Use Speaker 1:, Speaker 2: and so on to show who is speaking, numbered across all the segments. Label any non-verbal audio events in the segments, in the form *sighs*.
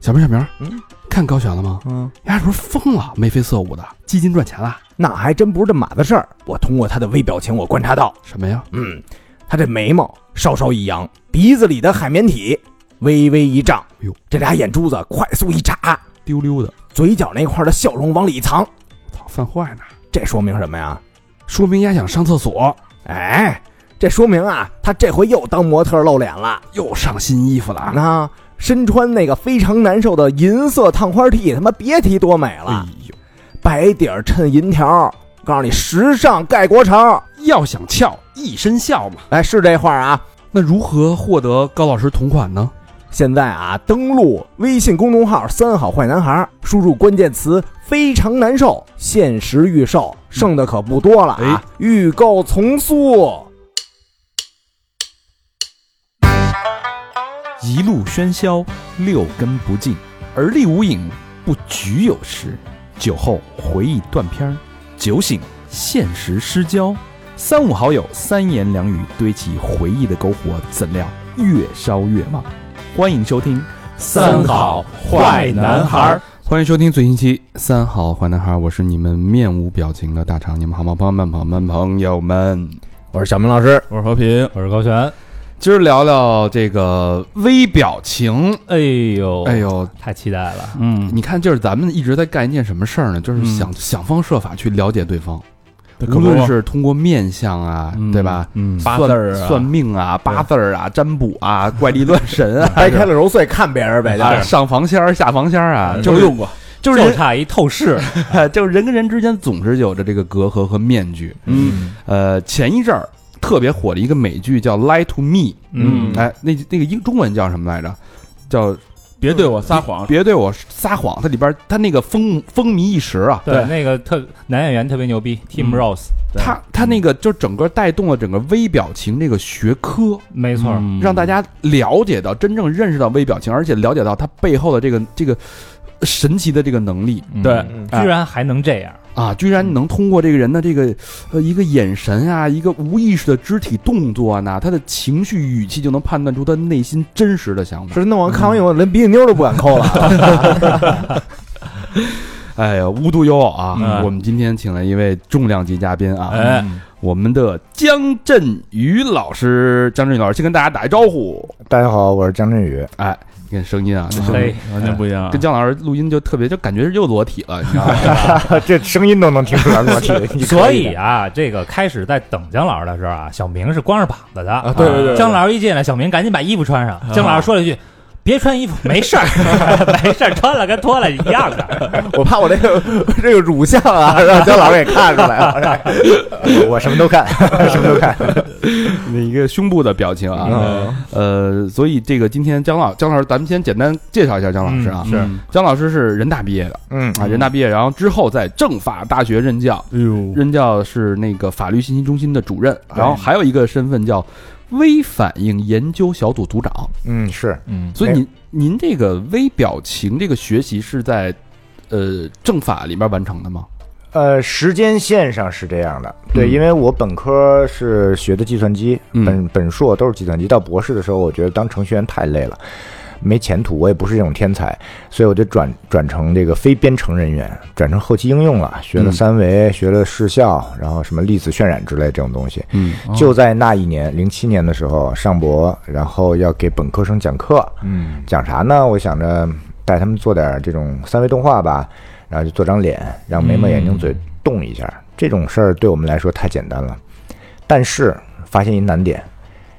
Speaker 1: 小明小明，
Speaker 2: 嗯，
Speaker 1: 看高璇了吗？
Speaker 2: 嗯，
Speaker 1: 丫是不是疯了？眉飞色舞的，基金赚钱了？
Speaker 2: 那还真不是这码子事儿。我通过他的微表情，我观察到，
Speaker 1: 什么呀？
Speaker 2: 嗯，他这眉毛稍稍一扬，鼻子里的海绵体微微一胀
Speaker 1: 哎呦，
Speaker 2: 这俩眼珠子快速一眨，
Speaker 1: 丢溜的，
Speaker 2: 嘴角那块的笑容往里一藏，
Speaker 1: 操，犯坏呢？
Speaker 2: 这说明什么呀？
Speaker 1: 说明丫想上厕所，
Speaker 2: 哎，这说明啊，他这回又当模特露脸了。
Speaker 1: 又上新衣服了啊！
Speaker 2: 那身穿那个非常难受的银色烫花 T，他妈别提多美了
Speaker 1: 哎，呦，
Speaker 2: 白底儿衬银条，告诉你时尚盖国潮。
Speaker 1: 要想翘，一身笑嘛。
Speaker 2: 哎，是这话啊。
Speaker 1: 那如何获得高老师同款呢？
Speaker 2: 现在啊，登录微信公众号“三好坏男孩”，输入关键词“非常难受”，限时预售，剩的可不多了啊！预购从速。
Speaker 3: 一路喧嚣，六根不净，而立无影，不局有时。酒后回忆断片儿，酒醒现实失焦。三五好友，三言两语堆起回忆的篝火，怎料越烧越旺。欢迎收听《
Speaker 1: 三好坏男孩儿》。欢迎收听最新期《三好坏男孩》，我是你们面无表情的大肠，你们好吗？朋友们，朋友们，朋友们，
Speaker 2: 我是小明老师，
Speaker 4: 我是和平，我是高璇。
Speaker 1: 今儿聊聊这个微表情。
Speaker 4: 哎呦，
Speaker 1: 哎，呦，
Speaker 4: 太期待了！
Speaker 3: 嗯，
Speaker 1: 你看，就是咱们一直在干一件什么事儿呢？就是
Speaker 3: 嗯
Speaker 1: 想、想方设法去了解对方，
Speaker 3: 可
Speaker 1: 无
Speaker 3: 不
Speaker 1: 论是通过面相啊，
Speaker 3: 嗯
Speaker 1: 对吧？？
Speaker 3: 嗯，
Speaker 1: 算
Speaker 2: 八字儿啊，
Speaker 1: 算命啊，八字儿啊，占卜啊，怪力乱神啊
Speaker 2: 掰开哎了揉碎看别人呗，
Speaker 1: 啊
Speaker 2: 就是
Speaker 1: 上房仙儿、下房仙儿啊，就是
Speaker 3: 过。
Speaker 1: 就是
Speaker 4: 就
Speaker 1: 人
Speaker 4: 差一透视，
Speaker 1: 就是人跟人之间总是有着这个隔阂和面具。
Speaker 3: 嗯
Speaker 1: 呃，前一阵儿特别火的一个美剧叫《Lie to Me》，
Speaker 3: 嗯
Speaker 1: 哎，那那个英中文叫什么来着？叫
Speaker 3: 别对我撒谎。
Speaker 1: 别对我撒谎。它里边儿它那个风风靡一时啊，
Speaker 4: 对
Speaker 3: 对
Speaker 4: 那个特男演员特别牛逼，Tim
Speaker 3: 嗯
Speaker 4: Rose，
Speaker 3: 对
Speaker 1: 它它那个就整个带动了整个微表情这个学科，
Speaker 4: 没错儿，
Speaker 3: 嗯
Speaker 1: 让大家了解到真正认识到微表情，而且了解到它背后的这个这个神奇的这个能力
Speaker 3: 嗯
Speaker 4: 对
Speaker 2: 嗯
Speaker 4: 居然还能这样，
Speaker 1: 啊，居然能通过这个人的这个呃一个眼神啊，一个无意识的肢体动作啊，那他的情绪语气就能判断出他内心真实的想法。
Speaker 2: 是弄完看完以后，连鼻涕妞都不敢抠了。
Speaker 1: 哎呀，无独有偶啊，
Speaker 3: 嗯
Speaker 1: 我们今天请了一位重量级嘉宾啊，
Speaker 4: 哎
Speaker 3: 嗯
Speaker 1: 我们的姜振宇老师，姜振宇老师先跟大家打一招呼。
Speaker 2: *laughs* 大家好，我是张振 *laughs* 宇，
Speaker 1: 哎，你看声音啊，这声音
Speaker 4: 哎
Speaker 3: 完全不一样啊。
Speaker 1: 跟姜老师录音就特别，就感觉又裸体了，你知道吗？
Speaker 2: 这声音都能听出来 *laughs* 裸体。
Speaker 4: 所以啊，这个开始在等姜老师的时候啊，小明是光着膀子的。啊
Speaker 3: 对对对对
Speaker 4: 姜老师一进来，小明赶紧把衣服穿上。姜老师说了一句：“别穿衣服，没事儿， *laughs* 没事儿，穿了跟脱了一样的。
Speaker 2: 啊我怕我这个 *laughs* 这个乳相 *laughs* 啊，让姜老师给看出来了。我我什么都看，什么都看。
Speaker 1: 那一个胸部的表情啊，
Speaker 2: 嗯
Speaker 1: 呃，所以这个今天姜老姜老师，咱们先简单介绍一下姜老师啊。
Speaker 4: 嗯是
Speaker 3: 嗯
Speaker 1: 姜老师是人大毕业的
Speaker 2: 嗯
Speaker 1: 啊，人大毕业，然后之后在政法大学任教，
Speaker 3: 哎呦，
Speaker 1: 任教是那个法律信息中心的主任，然后还有一个身份叫微反应研究小组组长。
Speaker 2: 嗯是
Speaker 3: 嗯，
Speaker 1: 所以
Speaker 5: 哎
Speaker 1: 您您这个微表情这个学习是在呃政法里边完成的吗？
Speaker 5: 呃，时间线上是这样的，对，
Speaker 1: 嗯
Speaker 5: 因为我本科是学的计算机，
Speaker 1: 嗯
Speaker 5: 本本硕都是计算机，到博士的时候，我觉得当程序员太累了，没前途，我也不是这种天才，所以我就转转成这个非编程人员，转成后期应用了，学了
Speaker 1: 嗯
Speaker 5: 三维，学了视效，然后什么粒子渲染之类这种东西。
Speaker 1: 嗯
Speaker 5: 就在那一年，零七年的时候上博，然后要给本科生讲课，
Speaker 3: 嗯
Speaker 5: 讲啥呢？我想着带他们做点这种三维动画吧，然后就做张脸，让眉毛、眼
Speaker 3: 嗯
Speaker 5: 睛、嘴动一下。这种事儿对我们来说太简单了，但是发现一难点，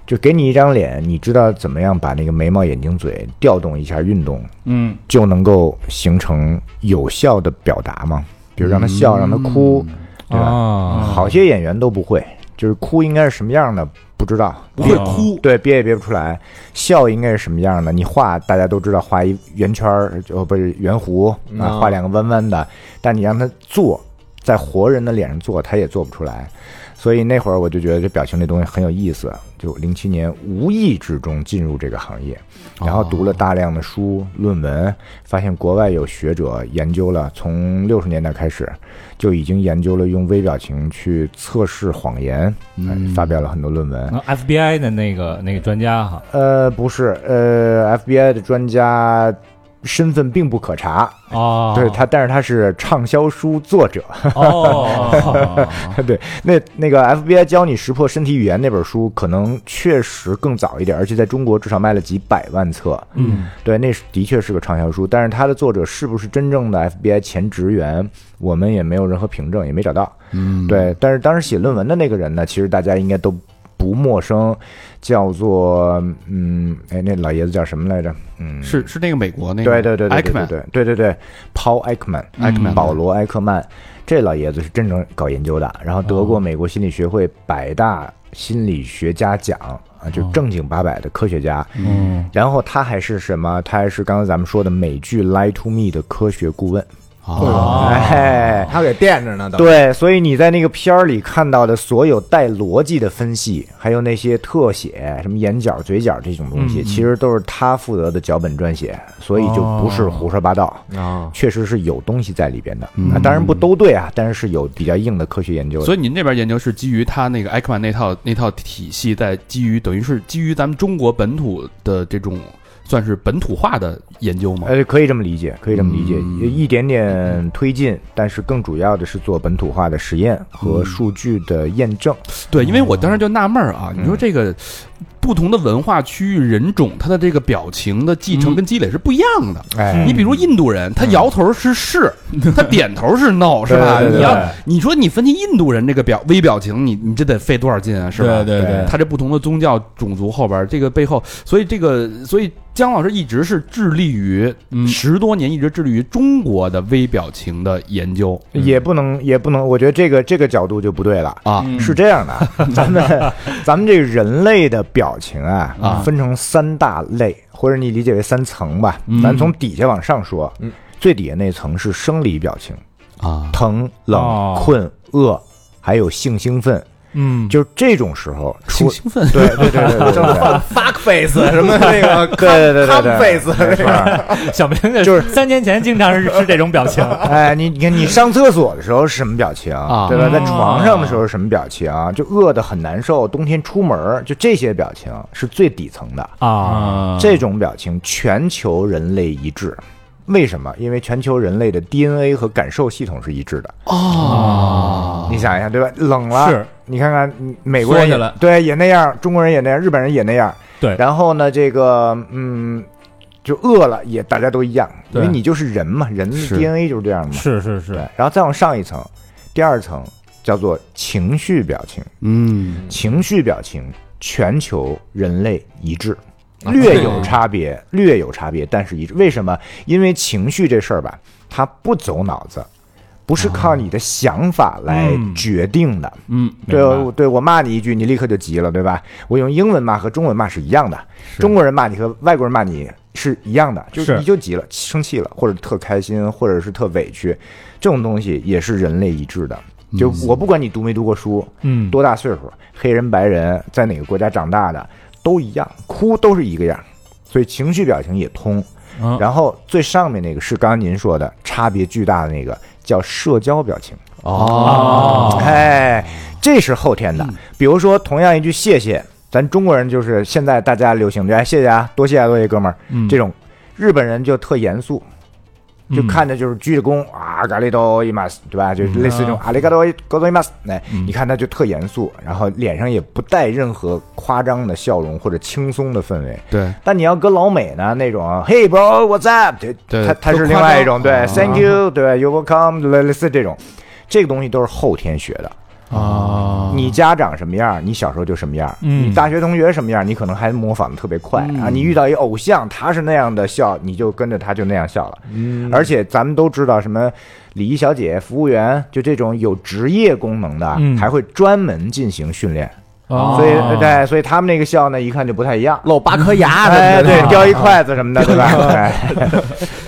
Speaker 5: 就给你一张脸，你知道怎么样把那个眉毛、眼睛、嘴调动一下运动，
Speaker 3: 嗯
Speaker 5: 就能够形成有效的表达吗？比如让
Speaker 3: 嗯
Speaker 5: 他笑，让他哭，
Speaker 1: 嗯
Speaker 5: 对吧？
Speaker 4: 啊
Speaker 5: 好些演员都不会，就是哭应该是什么样的不知道，
Speaker 4: 嗯
Speaker 1: 不会哭，
Speaker 5: 对，憋也憋不出来。笑应该是什么样的？你画大家都知道，画一圆圈儿，就不是圆弧啊，
Speaker 2: 嗯
Speaker 5: 画两个弯弯的。但你让他做，在活人的脸上做，他也做不出来。所以那会儿我就觉得这表情这东西很有意思，就零七年无意之中进入这个行业，然后读了大量的书、论文，发现国外有学者研究了，从六十年代开始就已经研究了用微表情去测试谎言，哎
Speaker 1: 嗯
Speaker 5: 发表了很多论文。
Speaker 4: 嗯，FBI 的那个那个专家哈，
Speaker 5: 呃，不是，呃，FBI 的专家身份并不可查，
Speaker 4: 哦，
Speaker 5: 对他，但是他是畅销书作者。
Speaker 4: 哦，
Speaker 5: 对，那那个 FBI 教你识破身体语言那本书，可能确实更早一点，而且在中国至少卖了几百万册。
Speaker 4: 嗯，
Speaker 5: 对，那是的确是个畅销书，但是它的作者是不是真正的 FBI 前职员，我们也没有任何凭证，也没找到。
Speaker 3: 嗯，
Speaker 5: 对，但是当时写论文的那个人呢，其实大家应该都不陌生，叫做嗯，哎，那老爷子叫什么来着？嗯，
Speaker 3: 是是那个美国那
Speaker 5: 对
Speaker 3: 个，
Speaker 5: 对对对对对
Speaker 3: Eichmann
Speaker 5: 对对对对，Paul Eichmann，
Speaker 3: Eichmann 嗯
Speaker 5: 保罗埃克曼，这老爷子是真正搞研究的，然后得
Speaker 3: 哦
Speaker 5: 过美国心理学会百大心理学家奖啊，
Speaker 3: 哦
Speaker 5: 就正经八百的科学家。
Speaker 3: 嗯
Speaker 5: 然后他还是什么？他还是刚才咱们说的美剧《Lie to Me》的科学顾问。
Speaker 3: 啊，
Speaker 4: 哦
Speaker 5: 哎，
Speaker 2: 他给垫着呢，都
Speaker 5: 对，所以你在那个片儿里看到的所有带逻辑的分析，还有那些特写，什么眼角、嘴角这种东西，其实都是他负责的脚本撰写，所以就不是胡说八道，
Speaker 2: 啊，
Speaker 5: 确实是有东西在里边的。
Speaker 3: 嗯
Speaker 5: 啊，当然不都对啊，但是是有比较硬的科学研究的。
Speaker 3: 所以您这边研究是基于他那个 Eichmann 那套那套体系，在基于等于是基于咱们中国本土的这种算是本土化的研究吗？
Speaker 5: 呃，可以这么理解，可以这么理解，
Speaker 3: 嗯
Speaker 5: 一点点推进，但是更主要的是做本土化的实验和数据的验证。
Speaker 3: 对，因为我当时就纳闷儿啊，你说这个不同的文化区域人种，他的这个表情的继承跟积累是不一样的。
Speaker 5: 哎，
Speaker 3: 你比如印度人，他摇头是
Speaker 5: *laughs*
Speaker 3: 是，他点头是 no，是吧？
Speaker 5: 对对对
Speaker 3: 你要
Speaker 5: 对
Speaker 3: 你说你分析印度人这个表微表情，你你这得费多少劲啊？是吧？
Speaker 6: 对对
Speaker 5: 对
Speaker 3: 他这不同的宗教种族后边儿这个背后，所以这个所以姜老师一直是致力于、十多年一直致力于中国的微表情的研究
Speaker 5: 也不能，也不能，我觉得这个这个角度就不对了。
Speaker 3: 啊，
Speaker 5: 是这样的，咱们咱们这个人类的表情啊，
Speaker 3: 啊
Speaker 5: 分成三大类，或者你理解为三层吧。咱从底下往上说，
Speaker 2: 嗯
Speaker 5: 最底下那层是生理表情，
Speaker 3: 啊，
Speaker 5: 疼、冷、
Speaker 4: 哦
Speaker 5: 困、饿，还有性兴奋。
Speaker 4: 嗯，
Speaker 5: 就是这种时候
Speaker 3: 挺
Speaker 5: 出，
Speaker 3: 兴奋，
Speaker 5: *laughs* 对对对对对对对
Speaker 2: fuck
Speaker 5: *laughs*
Speaker 2: face 什么那个
Speaker 5: 对对对
Speaker 2: cum
Speaker 5: 对
Speaker 2: face
Speaker 5: 没错儿。
Speaker 4: *laughs* 小明
Speaker 5: 就是
Speaker 4: 三年前经常是是这种表情，
Speaker 5: 哎，你你看你上厕所的时候是什么表情，
Speaker 3: 啊
Speaker 5: 对吧？
Speaker 2: 哦
Speaker 5: 在床上的时候是什么表情？就饿得很难受，冬天出门儿就这些表情是最底层的。
Speaker 4: 啊，
Speaker 3: 嗯
Speaker 5: 这种表情全球人类一致，为什么？因为全球人类的 DNA 和感受系统是一致的。
Speaker 3: 哦，
Speaker 5: 你想一想，对吧？冷了，
Speaker 4: 是
Speaker 5: 你看看嗯美国人
Speaker 6: 缩
Speaker 5: 也
Speaker 6: 起来
Speaker 5: 对也那样，中国人也那样，日本人也那样。
Speaker 4: 对
Speaker 5: 然后呢，这个嗯，就饿了也大家都一样，因
Speaker 6: 对
Speaker 5: 为你就是人嘛，人的
Speaker 3: 是
Speaker 5: DNA 就是这样的嘛。
Speaker 4: 是是
Speaker 5: 对
Speaker 4: 是，，
Speaker 5: 然后再往上一层，第二层叫做情绪表情，
Speaker 3: 嗯，
Speaker 5: 情绪表情全球人类一致，略有差别，略有差别，但是一致。为什么？因为情绪这事儿吧，它不走脑子，不是靠你的想法来
Speaker 4: 嗯
Speaker 5: 决定的。
Speaker 6: 嗯，
Speaker 5: 对，
Speaker 6: 明白
Speaker 5: 我对我骂你一句，你立刻就急了，对吧？我用英文骂和中文骂是一样的，中国人骂你和外国人骂你是一样的，就是
Speaker 4: 是
Speaker 5: 你就急了，生气了，或者特开心，或者是特委屈，这种东西也是人类一致的。就我不管你读没读过书，
Speaker 4: 嗯，
Speaker 5: 多大岁数，黑人、白人，在哪个国家长大的都一样，哭都是一个样，所以情绪表情也通。
Speaker 6: 嗯
Speaker 5: 然后最上面那个是刚刚您说的差别巨大的那个叫社交表情，
Speaker 3: 哦，
Speaker 5: 哎，这是后天的。比如说，同样一句谢谢，咱中国人就是现在大家流行的哎谢谢啊，多谢啊，多谢哥们儿
Speaker 4: 嗯
Speaker 5: 这种，日本人就特严肃。就
Speaker 4: 嗯
Speaker 5: 看着就是鞠着躬啊，咖喱多伊马斯，对吧？就类似这种啊里嘎多高多伊马斯，哎，你看他就特严肃，然后脸上也不带任何夸张的笑容或者轻松的氛围。
Speaker 3: 对，
Speaker 5: 但你要搁老美呢，那种 Hey bro，what's up？这
Speaker 3: 对
Speaker 5: 他他
Speaker 3: 特
Speaker 5: 是
Speaker 3: 夸
Speaker 5: 另外一
Speaker 3: 张
Speaker 5: 种，对
Speaker 3: 啊
Speaker 5: ，Thank you，对，You welcome，类类似这种，这个东西都是后天学的。
Speaker 3: 啊，
Speaker 5: 你家长什么样，你小时候就什么样。
Speaker 4: 嗯
Speaker 5: 你大学同学什么样，你可能还模仿的特别快、啊。你遇到一偶像，他是那样的笑，你就跟着他就那样笑了。嗯，而且咱们都知道，什么礼仪小姐、服务员，就这种有职业功能的，
Speaker 4: 嗯
Speaker 5: 还会专门进行训练。
Speaker 4: 哦
Speaker 5: 所以，对，所以他们那个笑呢，一看就不太一样。
Speaker 2: *laughs* 露八颗牙
Speaker 5: 哎，
Speaker 2: 什 *laughs* 么的，
Speaker 5: 对，叼一筷子什么的，对吧？哎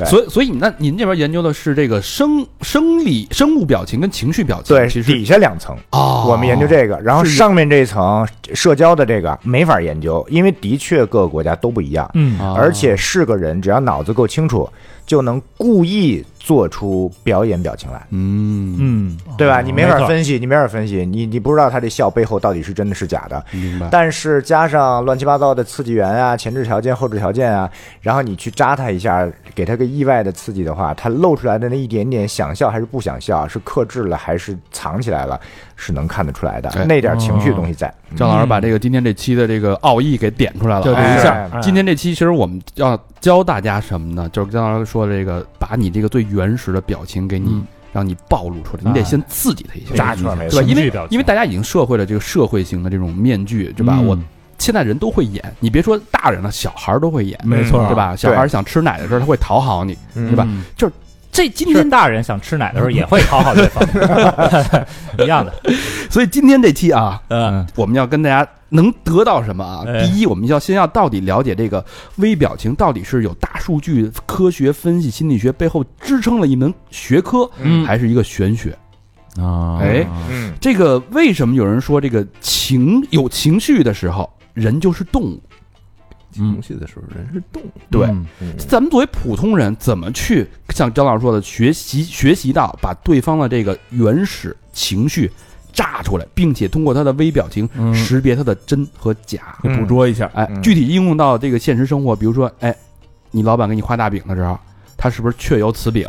Speaker 3: 所以所以那您这边研究的是这个生生理生物表情跟情绪表情，
Speaker 5: 对，
Speaker 3: 其实
Speaker 5: 底下两层。
Speaker 3: 哦，
Speaker 5: 我们研究这个，然后
Speaker 3: 是
Speaker 5: 上面这一层社交的这个没法研究，因为的确各个国家都不一样。
Speaker 4: 嗯
Speaker 3: 啊，
Speaker 5: 而且是个人，只要脑子够清楚，就能故意做出表演表情来，
Speaker 3: 嗯，
Speaker 6: 嗯，
Speaker 5: 对吧？你没
Speaker 4: 哦没
Speaker 5: 法
Speaker 4: 错
Speaker 5: 分析，你没法分析，你你不知道他这笑背后到底是真的是假的。
Speaker 3: 明白。
Speaker 5: 但是加上乱七八糟的刺激源啊、前置条件、后置条件啊，然后你去扎他一下，给他个意外的刺激的话，他露出来的那一点点想笑还是不想笑，是克制了还是藏起来了，是能看得出来的，
Speaker 3: 哎
Speaker 5: 那点情绪的东西在。
Speaker 3: 张老师把这个今天这期的这个奥义给点出来了，
Speaker 6: 对
Speaker 3: 啊
Speaker 5: 哎
Speaker 6: 一下
Speaker 5: 哎
Speaker 4: 哎
Speaker 3: 今天这期其实我们要教大家什么呢？就是刚刚说的这个，把你这个最原始的表情给你，
Speaker 6: 嗯
Speaker 3: 让你暴露出来，你得
Speaker 4: 哎
Speaker 3: 先刺激他一下，
Speaker 5: 扎出来没
Speaker 3: 对吧？
Speaker 4: 情
Speaker 3: 因
Speaker 4: 绪
Speaker 3: 为
Speaker 4: 表情嗯
Speaker 3: 因为大家已经社会了这个社会型的这种面具，对
Speaker 6: 对
Speaker 3: 吧？
Speaker 6: 吧？我
Speaker 3: 我现在人都会演，你别说大人了，小孩儿都会演，
Speaker 6: 没错，
Speaker 4: 啊
Speaker 3: 嗯对？吧？小孩儿想吃奶的时候，他会讨好你，
Speaker 5: 嗯
Speaker 3: 对吧？
Speaker 4: 这今天大人想吃奶的时候也会讨好对方， *laughs* 一样的。
Speaker 3: 所以今天这期啊，
Speaker 4: 嗯，
Speaker 3: 我们要跟大家能得到什么啊？
Speaker 4: 哎
Speaker 3: 第一，我们要先要到底了解这个微表情到底是有大数据、科学分析、心理学背后支撑了一门学科，
Speaker 6: 嗯
Speaker 3: 还是一个玄学？
Speaker 6: 啊，
Speaker 3: 哎
Speaker 5: 嗯，
Speaker 3: 这个为什么有人说这个情有情绪的时候，人就是动物？
Speaker 6: 嗯
Speaker 7: 情绪的时候，人是动物。
Speaker 3: 对，
Speaker 6: 嗯
Speaker 3: 咱们作为普通人，怎么去像张老师说的，学习学习到把对方的这个原始情绪炸出来，并且通过他的微表情
Speaker 6: 嗯
Speaker 3: 识别他的真和假。
Speaker 5: 嗯
Speaker 6: 捕捉一下，
Speaker 3: 哎，
Speaker 5: 嗯
Speaker 3: 具体应用到这个现实生活，比如说，哎，你老板给你画大饼的时候，他是不是确有此饼，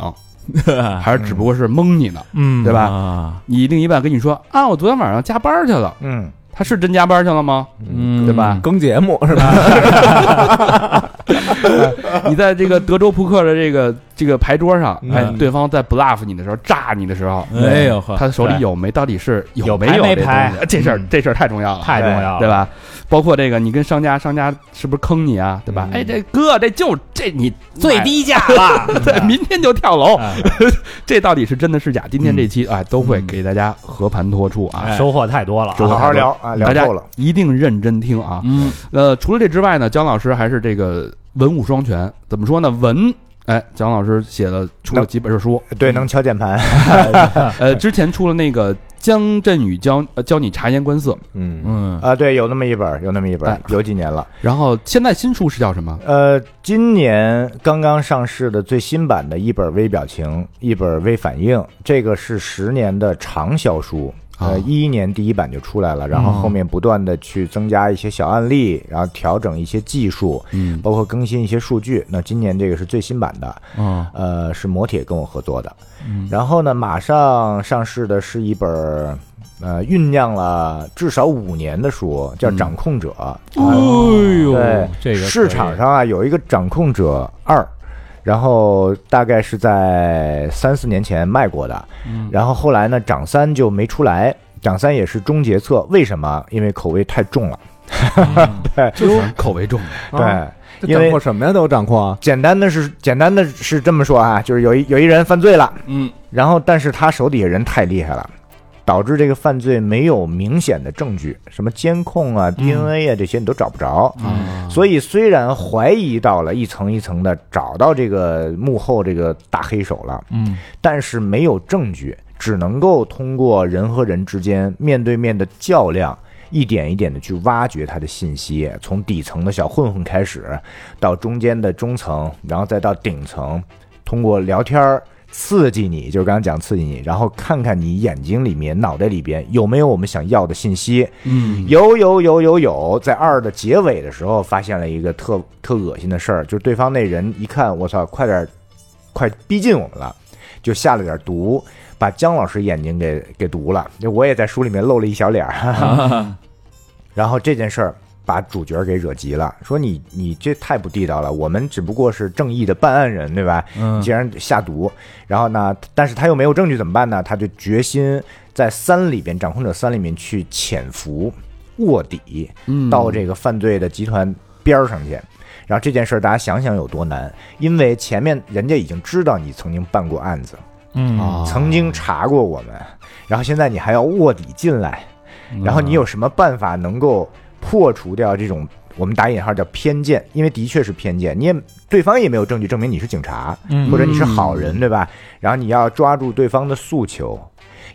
Speaker 3: 还是只不过是蒙你呢？
Speaker 4: 嗯
Speaker 3: 对吧
Speaker 6: 吧？
Speaker 3: 你另一半跟你说啊，我昨天晚上加班去了，
Speaker 5: 嗯
Speaker 3: 他是真加班去了吗？
Speaker 6: 嗯，
Speaker 3: 对吧？
Speaker 7: 更节目是吧？
Speaker 3: *laughs* 你在这个德州扑克的这个这个牌桌上，哎，
Speaker 7: 嗯
Speaker 3: 对方在 bluff 你的时候，炸你的时候，
Speaker 6: 哎呦呵，
Speaker 3: 他手里有没到底是
Speaker 4: 有
Speaker 3: 没
Speaker 4: 牌
Speaker 3: 有
Speaker 4: 没
Speaker 3: 这
Speaker 4: 牌
Speaker 3: 东西这事儿这事儿太重要了，
Speaker 4: 太重要了，
Speaker 3: 对？吧？包括这个，你跟商家，商家是不是坑你啊？对吧？
Speaker 5: 嗯
Speaker 3: 哎，这哥，这就这你
Speaker 4: 最低价了，
Speaker 3: *laughs* 对，明天就跳楼，
Speaker 4: 啊
Speaker 3: *laughs* 这到底是真的是假？今天这期哎，都会给大家和盘托出啊，
Speaker 4: 收获太多了啊。
Speaker 3: 收获
Speaker 5: 好好聊啊，聊
Speaker 3: 大家
Speaker 5: 透了。
Speaker 3: 一定认真听啊。
Speaker 6: 嗯，
Speaker 3: 呃，除了这之外呢，姜老师还是这个文武双全，怎么说呢？文。哎，姜老师写了出
Speaker 5: 嗯
Speaker 3: 了几本书，
Speaker 5: 对，能敲键盘。
Speaker 3: 呃，之前出了那个姜振宇教呃教你察言观色，
Speaker 5: 嗯
Speaker 6: 嗯，
Speaker 5: 啊，对，有那么一本儿，有那么一本儿
Speaker 3: 哎，
Speaker 5: 有几年了。
Speaker 3: 然后现在新书是叫什么？
Speaker 5: 呃，今年刚刚上市的最新版的一本微表情，一本微反应，这个是十年的畅销书。
Speaker 3: 啊
Speaker 5: 呃，一一年第一版就出来了，然后后面不断的去增加一些小案例，然后调整一些技术，
Speaker 3: 嗯，
Speaker 5: 包括更新一些数据。那今年这个是最新版的，
Speaker 6: 啊，
Speaker 5: 呃，是磨铁跟我合作的。
Speaker 3: 嗯
Speaker 5: 然后呢，马上上市的是一本儿呃酝酿了至少五年的书，叫《
Speaker 3: 嗯
Speaker 5: 掌控者》。
Speaker 6: 哎
Speaker 5: 对
Speaker 6: 呦，这个
Speaker 5: 市场上啊有一个掌控者二，然后大概是在三四年前卖过的，
Speaker 6: 嗯
Speaker 5: 然后后来呢掌三就没出来，掌三也是终结策，为什么？因为口味太重了，
Speaker 3: 就是口味重的，
Speaker 6: 啊
Speaker 5: 对。
Speaker 7: 这
Speaker 5: 因为
Speaker 7: 掌控什么呀？都掌控啊！
Speaker 5: 简单的是，简单的是这么说啊，就是有一有一人犯罪了，
Speaker 6: 嗯，
Speaker 5: 然后但是他手底下人太厉害了，导致这个犯罪没有明显的证据，什么监控
Speaker 6: 嗯
Speaker 5: 啊、DNA 啊这些你都找不着，
Speaker 3: 嗯
Speaker 6: 啊，
Speaker 5: 所以虽然怀疑到了一层一层的找到这个幕后这个大黑手了，
Speaker 6: 嗯，
Speaker 5: 但是没有证据，只能够通过人和人之间面对面的较量。一点一点的去挖掘他的信息，从底层的小混混开始，到中间的中层，然后再到顶层，通过聊天儿刺激你，就是刚刚讲刺激你，然后看看你眼睛里面、脑袋里边有没有我们想要的信息，
Speaker 6: 嗯，
Speaker 5: 有有有有有，在二的结尾的时候发现了一个特特恶心的事儿，就是对方那人一看，我操，快点儿，快逼近我们了，就下了点毒，把姜老师眼睛给给毒了。 *laughs* 就我也在书里面露了一小脸儿，哈哈然后这件事儿把主角给惹急了，说你你这太不地道了，我们只不过是正义的办案人，对吧？
Speaker 6: 嗯
Speaker 5: 既然下毒，然后呢，但是他又没有证据怎么办呢？他就决心在三里边，掌控者三里面去潜伏、卧底，
Speaker 3: 嗯
Speaker 5: 到这个犯罪的集团边儿上去。然后这件事儿大家想想有多难，因为前面人家已经知道你曾经办过案子，
Speaker 4: 嗯，
Speaker 3: 啊，
Speaker 5: 曾经查过我们，然后现在你还要卧底进来，然后你有什么办法能够破除掉这种我们打引号叫偏见？因为的确是偏见，你也对方也没有证据证明你是警察，或者你是好人，对吧？然后你要抓住对方的诉求，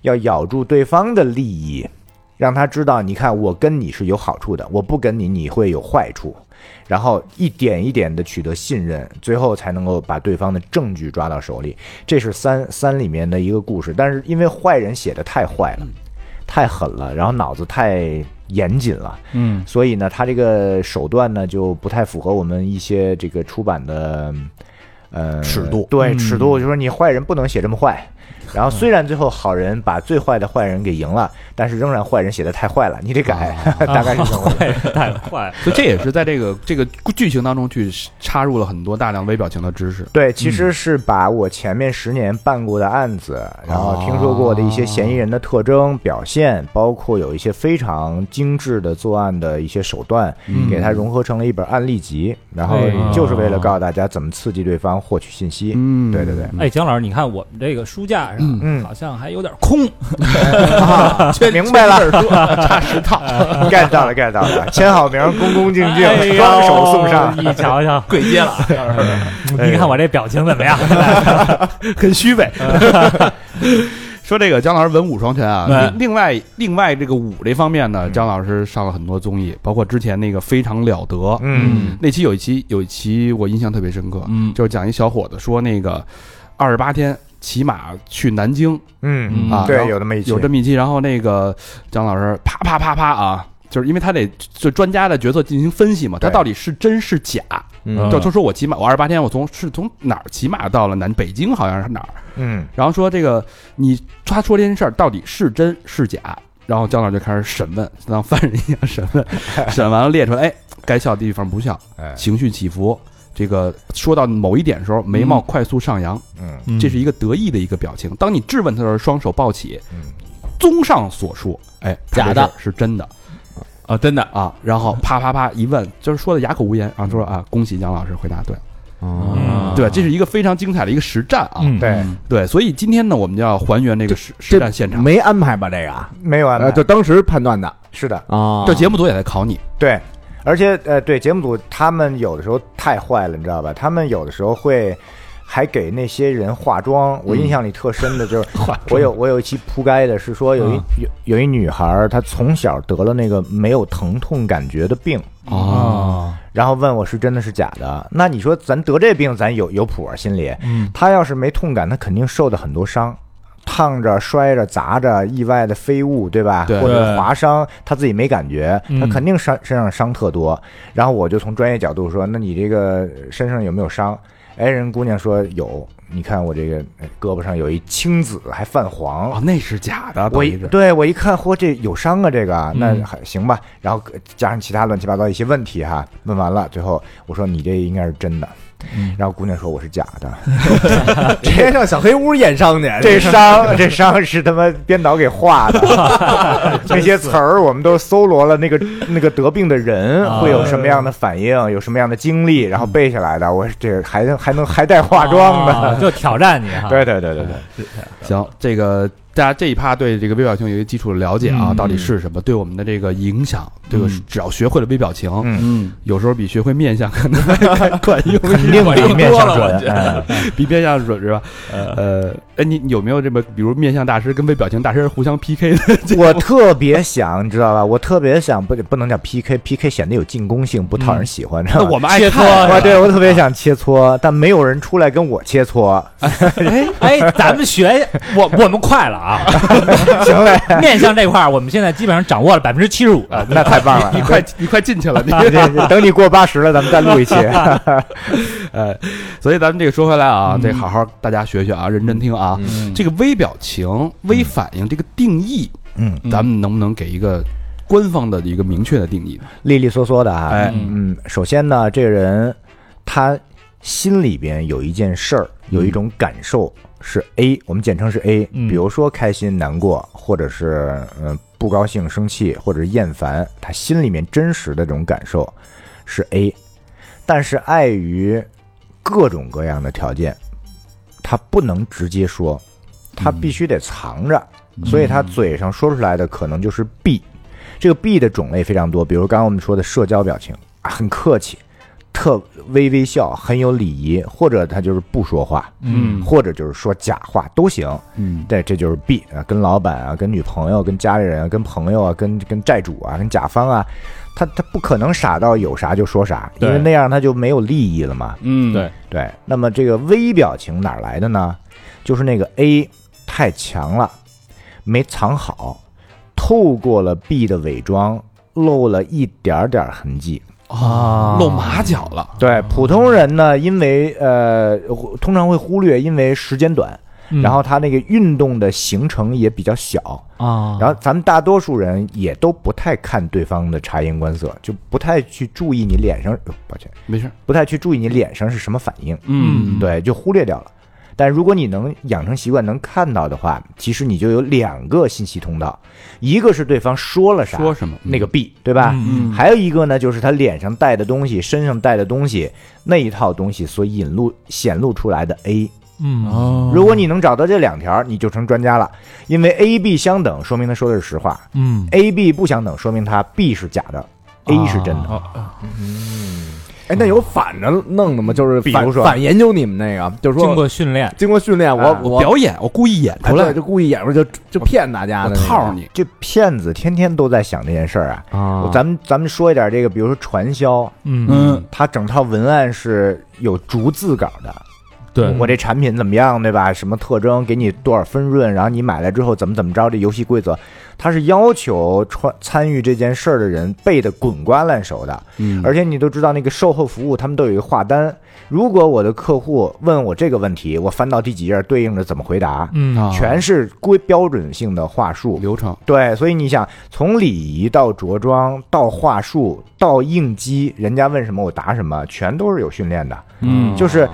Speaker 5: 要咬住对方的利益，让他知道，你看我跟你是有好处的，我不跟你你会有坏处。然后一点一点的取得信任，最后才能够把对方的证据抓到手里。这是三三里面的一个故事，但是因为坏人写的太坏了，太狠了，然后脑子太严谨了，
Speaker 6: 嗯，
Speaker 5: 所以呢，他这个手段呢就不太符合我们一些这个出版的呃
Speaker 3: 尺度
Speaker 5: 对
Speaker 6: 嗯
Speaker 5: 尺度，就说你坏人不能写这么坏。然后虽然最后好人把最坏的坏人给赢了，但是仍然坏人写的太坏了，你得改， *laughs* 大概是这么回事。
Speaker 4: 坏人太坏了，
Speaker 3: 所以这也是在这个这个剧情当中去插入了很多大量微表情的知识。
Speaker 5: 对，其实是把我前面十年办过的案子，然后听说过的一些嫌疑人的特征、表现，包括有一些非常精致的作案的一些手段，
Speaker 6: 嗯
Speaker 5: 给它融合成了一本案例集，然后
Speaker 4: 哎
Speaker 5: 就是为了告诉大家怎么刺激对方获取信息。 *laughs*
Speaker 3: 嗯
Speaker 5: 对对对，
Speaker 4: 哎，姜老师，你看我们这个书架上
Speaker 5: 嗯
Speaker 4: 好像还有点空，
Speaker 5: 啊明白了， *laughs* 差十套，get 到了，get 到了，签好名，恭恭敬敬
Speaker 4: 哎，呦
Speaker 5: 啊双手送上。哎
Speaker 4: 你瞧
Speaker 5: *laughs*
Speaker 4: 瞧，
Speaker 6: 跪街了，
Speaker 4: 你看我这表情怎么样？
Speaker 3: 很虚伪。说这个姜老师文武双全啊，
Speaker 4: 哎
Speaker 3: 另另外另外这个武这方面呢，姜老师上了很多综艺，包括之前那个非常了得，
Speaker 5: 嗯，
Speaker 3: 那期有一期有一期我印象特别深刻，
Speaker 6: 嗯
Speaker 3: 就是讲一小伙子说那个二十八天骑马去南京
Speaker 5: 嗯
Speaker 6: 嗯
Speaker 3: 啊，然
Speaker 5: 对，
Speaker 3: 后
Speaker 5: 有那么一期，
Speaker 3: 有这么一期，然后那个姜老师啪啪啪啪啊。就是因为他得就专家的角色进行分析嘛，他
Speaker 5: 对
Speaker 3: 到底是真是假？
Speaker 7: 嗯
Speaker 3: 就就说我骑马，我二十八天，我从是从哪儿骑马到了南北京，好像是哪儿？
Speaker 5: 嗯
Speaker 3: 然后说这个你他说这件事儿到底是真是假？然后姜老师就开始审问，当犯人一样审
Speaker 5: *laughs*
Speaker 3: 问，审完了列出来，哎，该笑的地方不笑，
Speaker 5: 哎
Speaker 3: 情绪起伏。这个说到某一点的时候，眉毛快速上扬，
Speaker 5: 嗯
Speaker 3: 这是一个得意的一个表情。当你质问他的时候，双手抱起。
Speaker 5: 嗯
Speaker 3: 综上所述，哎，他
Speaker 7: 假
Speaker 3: 这
Speaker 7: 的
Speaker 3: 事儿是真的
Speaker 6: 啊，真的，
Speaker 3: 啊。然后啪啪啪一问，就是说的哑口无言。然后说啊，恭喜姜老师回答对了，
Speaker 5: 嗯
Speaker 7: 啊
Speaker 3: 对吧，这是一个非常精彩的一个实战啊。
Speaker 6: 嗯，
Speaker 5: 对，
Speaker 3: 对，所以今天呢，我们就要还原这个实实战现场。
Speaker 2: 没安排吧？这个
Speaker 5: 没有安
Speaker 2: 啊
Speaker 7: 呃，
Speaker 5: 排
Speaker 7: 就，当时判断的
Speaker 5: 是的，
Speaker 7: 啊，
Speaker 3: 这节目组也在考你，
Speaker 5: 对，而且呃，对节目组他们有的时候太坏了，你知道吧？他们有的时候会还给那些人化妆。我印象里特深的就是，我有我有一期铺盖的是说有一、有有一女孩儿，她从小得了那个没有疼痛感觉的病。
Speaker 6: 哦，
Speaker 5: 然后问我是真的是假的，那你说咱得这病，咱有有谱啊，心里。
Speaker 6: 嗯，
Speaker 5: 他要是没痛感，他肯定受的很多伤，烫着、摔着、砸着、意外的飞物，对吧？
Speaker 3: 对
Speaker 5: 或者划伤，他自己没感觉，
Speaker 6: 嗯
Speaker 5: 他肯定伤身上伤特多。然后我就从专业角度说，那你这个身上有没有伤？哎，人姑娘说有，你看我这个哎胳膊上有一青紫，还泛黄
Speaker 1: 啊
Speaker 3: 哦，那是假的，
Speaker 5: 我
Speaker 3: 等
Speaker 5: 一
Speaker 3: 于是
Speaker 5: 对我一看，嚯，这有伤啊，这个那
Speaker 6: 嗯
Speaker 5: 还行吧。然后呃加上其他乱七八糟一些问题哈，问完了，最后我说你这应该是真的，然后姑娘说我是假的，
Speaker 2: 直接上小黑屋验伤
Speaker 6: 哎
Speaker 2: 去，
Speaker 5: 这伤这伤是他妈编导给画
Speaker 6: *laughs*
Speaker 5: 的，那些词儿我们都搜罗了那个那个得病的人
Speaker 6: 啊
Speaker 5: 会有什么样的反应，有什么样的经历，
Speaker 6: 嗯
Speaker 5: 然后背下来的。我这个还能还能还带化妆的，
Speaker 4: 啊就挑战你哈。
Speaker 5: *laughs* 对对对对对，
Speaker 3: 行，这个大家这一趴对这个微表情有一个基础的了解啊，
Speaker 6: 嗯
Speaker 3: 到底是什么，对我们的这个影响，这个
Speaker 6: 嗯
Speaker 3: 只要学会了微表情，
Speaker 5: 嗯
Speaker 6: 嗯，
Speaker 3: 有时候比学会面相可能还管用，
Speaker 5: 肯定比面相
Speaker 6: 多了我
Speaker 5: 准
Speaker 6: 觉。得 *laughs*
Speaker 5: 嗯
Speaker 3: 比面相准是吧？呃，哎，你你有没有这么，比如面相大师跟微表情大师互相 PK 的？
Speaker 5: 我特别想，你知道吧？我特别想不不能叫 PK，PK 显得有进攻性，不讨
Speaker 6: 嗯
Speaker 5: 人喜欢。知道
Speaker 3: 那
Speaker 6: *laughs*
Speaker 5: 吧
Speaker 3: 我们爱
Speaker 4: 哎切
Speaker 3: 看
Speaker 4: 磋呀
Speaker 5: 我对我
Speaker 6: 啊
Speaker 5: 特别想切磋，但没有人出来跟我切磋。
Speaker 4: 哎哎，咱们
Speaker 5: *laughs*
Speaker 4: 学我我们快了啊！
Speaker 5: 行嘞，
Speaker 4: *laughs*
Speaker 5: 呃
Speaker 4: 面向这块儿，我们现在基本上掌握了百分之七十五。
Speaker 5: 那太棒
Speaker 6: *laughs*
Speaker 5: 了！ *laughs*
Speaker 3: 你快你快进去 *laughs* 了，你
Speaker 5: 这这等你过八十了，咱们再录一期。
Speaker 3: 呃，所以咱们这个说回来啊，这好好大家学学啊，认真听啊。这个微表情、微反应这个定义，
Speaker 5: 嗯，
Speaker 3: 咱们能不能给一个官方的一个明确的定义呢？
Speaker 5: 利利索索的啊。
Speaker 3: 哎
Speaker 5: 嗯，首先呢，这个人他心里边有一件事儿，有一种感受是 A，我们简称是 A，
Speaker 4: 嗯
Speaker 5: 比如说开心、难过，或者是嗯、呃不高兴、生气，或者是厌烦，他心里面真实的这种感受是 A，但是碍于各种各样的条件，他不能直接说，他必须得藏着，
Speaker 3: 嗯
Speaker 5: 所以他嘴上说出来的可能就是 B。这个 B 的种类非常多，比如刚刚我们说的社交表情啊，很客气，特微微笑，很有礼仪，或者他就是不说话，
Speaker 3: 嗯
Speaker 5: 或者就是说假话都行。
Speaker 3: 嗯
Speaker 5: 对，这就是 B 啊，跟老板啊，跟女朋友、跟家里人、跟朋友啊、跟跟债主啊、跟甲方啊，他他不可能傻到有啥就说啥，因为
Speaker 6: 对
Speaker 5: 那样他就没有利益了嘛。
Speaker 3: 嗯
Speaker 6: 对
Speaker 5: 对，那么这个微表情哪儿来的呢？就是那个 A 太强了，没藏好，透过了 B 的伪装，露了一点儿点儿痕迹。
Speaker 3: 啊，露马脚了，
Speaker 5: 对，普通人呢，因为呃，忽通常会忽略，因为时间短，
Speaker 4: 嗯
Speaker 5: 然后他那个运动的行程也比较小，
Speaker 4: 啊，
Speaker 5: 然后咱们大多数人也都不太看对方的察言观色，就不太去注意你脸上，呃抱歉，
Speaker 3: 没事，
Speaker 5: 不太去注意你脸上是什么反应。
Speaker 3: 嗯
Speaker 5: 对，就忽略掉了。但如果你能养成习惯，能看到的话，其实你就有两个信息通道，一个是对方说了啥，
Speaker 3: 说什么
Speaker 5: 那个 B，对吧？
Speaker 3: 嗯
Speaker 5: 还有一个呢，就是他脸上带的东西、身上带的东西那一套东西所引露、显露出来的 A。
Speaker 4: 嗯
Speaker 3: 哦
Speaker 5: 如果你能找到这两条，你就成专家了，因为 A、B 相等，说明他说的是实话
Speaker 4: 嗯
Speaker 5: ；A、B 不相等，说明他 B 是假的，A
Speaker 3: 哦
Speaker 5: 是真的。
Speaker 2: 哎，那有反着弄的吗？就是
Speaker 5: 比
Speaker 2: 反
Speaker 5: 如说
Speaker 2: 反研究你们那个，就是说
Speaker 4: 经过训练，
Speaker 2: 经过训练，我
Speaker 5: 啊
Speaker 3: 我表演，我故意演
Speaker 2: 哎
Speaker 3: 出来
Speaker 2: 对，就故意演出来就就骗大家
Speaker 3: 我
Speaker 2: 的那种
Speaker 3: 套你，
Speaker 5: 这骗子天天都在想这件事儿啊！
Speaker 3: 哦
Speaker 2: 啊
Speaker 5: 咱们咱们说一点这个，比如说传销，
Speaker 4: 嗯
Speaker 3: 嗯
Speaker 5: 它整套文案是有逐字稿的。
Speaker 6: 对
Speaker 4: 嗯
Speaker 5: 我这产品怎么样，对吧？什么特征，给你多少分润，然后你买来之后怎么怎么着，这游戏规则，它是要求穿参与这件事儿的人背得滚瓜烂熟的。
Speaker 3: 嗯
Speaker 5: 而且你都知道，那个售后服务他们都有一个话单，如果我的客户问我这个问题，我翻到第几页，对应着怎么回答，
Speaker 4: 嗯
Speaker 3: 啊
Speaker 5: 全是规标准性的话术。
Speaker 3: 流程，
Speaker 5: 对，所以你想，从礼仪到着装，到话术，到应激，人家问什么我答什么，全都是有训练的。
Speaker 3: 嗯
Speaker 5: 就是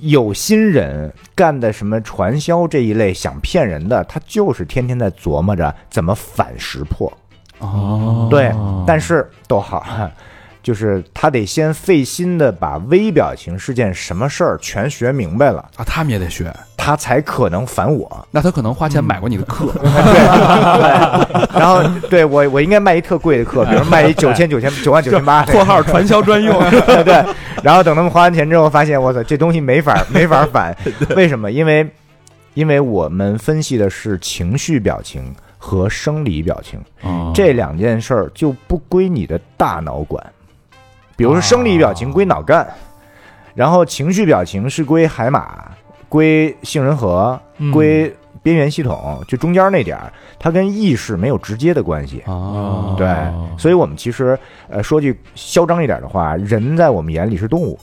Speaker 5: 有心人干的什么传销这一类想骗人的，他就是天天在琢磨着怎么反识破。
Speaker 3: 哦，
Speaker 5: 对，但是逗号， *laughs* 就是他得先费心的把微表情是件什么事儿全学明白了，
Speaker 3: 啊，他们也得学，嗯
Speaker 5: 他才可能反我。
Speaker 3: 那他可能花钱买过你的 *laughs* 课，
Speaker 5: 然后对我，我应该卖一特贵的课，比如卖一九千九千九万九千 *laughs* 八，
Speaker 1: *laughs*
Speaker 3: 括号传销专用，
Speaker 5: 对 *laughs* 对。然后等他们花完钱之后，发现我操，这东西没法没法反，为什么？因为因为我们分析的是情绪表情和生理表情
Speaker 1: 哦
Speaker 3: 哦
Speaker 5: 这两件事儿，就不归你的大脑管。比如说生理表情归脑干，然后情绪表情是归海马、归杏仁核、
Speaker 4: 嗯
Speaker 5: 归边缘系统，就中间那点儿，它跟意识没有直接的关系。
Speaker 3: 哦，
Speaker 5: 对，所以我们其实呃说句嚣张一点的话，人在我们眼里是动物，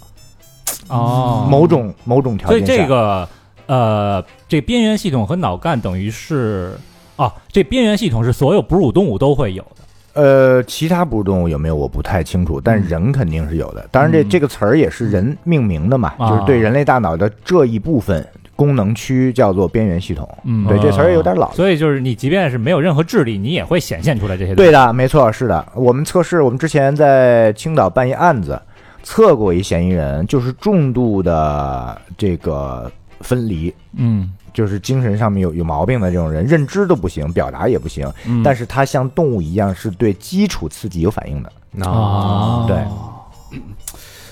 Speaker 4: 哦
Speaker 5: 某种某种条
Speaker 4: 所
Speaker 5: 件
Speaker 4: 以
Speaker 5: 下，
Speaker 4: 这个呃，这边缘系统和脑干等于是哦，这边缘系统是所有哺乳动物都会有的。
Speaker 5: 呃，其他哺乳动物有没有我不太清楚，
Speaker 4: 嗯
Speaker 5: 但人肯定是有的。当然这，这个词儿也是人命名的嘛，
Speaker 4: 啊
Speaker 5: 就是对人类大脑的这一部分功能区叫做边缘系统。
Speaker 4: 嗯
Speaker 5: 对，这词儿有点老。
Speaker 4: 所以就是你即便是没有任何智力，你也会显现出来这些东西。
Speaker 5: 对的，没错，是的。我们测试，我们之前在青岛办一案子，测过一嫌疑人，就是重度的这个分离，
Speaker 4: 嗯，
Speaker 5: 就是精神上面有有毛病的这种人，认知都不行，表达也不行，嗯但是他像动物一样是对基础刺激有反应的。
Speaker 4: 啊
Speaker 5: 对，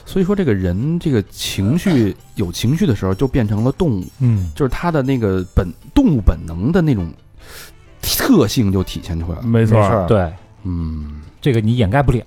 Speaker 3: 所以说这个人这个情绪有情绪的时候，就变成了动物，
Speaker 4: 嗯，
Speaker 3: 就是他的那个本动物本能的那种特性就体现出来了。
Speaker 6: 没
Speaker 5: 没
Speaker 6: 错，
Speaker 5: 错，
Speaker 4: 对，
Speaker 3: 嗯，
Speaker 4: 这个你掩盖不了。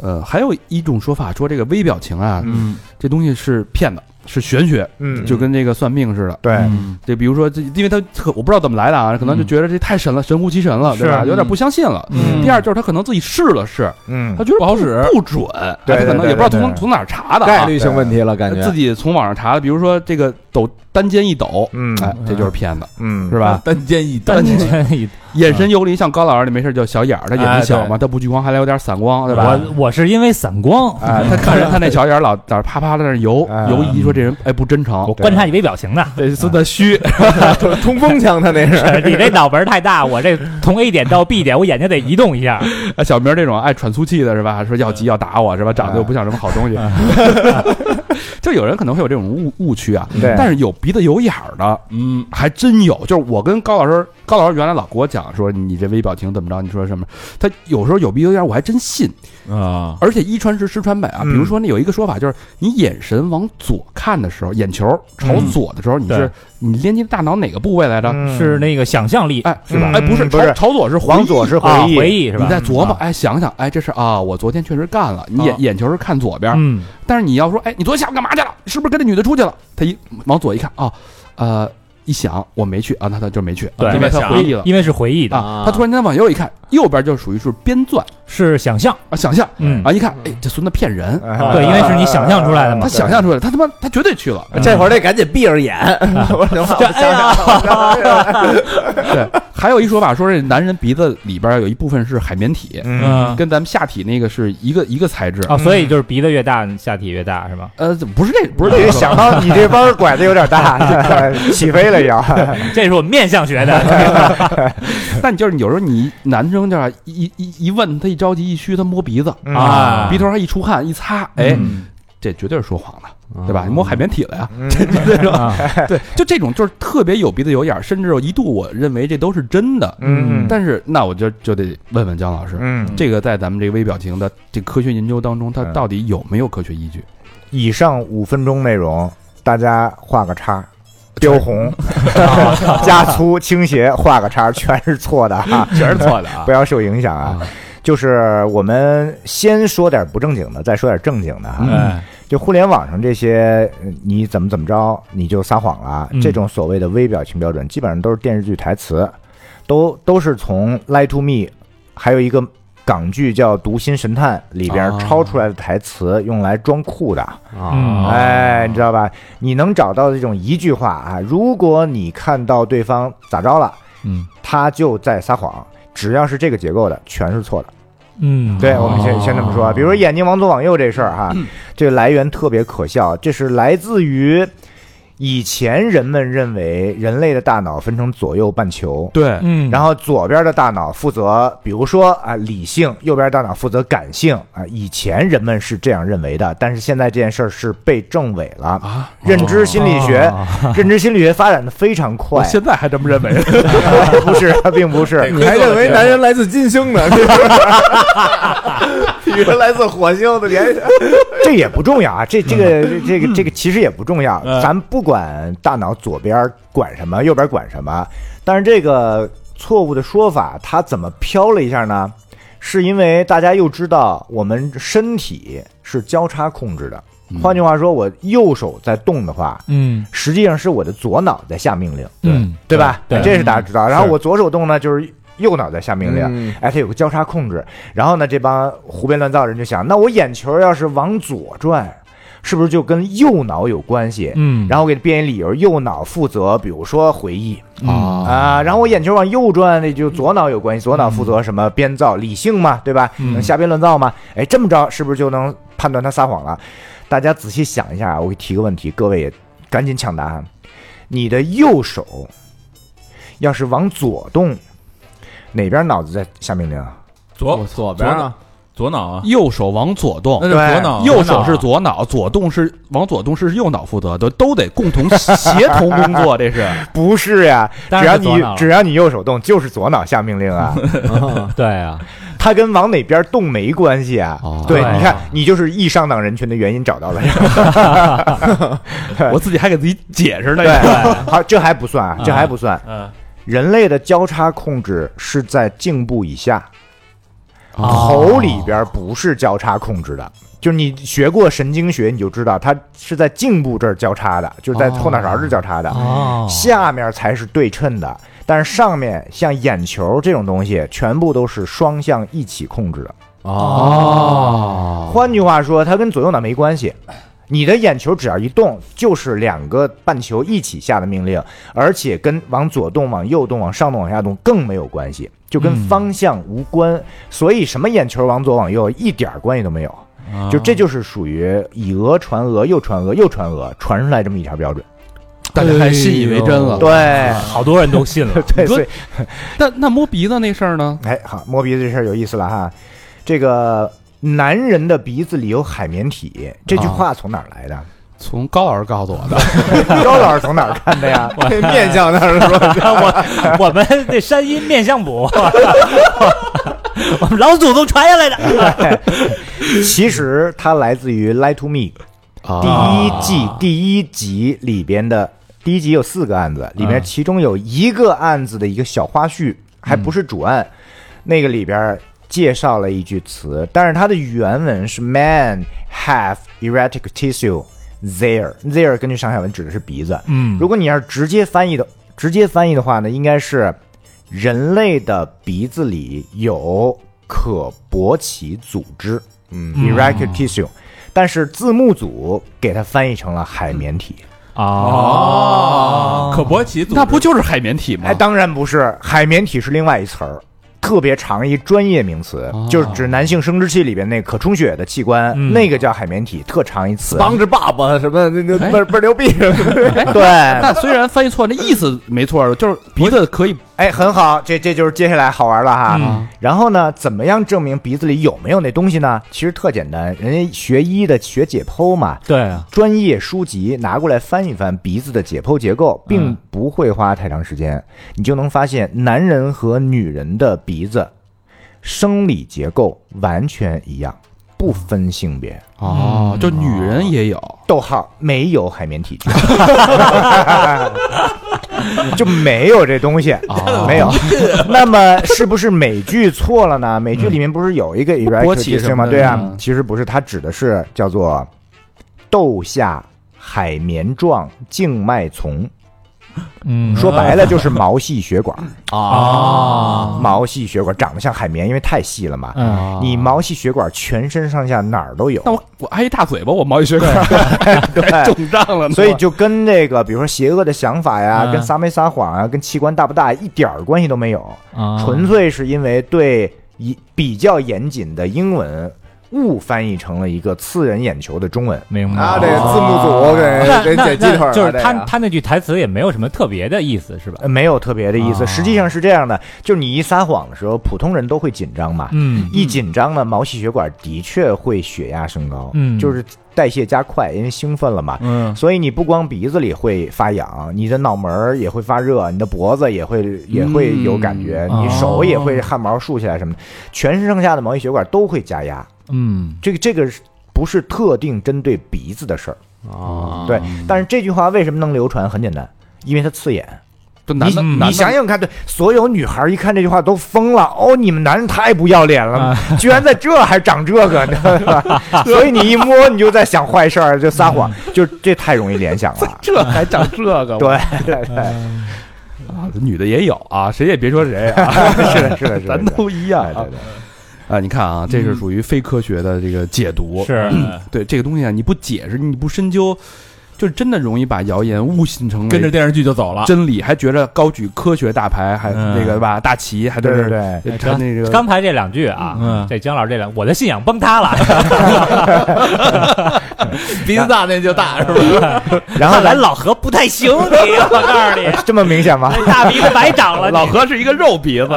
Speaker 3: 呃，还有一种说法说这个微表情啊，
Speaker 5: 嗯
Speaker 3: 这东西是骗子，是玄学，
Speaker 5: 嗯
Speaker 3: 就跟这个算命似的。
Speaker 5: 对，
Speaker 3: 这比如说这，因为他特我不知道怎么来的啊，可
Speaker 5: 嗯
Speaker 3: 能就觉得这太神了，神乎其神了，对吧？
Speaker 6: 是
Speaker 3: 有点不相信了。
Speaker 6: 嗯
Speaker 3: 第二就是他可能自己试了试，
Speaker 5: 嗯
Speaker 3: 他觉得
Speaker 6: 不好使
Speaker 3: 不准，
Speaker 5: 对
Speaker 3: 他可能
Speaker 5: 对对
Speaker 3: 也不知道
Speaker 5: 对
Speaker 3: 从
Speaker 5: 对
Speaker 3: 从哪儿查的啊
Speaker 2: 概率性问题了，感觉
Speaker 3: 自己从网上查的，比如说这个抖单肩一抖，
Speaker 5: 嗯
Speaker 3: 哎，这就是骗子，
Speaker 5: 嗯
Speaker 3: 是吧？
Speaker 6: 单肩一
Speaker 3: 但
Speaker 4: 单
Speaker 3: 是
Speaker 4: 纯
Speaker 5: *laughs*
Speaker 4: 以
Speaker 3: 眼神游离，像高老师，你没事叫小眼儿，他眼
Speaker 6: 哎
Speaker 3: 睛小
Speaker 6: 对
Speaker 3: 嘛，他不聚光，还来有点散光，对吧？
Speaker 4: 我我是因为散光，
Speaker 3: 啊，他看着他那小眼儿老在那啪啪在那游
Speaker 5: 哎
Speaker 3: 游移，说这人哎不真诚
Speaker 4: 我，观察你微表
Speaker 5: *laughs*
Speaker 4: 情呢。
Speaker 3: 这是他虚，
Speaker 2: 冲锋枪，他那是
Speaker 4: *laughs* 你这脑门儿太大，我这从 A 点到 B 点，我眼睛得移动一下。
Speaker 3: 啊小明这种爱喘粗气的是吧？说要
Speaker 5: 嗯
Speaker 3: 急要打我是吧？长得又不像什么好东西， *laughs* 就有人可能会有这种误误区啊。
Speaker 5: 嗯对，
Speaker 3: 但是有鼻子有眼儿的，
Speaker 6: 嗯
Speaker 3: 还真有。就是我跟高老师高老师原来老给我讲说你这微表情怎么着，你说什么？他有时候有鼻有眼，我还真信。
Speaker 6: 啊，
Speaker 3: 而且一传十，十传百啊。比
Speaker 5: 嗯
Speaker 3: 如说，那有一个说法就是，你眼神往左看的时候，眼球朝左的时候，你
Speaker 4: 对
Speaker 3: 是你连接大脑哪个部位来着？
Speaker 5: 嗯
Speaker 4: 是那个想象力
Speaker 3: 哎，
Speaker 5: 是吧
Speaker 3: 哎，不是，
Speaker 5: 嗯不是
Speaker 3: 朝朝左是回忆
Speaker 5: 往左是回
Speaker 4: 啊，
Speaker 5: 忆，
Speaker 4: 回忆是吧？
Speaker 3: 你在琢磨
Speaker 4: 啊，
Speaker 3: 哎，想想，哎，这事儿啊，我昨天确实干了。你眼
Speaker 6: 啊
Speaker 3: 眼球是看左边，
Speaker 4: 哦嗯，
Speaker 3: 但是你要说，哎，你昨天下午干嘛去了？是不是跟这女的出去了？他一往左一看，啊，呃，一想我没去啊，那他就没去，
Speaker 4: 对
Speaker 3: 因为他回忆了
Speaker 4: 因为是嗯回忆的，
Speaker 3: 啊。他突然间往右一看，右边就属于是编撰
Speaker 4: 是想象，
Speaker 3: 啊，想象
Speaker 4: 嗯，
Speaker 3: 啊，一看，哎，这孙子骗人，
Speaker 5: 啊
Speaker 4: 对因为是你想象出来的嘛
Speaker 3: 他想象出来，他他妈他绝对
Speaker 4: *laughs*
Speaker 3: 去了。
Speaker 2: 这会儿得赶紧闭着眼， *laughs* 我能
Speaker 4: 这哎呀，
Speaker 3: 对，还有一说法说这男人鼻子里边有一部分是海绵体，
Speaker 5: *laughs*
Speaker 4: 嗯
Speaker 3: 跟咱们下体那个是一个一个材质。
Speaker 4: 啊，所以就是鼻子越大，下体越大是吧？
Speaker 3: 呃，不是这，不
Speaker 5: 不
Speaker 3: 是
Speaker 5: 是
Speaker 3: 这
Speaker 5: 这
Speaker 3: 个
Speaker 5: 个想到你这弯儿拐的有点 *laughs* 大，起飞了要。
Speaker 4: 这是我面相学的，
Speaker 5: *laughs*
Speaker 3: 那你就是有时候你男生就是一一一问他一着急一虚，他摸鼻子
Speaker 5: 嗯
Speaker 4: 啊
Speaker 3: 鼻头上一出汗一擦，哎，
Speaker 4: 嗯
Speaker 3: 这绝对是说谎的，对吧？你摸海绵体了呀？
Speaker 5: 嗯
Speaker 3: 对吧
Speaker 4: 啊
Speaker 3: 对，就这种就是特别有鼻子有眼儿，甚至一度我认为这都是真的。
Speaker 5: 嗯
Speaker 3: 但是那我就就得问问姜老师，
Speaker 5: 嗯，
Speaker 3: 这个在咱们这个微表情的这科学研究当中，它
Speaker 5: 嗯
Speaker 3: 到底有没有科学依据？
Speaker 5: 以上五分钟内容，大家画个叉。标红、加粗、倾斜、画个叉，全是错的啊！
Speaker 3: 全是错的啊
Speaker 5: 不要受影响啊！就是我们先说点不正经的，再说点正经的啊。
Speaker 4: 哎
Speaker 5: 就互联网上这些，呃你怎么怎么着，你就撒谎了，
Speaker 4: 嗯
Speaker 5: 这种所谓的微表情标准，基本上都是电视剧台词，都都是从《Lie to Me》，还有一个港剧叫《读心神探》里边
Speaker 3: 啊
Speaker 5: 抄出来的台词，用来装酷的。
Speaker 4: 嗯
Speaker 5: 哎，你知道吧？你能找到这种一句话啊，如果你看到对方咋着了，
Speaker 6: 嗯，
Speaker 5: 他就在撒谎。只要是这个结构的，全是错的。
Speaker 4: 嗯，
Speaker 5: 对，我们先先这么说啊，比如说眼睛往左往右这事儿哈，这个来源特别可笑，这是来自于以前人们认为人类的大脑分成左右半球。
Speaker 3: 对，
Speaker 4: 嗯，
Speaker 5: 然后左边的大脑负责，比如说啊理性，右边大脑负责感性啊。以前人们是这样认为的，但是现在这件事儿是被证伪了啊。认知心理学，认知心理学发展的非常
Speaker 3: 哦我
Speaker 5: 快，
Speaker 3: 现在还这么认为。
Speaker 5: *laughs* 不是，并不是。
Speaker 2: 你还认为男人来自金星呢？ *laughs* 女人来自火星的联想，
Speaker 5: *laughs* 这也不重要啊，这这个这这个这个其实也不重要，
Speaker 6: 嗯
Speaker 5: 咱不管大脑左边管什么，右边管什么，但是这个错误的说法，它怎么飘了一下呢？是因为大家又知道我们身体是交叉控制的，换句话说，我右手在动的话，
Speaker 4: 嗯
Speaker 5: 实际上是我的左脑在下命令，
Speaker 4: 嗯
Speaker 5: 对吧？
Speaker 4: 对
Speaker 5: 这是大家知道。然后我左手动呢，就是右脑在下命令。
Speaker 2: 啊嗯
Speaker 5: 哎，它有个交叉控制。然后呢，这帮胡编乱造人就想，那我眼球要是往左转，是不是就跟右脑有关系？
Speaker 4: 嗯，
Speaker 5: 然后我给它编一理由，右脑负责，比如说回忆
Speaker 4: 啊
Speaker 5: 啊、然后我眼球往右转，那就左脑有关系，左脑负责什么编造、理性嘛，对吧？
Speaker 4: 嗯
Speaker 5: 能瞎编乱造嘛？哎，这么着是不是就能判断他撒谎了？大家仔细想一下，啊我给提个问题，各位也赶紧抢答案。你的右手要是往左动，哪边脑子在下命令啊？
Speaker 6: 左
Speaker 2: 左
Speaker 6: 边啊，左脑啊，
Speaker 3: 右手往左动
Speaker 6: 那，是
Speaker 5: 对
Speaker 6: 左脑，
Speaker 3: 右手是左脑，左动是往左动是右脑负责的，都得共同协同工作，
Speaker 5: *laughs*
Speaker 3: 这是。
Speaker 5: 不是呀，
Speaker 4: 当
Speaker 5: 只要
Speaker 4: 然是左
Speaker 5: 你
Speaker 4: 脑了
Speaker 5: 只要你右手动，就是左脑下命
Speaker 4: *laughs*
Speaker 5: 令啊，
Speaker 4: 对啊，
Speaker 5: 它跟往哪边动没关系啊。
Speaker 3: 哦
Speaker 5: 对，
Speaker 4: 对
Speaker 5: 你看，你就是易上当人群的原因找到了。
Speaker 3: *laughs*
Speaker 5: *laughs*
Speaker 3: 我自己还给自己解释呢。
Speaker 5: 对， *laughs* 好，这还不算啊，这还不算。
Speaker 4: 嗯，
Speaker 5: 人类的交叉控制是在颈部以下，
Speaker 3: 哦
Speaker 5: 头里边不是交叉控制的。就是你学过神经学，你就知道它是在颈部这儿交叉的，就是在后脑勺这儿交叉的。
Speaker 4: 哦，
Speaker 5: 下面才是对称的，但是上面像眼球这种东西，全部都是双向一起控制的。
Speaker 3: 哦，
Speaker 5: 换句话说，它跟左右脑没关系。你的眼球只要一动，就是两个半球一起下的命令，而且跟往左动、往右动、往上动、往下动更没有关系，就跟方向无关。所以什么眼球往左往右一点儿关系都没有。就这就是属于以讹传讹，又传讹又传讹，传出来这么一条标准。
Speaker 3: 大家还信以为真
Speaker 5: 哎
Speaker 3: 了。
Speaker 5: 对
Speaker 4: 好多人都信了，
Speaker 5: *laughs* 对，所以
Speaker 3: 那那摸鼻子那事儿呢？
Speaker 5: 哎，好，摸鼻子这事儿有意思了哈。这个男人的鼻子里有海绵体，这句话从哪儿来的？
Speaker 1: 从高老师告诉我的。
Speaker 5: 高老师从哪儿看的 *laughs* 呀？
Speaker 4: 我
Speaker 5: 面相那是说
Speaker 4: *laughs* 我我们这山阴面相卜， *laughs* 我们老祖宗传下来的。
Speaker 5: 其实它来自于《Lie to Me》第一季第一集里边的第一集有四个案子，里边其中有一个案子的一个小花絮，还不是主案，那个里边介绍了一句词，但是它的原文是 “Man have erratic tissue there there”，根据上下文指的是鼻子。
Speaker 4: 嗯
Speaker 5: 如果你要是直接翻译的，直接翻译的话呢，应该是人类的鼻子里有可勃起组织，嗯，erect tissue，但是字幕组给它翻译成了海绵体。
Speaker 1: 哦，可勃起组织
Speaker 6: 那不就是海绵体吗？
Speaker 4: 嗯
Speaker 5: 哎，当然不是，海绵体是另外一词儿，特别长一专业名词，就是指男性生殖器里边那可充血的器官，
Speaker 4: 哦嗯
Speaker 5: 那个叫海绵体，特长一词。
Speaker 2: 帮着爸爸什么那那
Speaker 6: 哎
Speaker 2: 倍儿倍儿牛逼什么的，
Speaker 5: *laughs* 对，
Speaker 6: 那虽然翻译错，那意思没错，
Speaker 5: *laughs*
Speaker 6: 就是鼻子可以
Speaker 5: 哎，很好，这这就是接下来好玩了哈。
Speaker 4: 嗯
Speaker 5: 然后呢，怎么样证明鼻子里有没有那东西呢？其实特简单，人家学医的学解剖嘛，
Speaker 4: 对啊，
Speaker 5: 专业书籍拿过来翻一翻鼻子的解剖结构，并
Speaker 4: 嗯
Speaker 5: 不会花太长时间，你就能发现男人和女人的鼻子生理结构完全一样，不分性别。
Speaker 1: 嗯
Speaker 6: 哦，就女人也
Speaker 5: *laughs*
Speaker 6: 有
Speaker 5: 逗号没有海绵体， *laughs* 就没有这东西，
Speaker 6: 哦
Speaker 5: 没
Speaker 6: *laughs*
Speaker 5: 有。那么是不是美剧错了呢？美剧里面不是有一个 erect
Speaker 6: 勃起
Speaker 5: tissue
Speaker 6: 嗯什么
Speaker 5: 吗？
Speaker 6: 的
Speaker 5: 对啊
Speaker 6: 嗯，
Speaker 5: 其实不是，它指的是叫做窦下海绵状静脉
Speaker 6: 啊
Speaker 5: 丛，
Speaker 4: 嗯
Speaker 5: 说白了就是毛细血管，
Speaker 6: 嗯
Speaker 4: 啊，
Speaker 5: 毛细血管长得像海绵，因为太细了嘛。
Speaker 4: 嗯，
Speaker 6: 啊
Speaker 5: 你毛细血管全身上下哪儿都有，
Speaker 6: 那我我挨一大嘴巴，我毛一血管 *laughs*
Speaker 5: 对，
Speaker 6: 肿胀了呢。
Speaker 5: 所以就跟那个，比如说邪恶的想法呀，
Speaker 4: 嗯
Speaker 5: 跟撒没撒谎啊，跟器官大不大一点儿关系都没有，
Speaker 4: 啊
Speaker 5: 纯粹是因为对一比较严谨的英文误翻译成了一个刺人眼球的中文。
Speaker 4: 明白
Speaker 2: 啊，这个字幕组
Speaker 4: 哦那
Speaker 2: 给给
Speaker 4: 那
Speaker 2: 剪鸡腿
Speaker 4: 那
Speaker 2: 儿
Speaker 4: 就是
Speaker 2: 了
Speaker 4: 他
Speaker 2: 这个
Speaker 4: 他那句台词也没有什么特别的意思，是吧？
Speaker 5: 呃，没有特别的意思，
Speaker 4: 啊
Speaker 5: 实际上是这样的，就是你一撒谎的时候，普通人都会紧张嘛，
Speaker 4: 嗯
Speaker 5: 一紧张呢，毛细血管的确会血压升高，
Speaker 4: 嗯
Speaker 5: 就是代谢加快，因为兴奋了嘛，
Speaker 4: 嗯
Speaker 5: 所以你不光鼻子里会发痒，你的脑门儿也会发热，你的脖子也会也会有感觉，
Speaker 4: 嗯
Speaker 5: 你手也会汗毛竖起来什么的，全身上下的毛细血管都会加压。
Speaker 4: 嗯
Speaker 5: 这个这个是不是特定针对鼻子的事儿？
Speaker 1: 啊，
Speaker 5: 对，但是这句话为什么能流传？很简单，因为它刺眼。
Speaker 6: 就男
Speaker 5: 你
Speaker 6: 的，
Speaker 5: *laughs* 你
Speaker 6: 男
Speaker 5: 想
Speaker 6: 的。
Speaker 5: 想看，对，所有女孩一看这句话都疯了。哦，你们男人太不要脸了， *laughs* 居然在这还长这个，对吧？ *laughs* 所以你一摸你就在想坏事儿，就撒谎，就这太容易联 *laughs* 想了
Speaker 6: 这还长这个，
Speaker 5: 对对对，
Speaker 6: 啊女的也有啊，谁也别说谁啊，
Speaker 5: 是的，是的，是的，
Speaker 6: 咱都一样
Speaker 5: *laughs*
Speaker 6: 啊
Speaker 5: 对对嗯对。
Speaker 6: 啊！你看啊，这是属于非科学的这个解读，啊
Speaker 4: 是
Speaker 6: 对这个东西啊，你不解释，你不深究，就是真的容易把谣言误信成为
Speaker 1: 跟着电视剧就走了。
Speaker 6: 真理，还觉着高举科学大牌，还
Speaker 1: 嗯
Speaker 6: 那个吧大旗，还在
Speaker 5: 对
Speaker 6: 那
Speaker 5: 对
Speaker 6: 儿
Speaker 5: 对，
Speaker 6: 呃他那个
Speaker 4: 刚才这两句啊，
Speaker 1: 嗯
Speaker 4: 这姜老师这两，我的信仰崩塌了，
Speaker 1: 鼻子大那就大是吧？
Speaker 5: 然后
Speaker 4: 看来
Speaker 5: *laughs* 咱
Speaker 4: 老何不太行，你我告诉你，
Speaker 5: 这么明显吗？
Speaker 4: 大鼻子白长了，
Speaker 6: 老何是一个肉鼻子，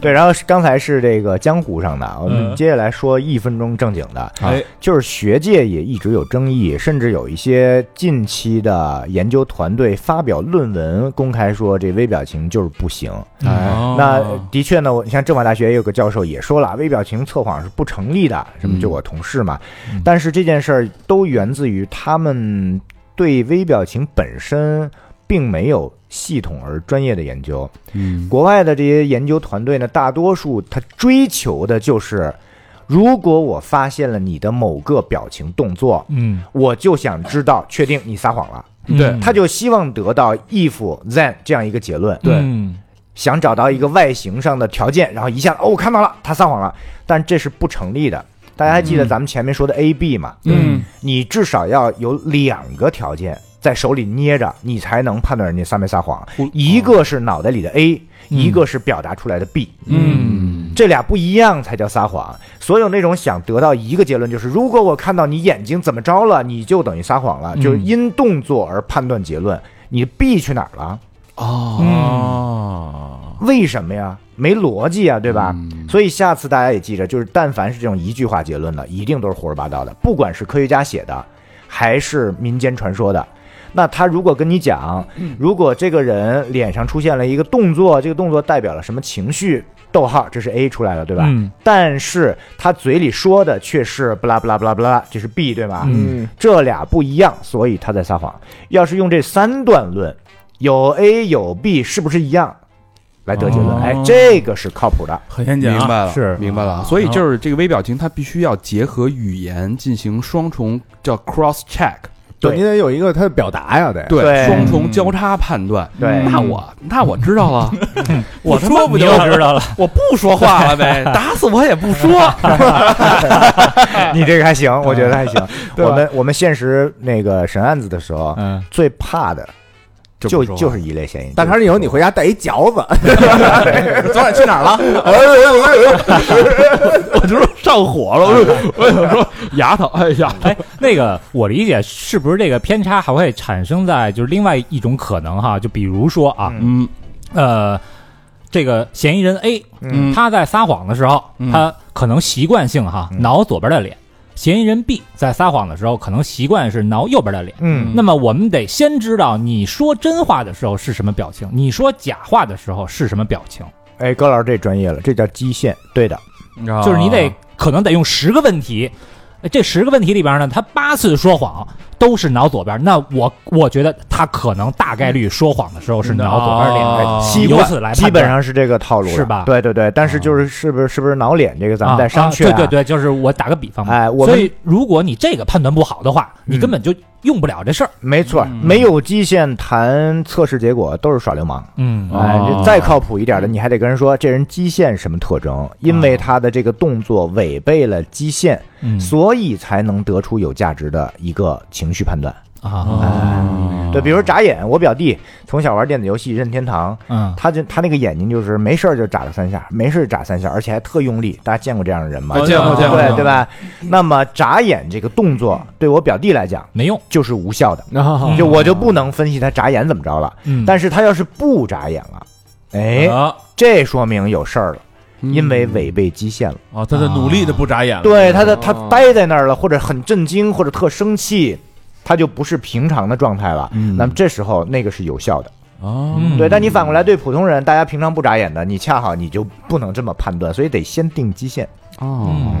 Speaker 5: 对，然后是刚才是这个江湖上的，我们
Speaker 4: 嗯
Speaker 5: 接下来说一分钟正经的，啊
Speaker 1: 哎
Speaker 5: 就是学界也一直有争议，甚至有一些近期的研究团队发表论文公开说这微表情就是不行。啊
Speaker 4: 哎
Speaker 5: 那的确呢，我你像政法大学也有个教授也说了，微表情测谎是不成立的，什么就我同事嘛。但是这件事儿都源自于他们对微表情本身并没有系统而专业的研究。
Speaker 6: 嗯，
Speaker 5: 国外的这些研究团队呢，大多数他追求的就是，如果我发现了你的某个表情动作，
Speaker 4: 嗯，
Speaker 5: 我就想知道确定你撒谎了，
Speaker 4: 对
Speaker 5: 他就希望得到 if then 这样一个结论，
Speaker 4: 对，
Speaker 5: 想找到一个外形上的条件，然后一下子哦，我看到了，他撒谎了，但这是不成立的。大家还记得咱们前面说的 A B 吗？
Speaker 1: 嗯，
Speaker 5: 你至少要有两个条件在手里捏着，你才能判断人家撒没撒谎。一个是脑袋里的 A，一个是表达出来的 B，
Speaker 1: 嗯，
Speaker 5: 这俩不一样才叫撒谎。所有那种想得到一个结论，就是如果我看到你眼睛怎么着了，你就等于撒谎了，就是因动作而判断结论。你的 B 去哪儿了？
Speaker 2: 嗯
Speaker 3: 哦
Speaker 1: 哦，
Speaker 5: 为什么呀？没逻辑啊，对吧？所以下次大家也记着，就是但凡是这种一句话结论的，一定都是胡说八道的，不管是科学家写的，还是民间传说的。那他如果跟你讲，如果这个人脸上出现了一个动作，这个动作代表了什么情绪？逗号，这是 A 出来了，对吧？
Speaker 4: 嗯
Speaker 5: 但是他嘴里说的却是不啦不啦不啦不啦，这是 B 对吗？
Speaker 2: 嗯，
Speaker 5: 这俩不一样，所以他在撒谎。要是用这三段论，有 A 有 B，是不是一样？来得结论，
Speaker 1: 哦
Speaker 5: 哎，这个是靠谱的。
Speaker 1: 很先进
Speaker 3: 明
Speaker 1: 啊，
Speaker 3: 白了，
Speaker 4: 是
Speaker 3: 明白了。所以就是这个微表情，它必须要结合语言进行双重叫 cross check，
Speaker 5: 对
Speaker 2: 你得有一个他的表达呀，得
Speaker 5: 对嗯
Speaker 3: 双重交叉判断。*laughs*
Speaker 5: 对，
Speaker 3: 那我那我知
Speaker 1: *laughs*
Speaker 3: 道了，我他妈
Speaker 4: 说
Speaker 3: 不
Speaker 4: 不
Speaker 3: 就
Speaker 4: 就是知道了？
Speaker 3: 我不说话了
Speaker 1: *laughs*
Speaker 3: 呗，打死我也不说。
Speaker 5: 你这个还行，我觉得还行。 *laughs*
Speaker 2: 对
Speaker 5: 我们我们现实那个审案子的时候，
Speaker 4: 嗯，
Speaker 5: 最怕的
Speaker 3: 就
Speaker 5: 就
Speaker 3: 不说
Speaker 5: 就是一类嫌疑人。
Speaker 2: 大肠以后你回家带一哎嚼子，
Speaker 4: *laughs*
Speaker 1: 昨晚去哪儿了？
Speaker 3: 我就说上火了，我说我想说牙疼，哎呀，
Speaker 4: *laughs* 哎，那个我理解是不是这个偏差还会产生在就是另外一种可能哈？就比如说啊，
Speaker 3: 嗯
Speaker 4: 呃，这个嫌疑人 A
Speaker 5: 嗯
Speaker 4: 他在撒谎的时候，
Speaker 3: 嗯
Speaker 4: 他可能习惯性哈
Speaker 5: 嗯
Speaker 4: 挠左边的脸；嫌疑人 B 在撒谎的时候，可能习惯是挠右边的脸。
Speaker 5: 嗯
Speaker 4: 那么我们得先知道你说真话的时候是什么表情，你说假话的时候是什么表情，
Speaker 5: 哎，高老师这专业了，这叫基线。对的，
Speaker 4: 就是你得可能得用十个问题。呃这十个问题里边呢，他八次说谎都是挠左边，那我我觉得他可能大概率说谎的时候是挠左边脸，
Speaker 1: 哦
Speaker 5: 嗯啊习
Speaker 4: 由
Speaker 5: 惯
Speaker 4: 此来判断
Speaker 5: 基本上是这个套路了，
Speaker 4: 是吧
Speaker 5: 对对对，但是就是是不是是不是挠脸这个咱们再商榷、
Speaker 4: 啊啊对对对，就是我打个比方嘛。
Speaker 5: 哎，我
Speaker 4: 所
Speaker 5: 们嗯
Speaker 4: 以如果你这个判断不好的话，你根本就用不了这事儿。
Speaker 5: 没错，没有基线谈测试结果都是耍流氓。
Speaker 4: 嗯
Speaker 1: 哦
Speaker 5: 哎，就再靠谱一点的，你还得跟人说这人基线什么特征，因
Speaker 1: 哦
Speaker 5: 为他的这个动作违背了基线，
Speaker 4: 嗯
Speaker 5: 所以才能得出有价值的一个情绪判断。嗯
Speaker 4: 啊，
Speaker 1: 哦
Speaker 5: 对，比如眨眼，我表弟从小玩电子游戏任天堂，
Speaker 4: 嗯
Speaker 5: 他就他那个眼睛就是没事儿就眨个三下，没事儿眨三下，而且还特用力。大家见过这样的人吗？
Speaker 1: 见过见过见
Speaker 5: 对
Speaker 1: 过
Speaker 5: 对吧？那么眨眼这个动作对我表弟来讲
Speaker 4: 没用。
Speaker 5: 就是无效的，
Speaker 4: 嗯
Speaker 1: 哦
Speaker 5: 就我就不能分析他眨眼怎么着了。
Speaker 4: 嗯，
Speaker 5: 但是他要是不眨眼了，哎，
Speaker 1: 啊
Speaker 5: 这说明有事儿了，
Speaker 3: 嗯
Speaker 5: 因为违背基线了。
Speaker 1: 啊，他在努力的不眨眼了，
Speaker 5: 对，他的他待在那儿了，或者很震惊，或者特生气，他就不是平常的状态了。那么这时候那个是有效的，
Speaker 1: 啊，
Speaker 4: 嗯
Speaker 5: 对。但你反过来对普通人，大家平常不眨眼的，你恰好你就不能这么判断，所以得先定基线。
Speaker 3: 哦，
Speaker 4: 嗯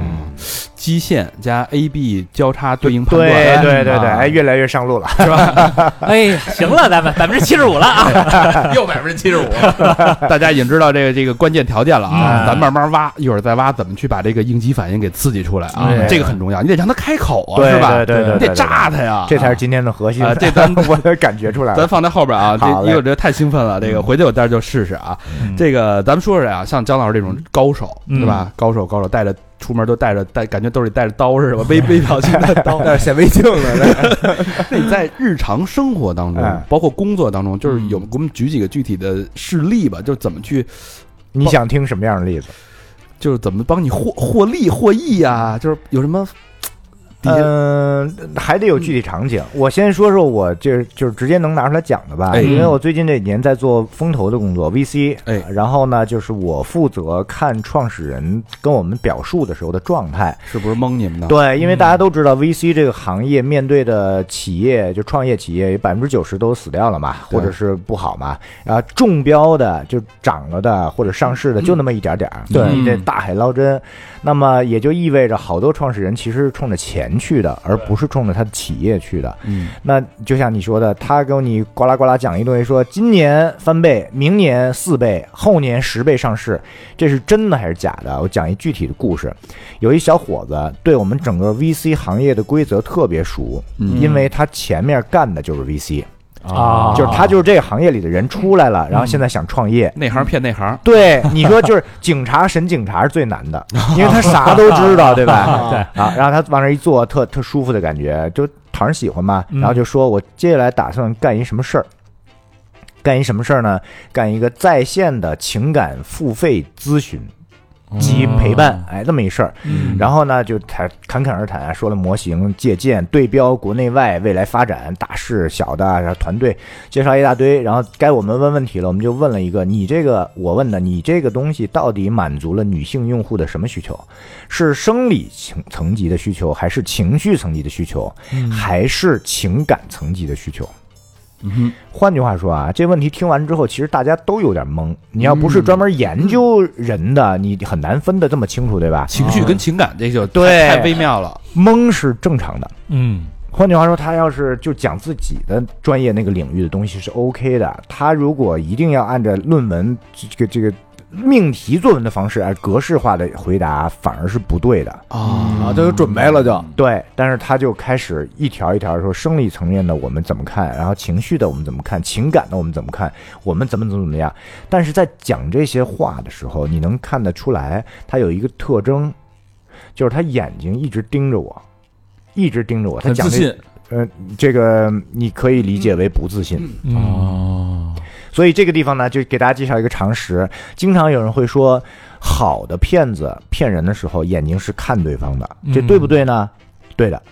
Speaker 3: 基线加 A B 交叉对应判
Speaker 5: 对
Speaker 3: 断，
Speaker 5: 对对对，
Speaker 3: 啊
Speaker 5: 哎，越来越上路了。
Speaker 4: 哎呀，行了，咱们百分之七十五了啊。
Speaker 5: *laughs*
Speaker 1: 又百分之七十五，
Speaker 3: 哎大家已经知道这个这个关键条件了啊，
Speaker 4: 嗯
Speaker 3: 咱慢慢挖，一会儿再挖怎么去把这个应激反应给刺激出来啊
Speaker 5: 对，
Speaker 3: 这个很重要，你得让他开口啊，
Speaker 5: 对
Speaker 3: 是吧？
Speaker 5: 对对对
Speaker 3: 你
Speaker 5: 对
Speaker 3: 得炸他呀，
Speaker 5: 这才是今天的核心
Speaker 3: 啊，。这咱
Speaker 5: *laughs* 我也感觉出来
Speaker 3: 咱
Speaker 5: 了。
Speaker 3: 放在后边啊，这
Speaker 5: 好嘞
Speaker 3: 因为我这太兴奋了，这个回去我待会儿就试试啊。这个咱们说说啊，像姜老师这种高手，
Speaker 4: 嗯
Speaker 3: 对吧？高手高手带着出门都带着带，感觉兜里带着刀似的，微微表情的刀。
Speaker 2: 那是显微镜的，
Speaker 3: 那你在日常生活当中
Speaker 5: 哎，
Speaker 3: 包括工作当中，就是有我们举几个具体的事例吧，就是怎么去，
Speaker 5: 你想听什么样的例子？
Speaker 3: 就是怎么帮你获获利获益啊，就是有什么底下
Speaker 5: 嗯，还得有具体场景。我先说说我这就是直接能拿出来讲的吧，
Speaker 3: 哎
Speaker 5: 因为我最近这几年在做风投的工作，VC，
Speaker 3: 哎
Speaker 5: 然后呢，就是我负责看创始人跟我们表述的时候的状态。
Speaker 3: 是不是蒙你们的？
Speaker 5: 对，因为
Speaker 3: 嗯
Speaker 5: 大家都知道 VC 这个行业面对的企业，就创业企业，有百分之九十都死掉了嘛，
Speaker 3: 对
Speaker 5: 或者是不好嘛。啊，中标的就涨了的或者上
Speaker 3: 嗯
Speaker 5: 市的就那么一点点儿，
Speaker 4: 对
Speaker 5: 你得大海捞针。那么也就意味着好多创始人其实是冲着钱去的，而不是冲着他的企业去的。
Speaker 3: 嗯，
Speaker 5: 那就像你说的，他跟你呱啦呱啦讲一堆，说今年翻倍，明年四倍，后年十倍上市，这是真的还是假的？我讲一具体的故事。有一小伙子对我们整个 VC 行业的规则特别熟，
Speaker 3: 嗯
Speaker 5: 因为他前面干的就是 VC，、
Speaker 4: 啊嗯
Speaker 5: 就是他就是这个行业里的人出来了，然后现在想创业。
Speaker 3: 内行骗内行，
Speaker 5: 对，你说就是警察审警察是最难的，
Speaker 4: *laughs*
Speaker 5: 因为他啥都知道，对吧？
Speaker 4: 对
Speaker 5: 啊，然后他往那儿一坐，特特舒服的感觉，就讨人喜欢嘛。
Speaker 4: 嗯
Speaker 5: 然后就说我接下来打算干一什么事儿，干一什么事儿呢？干一个在线的情感付费咨询。
Speaker 4: 哦
Speaker 5: 及陪伴，哎，这么一事儿。
Speaker 4: 嗯
Speaker 5: 然后呢，就谈侃侃而谈啊，说了模型、借鉴、对标国内外未来发展大事、小的，然后团队介绍一大堆。然后该我们问问题了，我们就问了一个：你这个我问的，你这个东西到底满足了女性用户的什么需求？是生理层层级的需求，还是情绪层级的需求，还是情感层级的需求？
Speaker 3: 嗯
Speaker 5: 换句话说啊，这问题听完之后，其实大家都有点懵。你要不是专门研究人的，你很难分得这么清楚，对吧？
Speaker 3: 情绪跟情感这就太
Speaker 5: 对
Speaker 3: 太微妙了。
Speaker 5: 懵是正常的。
Speaker 4: 嗯
Speaker 5: 换句话说，他要是就讲自己的专业那个领域的东西是 OK 的。他如果一定要按照论文这个这个命题作文的方式，而格式化的回答，反而是不对的。
Speaker 2: 啊，都有准备了就，
Speaker 5: 对，但是他就开始一条一条说生理层面的我们怎么看，然后情绪的我们怎么看，情感的我们怎么看，我们怎么怎么怎么样。但是在讲这些话的时候，你能看得出来，他有一个特征，就是他眼睛一直盯着我，一直盯着我。他
Speaker 1: 很
Speaker 5: 讲
Speaker 1: 自
Speaker 5: 这
Speaker 1: 信
Speaker 5: 这个，你可以理解为不自信。
Speaker 4: 嗯
Speaker 1: 哦，
Speaker 5: 所以这个地方呢，就给大家介绍一个常识，经常有人会说，好的骗子骗人的时候，眼睛是看对方的，这对不对呢？对的。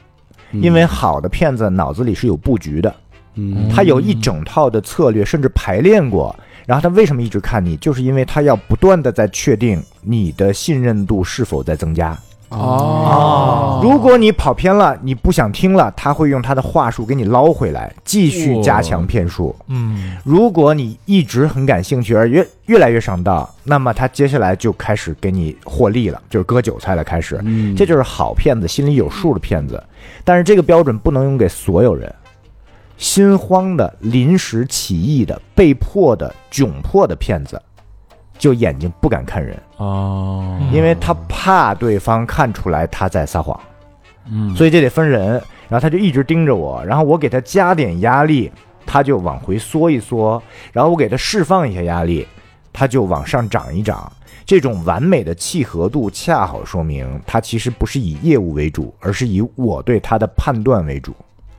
Speaker 5: 因为好的骗子脑子里是有布局的，
Speaker 3: 嗯
Speaker 5: 他有一整套的策略，甚至排练过。然后他为什么一直看你？就是因为他要不断的在确定你的信任度是否在增加。
Speaker 3: 啊哦
Speaker 5: 如果你跑偏了，你不想听了，他会用他的话术给你捞回来，继续加强骗术。
Speaker 4: 嗯
Speaker 5: 如果你一直很感兴趣，而越越来越上当，那么他接下来就开始给你获利了，就是割韭菜了，开始。
Speaker 3: 嗯
Speaker 5: 这就是好骗子，心里有数的骗子。但是这个标准不能用给所有人。心慌的、临时起意的、被迫的、窘迫的骗子，就眼睛不敢看人，
Speaker 4: 嗯
Speaker 1: 哦
Speaker 5: 因为他怕对方看出来他在撒谎，
Speaker 3: 嗯
Speaker 5: 所以这得分人。然后他就一直盯着我，然后我给他加点压力，他就往回缩一缩；然后我给他释放一下压力，他就往上涨一涨。这种完美的契合度，恰好说明他其实不是以业务为主，而是以我对他的判断为主。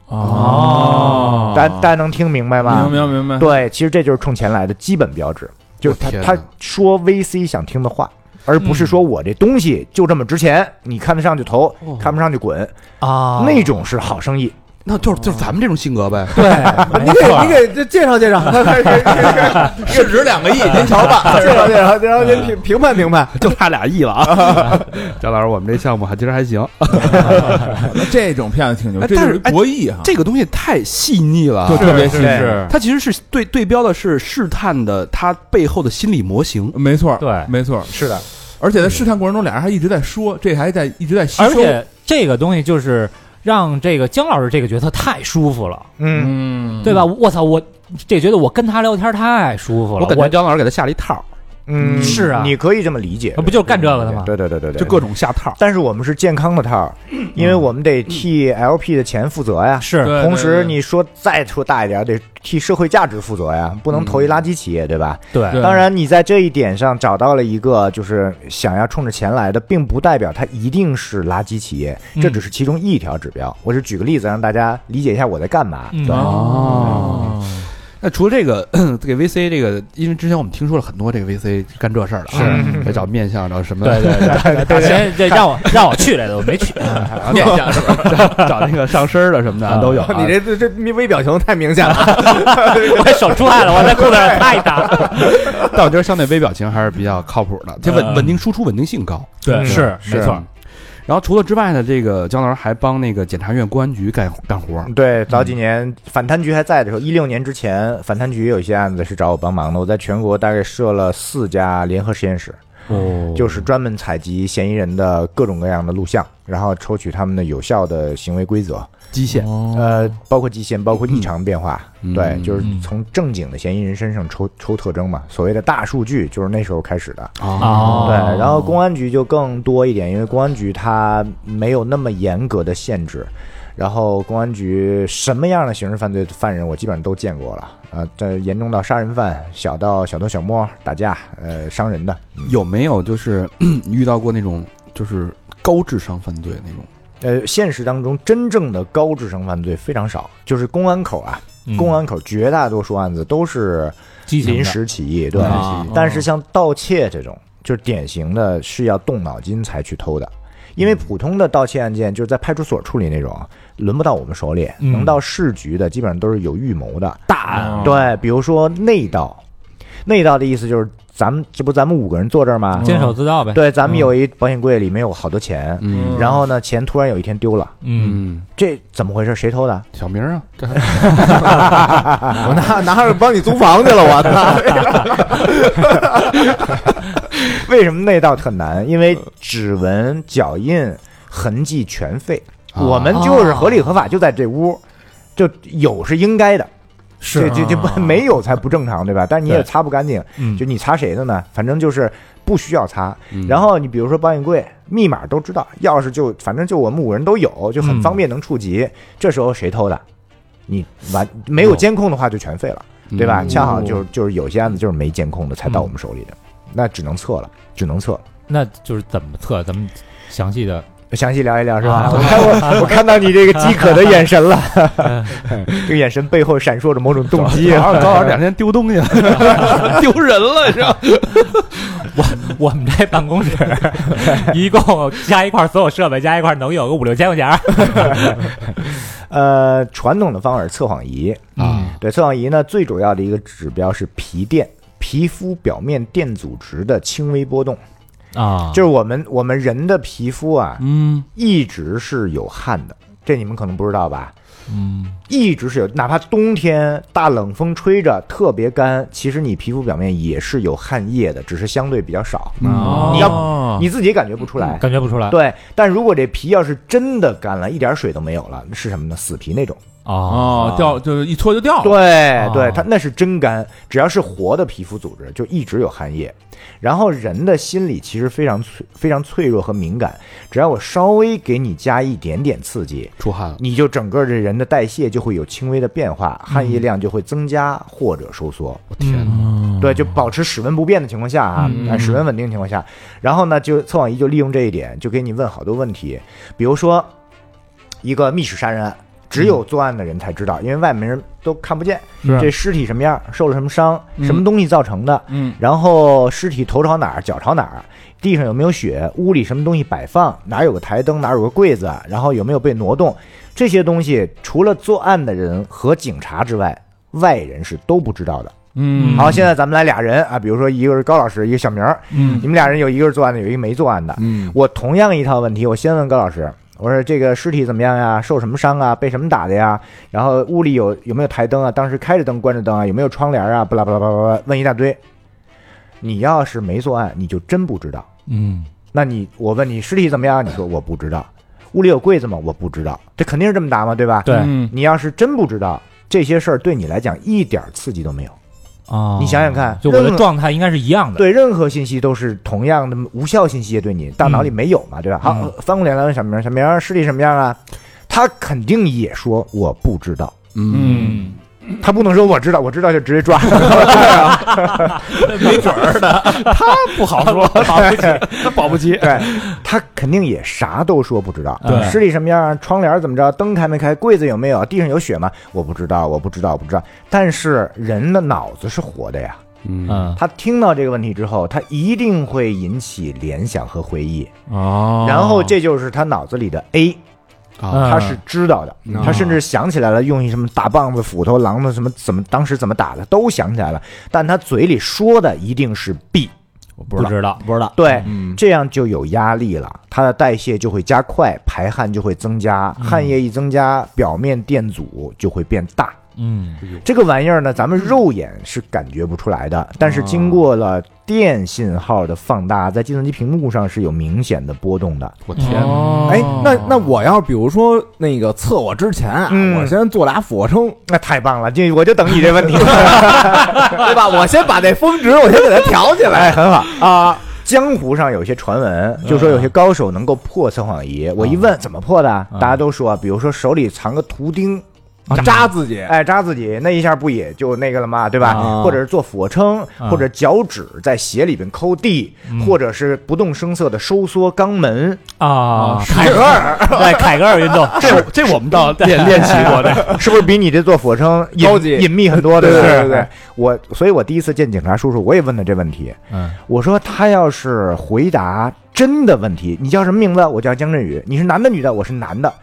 Speaker 1: 哦
Speaker 5: 大大家能听明白吗？
Speaker 1: 明白明白，
Speaker 5: 对，其实这就是冲钱来的基本标志，就是他
Speaker 3: 我天啊哪
Speaker 5: 他说 VC 想听的话，
Speaker 4: 嗯
Speaker 5: 而不是说我这东西就这么值钱，你看得上就投，
Speaker 4: 哦
Speaker 5: 看不上就滚，
Speaker 4: 啊
Speaker 5: 那种是好生意。
Speaker 3: 那就是就是咱们这种性格 *laughs* 呗。
Speaker 2: 啊你给你给这介绍介绍，
Speaker 1: 市值两个亿，您瞧吧。
Speaker 2: 介绍介绍，介绍您评评判评判，
Speaker 3: 就差俩亿了啊！ *laughs* 张老师，我们这项目还其实还行。
Speaker 1: 这种骗子挺牛，
Speaker 3: 哎
Speaker 1: 这
Speaker 3: 但是
Speaker 1: 是国艺哈，
Speaker 3: 这个东西太细腻了，
Speaker 1: 就特别细
Speaker 5: 是
Speaker 1: 致，
Speaker 3: 它其实是对对标的是试探的它背后的心理模型。
Speaker 1: 没错，
Speaker 4: 对
Speaker 1: 没错。
Speaker 5: 是的，
Speaker 1: 而且在试探过程中，俩人还一直在说，这还在一直在吸收
Speaker 4: 而，且这个东西就是让这个姜老师这个角色太舒服了，
Speaker 5: 嗯，
Speaker 1: 嗯
Speaker 4: 对吧？我操，我这觉得我跟他聊天太舒服了，
Speaker 3: 我感觉张老师给他下了一套，
Speaker 5: 嗯，
Speaker 4: 是啊
Speaker 5: 你可以这么理解，
Speaker 4: 不就是干这个的吗
Speaker 5: 对对对对对，
Speaker 3: 就各。种下套。
Speaker 5: 但是我们是健康的套儿，因为我们得替 LP 的钱负责呀。
Speaker 4: 是
Speaker 1: 嗯对
Speaker 5: 同
Speaker 1: 对
Speaker 5: 时，
Speaker 1: 对
Speaker 5: 你说再说大一点，得替社会价值负责呀，不能投一垃圾企业，对吧？
Speaker 4: 对
Speaker 1: 嗯对
Speaker 5: 当然，你在这一点上找到了一个，就是想要冲着钱来的，并不代表它一定是垃圾企业，
Speaker 4: 嗯
Speaker 5: 这只是其中一条指标。我是举个例子，让大家理解一下我在干嘛。
Speaker 4: 嗯
Speaker 5: 对
Speaker 3: 哦，那除了这个 *clears throat* 给 VC 这个，因为之前我们听说了很多这个 VC 干这事儿的啊，
Speaker 5: 嗯
Speaker 3: 来找面相，找什么
Speaker 4: 对对对，大
Speaker 5: *laughs*
Speaker 4: 贤这让我让我去来的，我没去。
Speaker 1: 面相是吧？
Speaker 3: *laughs* 找那个上身儿的什么的啊
Speaker 4: 啊
Speaker 3: 都有啊。
Speaker 2: 你这这这微表情太明显了，
Speaker 4: 我手出汗了，我在裤子上擦一擦。
Speaker 3: 但我觉得相对微表情还是比较靠谱的，这稳
Speaker 4: 嗯
Speaker 3: 稳定输出稳定性高。嗯
Speaker 4: 对，嗯是
Speaker 5: 是
Speaker 4: 没错。
Speaker 3: 然后除了之外呢，这个姜老师还帮那个检察院、公安局干干活儿。
Speaker 5: 对，早
Speaker 3: 嗯
Speaker 5: 几年反贪局还在的时候，一六年之前，反贪局有一些案子是找我帮忙的。我在全国大概设了四家联合实验室，
Speaker 3: 哦
Speaker 5: 就是专门采集嫌疑人的各种各样的录像，然后抽取他们的有效的行为规则。
Speaker 3: 基线。
Speaker 5: 呃，包括极限，包括异常变化，
Speaker 3: 哦嗯
Speaker 5: 对，就是
Speaker 4: 嗯
Speaker 5: 从正经的嫌疑人身上抽抽特征嘛。所谓的大数据，就是那时候开始的。
Speaker 4: 哦
Speaker 5: 对，然后公安局就更多一点，因为公安局它没有那么严格的限制。然后公安局什么样的刑事犯罪犯人，我基本上都见过了。呃，这严重到杀人犯，小到小偷小摸、打架，呃，伤人的。
Speaker 3: 有没有就是 *clears throat* 嗯遇到过那种就是高智商犯罪那种？
Speaker 5: 呃，现实当中真正的高智商犯罪非常少，就是公安口啊，
Speaker 4: 嗯
Speaker 5: 公安口绝大多数案子都是
Speaker 4: 畸形的
Speaker 5: 临时起意，对。
Speaker 3: 啊
Speaker 4: 哦
Speaker 5: 但是像盗窃这种，就是典型的是要动脑筋才去偷的。因为
Speaker 4: 嗯
Speaker 5: 普通的盗窃案件就是在派出所处理那种，啊轮不到我们手里，
Speaker 4: 嗯哦
Speaker 5: 能到市局的基本上都是有预谋的。
Speaker 4: 大
Speaker 2: 啊
Speaker 4: 案，
Speaker 5: 对，比如说内盗，内盗的意思就是咱们这不咱们五个人坐这儿
Speaker 4: 哦
Speaker 5: 吗？嗯
Speaker 4: 监守嗯自盗呗。
Speaker 5: 对，咱们有一保险柜里面有好多钱，然后呢，钱突然有一天丢了，
Speaker 4: 嗯，
Speaker 3: 嗯，
Speaker 5: 这怎么回事？谁偷的？
Speaker 3: 小明啊，这
Speaker 2: 我 *laughs* 拿拿着帮你租房去了，我操！
Speaker 5: *laughs* 为什么内盗特难？因
Speaker 2: 嗯
Speaker 5: 为指纹、脚印、痕迹全废，
Speaker 3: 啊
Speaker 5: 我们就是合理合法，就在这
Speaker 2: 哦
Speaker 5: 屋，就有是应该的，
Speaker 4: 是啊
Speaker 5: 这这
Speaker 2: 啊
Speaker 5: 不没有才不正常，对吧？但是你也擦不干净，
Speaker 4: 嗯
Speaker 5: 就你擦谁的呢？反正就是不需要擦。
Speaker 3: 嗯
Speaker 5: 然后你比如说保险柜，密码都知道，钥匙就反正就我们五个人都有，就很
Speaker 4: 嗯
Speaker 5: 方便能触及。这时候谁偷的？你完没
Speaker 4: 哦
Speaker 5: 有监控的话就全废了，
Speaker 4: 嗯
Speaker 5: 对吧？恰好就是就是有些案子就是没监控的才到我们手里的，那只能测了，只能测。
Speaker 4: 那就是怎么测，咱们详细的
Speaker 5: 详细聊一聊是吧？
Speaker 4: 啊
Speaker 5: 我看我我看到你这个饥渴的眼
Speaker 4: *laughs*
Speaker 5: 神了，
Speaker 4: 嗯
Speaker 5: *laughs* 这个眼神背后闪烁着某种动
Speaker 3: *laughs*
Speaker 5: 机
Speaker 3: 早
Speaker 5: 啊！
Speaker 3: 上早上两天丢东西， *laughs* 丢人了，是吧？
Speaker 4: 我们这办 *laughs* 公室一共加一块儿所有设备加一块儿能有个五六千块钱儿。
Speaker 5: 呃，传统的方法是测谎仪，
Speaker 4: 啊，
Speaker 5: 对，测谎仪呢，最主要的一个指标是皮电，皮肤表面电阻值的轻微波动，
Speaker 4: 啊，
Speaker 5: 就是我们我们人的皮肤啊，
Speaker 3: 嗯，
Speaker 5: 一直是有汗的，这你们可能不知道吧？
Speaker 4: 嗯
Speaker 5: 一直是有，哪怕冬天大冷风吹着特别干，其实你皮肤表面也是有汗液的，只是相对比较少，
Speaker 3: 嗯
Speaker 4: 啊嗯
Speaker 5: 你要你自己也感觉不出来。
Speaker 4: 感觉不出来
Speaker 5: 对，但如果这皮要是真的干了，一点水都没有了，是什么呢？死皮那种。
Speaker 4: 啊
Speaker 1: 哦，掉就是一搓就掉了。
Speaker 5: 对哎对
Speaker 3: 啊
Speaker 4: 哦，
Speaker 5: 它那是真干，只要是活的皮肤组织就一直有汗液。然后人的心理其实非常脆、非常脆弱和敏感，只要我稍微给你加一点点刺激，
Speaker 3: 出汗了，嗯
Speaker 5: 你就整个这人的代谢就会有轻微的变化，汗液量就会增加或者收缩。
Speaker 3: 天啊嗯哪！
Speaker 5: 对，就保持室温不变的情况下啊，哎室温稳定的情况下，然后呢，就测谎仪就利用这一点，就给你问好多问题，比如说一个密室杀人案，只有作案的人才知道，因为外面人都看不见
Speaker 1: 是
Speaker 5: 这尸体什么样，受了什么伤，什么东西造成的，
Speaker 1: 嗯，
Speaker 5: 然后尸体头朝哪儿，脚朝哪儿，地上有没有血，屋里什么东西摆放，哪儿有个台灯，哪儿有个柜子，然后有没有被挪动，这些东西除了作案的人和警察之外，外人是都不知道的。
Speaker 4: 嗯
Speaker 5: 好，现在咱们来俩人啊，比如说一个是高老师，一个小明儿，
Speaker 1: 嗯
Speaker 5: 你们俩人有一个是作案的，有一个没作案的。
Speaker 1: 嗯，
Speaker 5: 我同样一套问题，我先问高老师，我说这个尸体怎么样呀？受什么伤啊？被什么打的呀？然后屋里有有没有台灯啊？当时开着灯、关着灯啊？有没有窗帘啊？巴拉巴拉巴拉巴拉，问一大堆。你要是没作案，你就真不知道。
Speaker 4: 嗯
Speaker 5: 那你我问你尸体怎么样？你说我不知道。屋里有柜子吗？我不知道。这肯定是这么答嘛，对吧？
Speaker 4: 对
Speaker 1: 嗯
Speaker 5: 你要是真不知道这些事儿，对你来讲一点儿刺激都没有。
Speaker 4: 啊，
Speaker 5: 你想想看
Speaker 4: 就我
Speaker 5: 任
Speaker 4: 的
Speaker 5: 何
Speaker 4: 状态应该是一样的。
Speaker 5: 对，任何信息都是同样的无效信息，也对你大脑里没有嘛，对吧？好，
Speaker 4: 嗯
Speaker 5: 翻过脸来问小明，小明视力什么样啊？他肯定也说我不知道，
Speaker 4: 嗯，
Speaker 5: 他不能说我知道，我知道就直接
Speaker 4: *laughs*
Speaker 5: 抓。
Speaker 4: 没准儿的，他不好说，保不齐， *laughs* 他保不齐。
Speaker 5: 对，他肯定也啥都说不知道，
Speaker 4: 对
Speaker 5: 视力什么样啊？窗帘怎么着？灯开没开？柜子有没有？地上有血吗？我不知道，我不知道，我不知道。但是人的脑子是活的呀，
Speaker 3: 嗯，
Speaker 4: 嗯
Speaker 5: 他听到这个问题之后，他一定会引起联想和回忆，
Speaker 1: 哦
Speaker 5: 然后这就是他脑子里的 A。
Speaker 4: 哦嗯
Speaker 3: 啊
Speaker 5: 他是知道的，他甚至想起来了，用一什么大棒子、斧头、榔头什么怎么当时怎么打的都想起来了，但他嘴里说的一定是 B，
Speaker 4: 我不知道，嗯
Speaker 5: 不知道。对，这样就有压力了，他的代谢就会加快，排汗就会增加，汗液一增加，表面电阻就会变大。
Speaker 4: 嗯
Speaker 5: 这个玩意儿呢，咱们肉眼是感觉不出来的，但是经过了电信号的放大，在计算机屏幕上是有明显的波动的。
Speaker 3: 我天哪，
Speaker 4: 哦
Speaker 2: 哎，那那我要比如说那个测我之前啊，
Speaker 5: 嗯
Speaker 2: 我先做俩俯卧撑，
Speaker 5: 那太棒了，这我就等你这问题。
Speaker 2: 对吧？我先把那峰值我先给它调起来，很好。
Speaker 5: 啊， *laughs* 江湖上有些传闻，就说有些高嗯手能够破测谎仪。我一问怎么破的，大家都说，比如说手里藏个图钉，
Speaker 4: 嗯
Speaker 2: 啊扎自己，
Speaker 5: 哎，扎自己那一下不也就那个了吗？对吧？
Speaker 2: 啊
Speaker 5: 或者是做俯卧撑，
Speaker 4: 啊
Speaker 5: 或者脚趾在鞋里边抠地，
Speaker 4: 嗯
Speaker 5: 或者是不动声色的收缩肛门，
Speaker 4: 啊，凯格尔， *laughs* 对，凯格尔运动，
Speaker 6: 这这我们倒练练习过
Speaker 4: *laughs*
Speaker 6: 的，
Speaker 5: *laughs* 是不是比你这做俯卧撑
Speaker 2: *laughs*
Speaker 5: 隐
Speaker 2: 高级
Speaker 5: 隐秘很多？对吧
Speaker 2: 对对对
Speaker 5: 对
Speaker 2: 对，
Speaker 5: 我所以，我第一次见警察叔叔，我也问他这问题。
Speaker 6: 嗯，
Speaker 5: 我说他要是回答真的问题，你叫什么名字？我叫江振宇。你是男的女的？我是男的。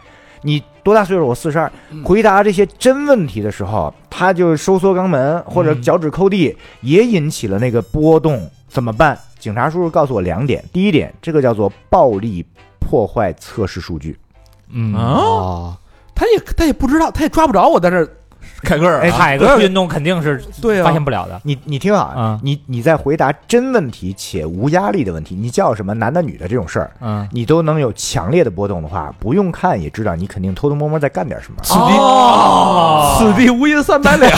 Speaker 5: 你多大岁数？我四十二。
Speaker 2: 嗯
Speaker 5: 回答这些真问题的时候，他就收缩肛门或者脚趾抠地，
Speaker 2: 嗯
Speaker 5: 也引起了那个波动，怎么办？警察叔叔告诉我两点：第一点，这个叫做暴力破坏测试数据。
Speaker 6: 嗯
Speaker 3: 啊，他也他也不知道，他也抓不着我在这儿
Speaker 1: 凯格尔
Speaker 5: 哎
Speaker 4: 凯格尔运动肯定是
Speaker 3: 对啊
Speaker 4: 发现不了的。
Speaker 5: 你你听好
Speaker 4: 啊
Speaker 5: 你你在回答真问题且无压力的问题，你叫什么男的女的这种事儿，
Speaker 4: 嗯，
Speaker 5: 你都能有强烈的波动的话，不用看也知道你肯定偷偷摸摸在干点什么。
Speaker 3: 此地、此地无银三百两，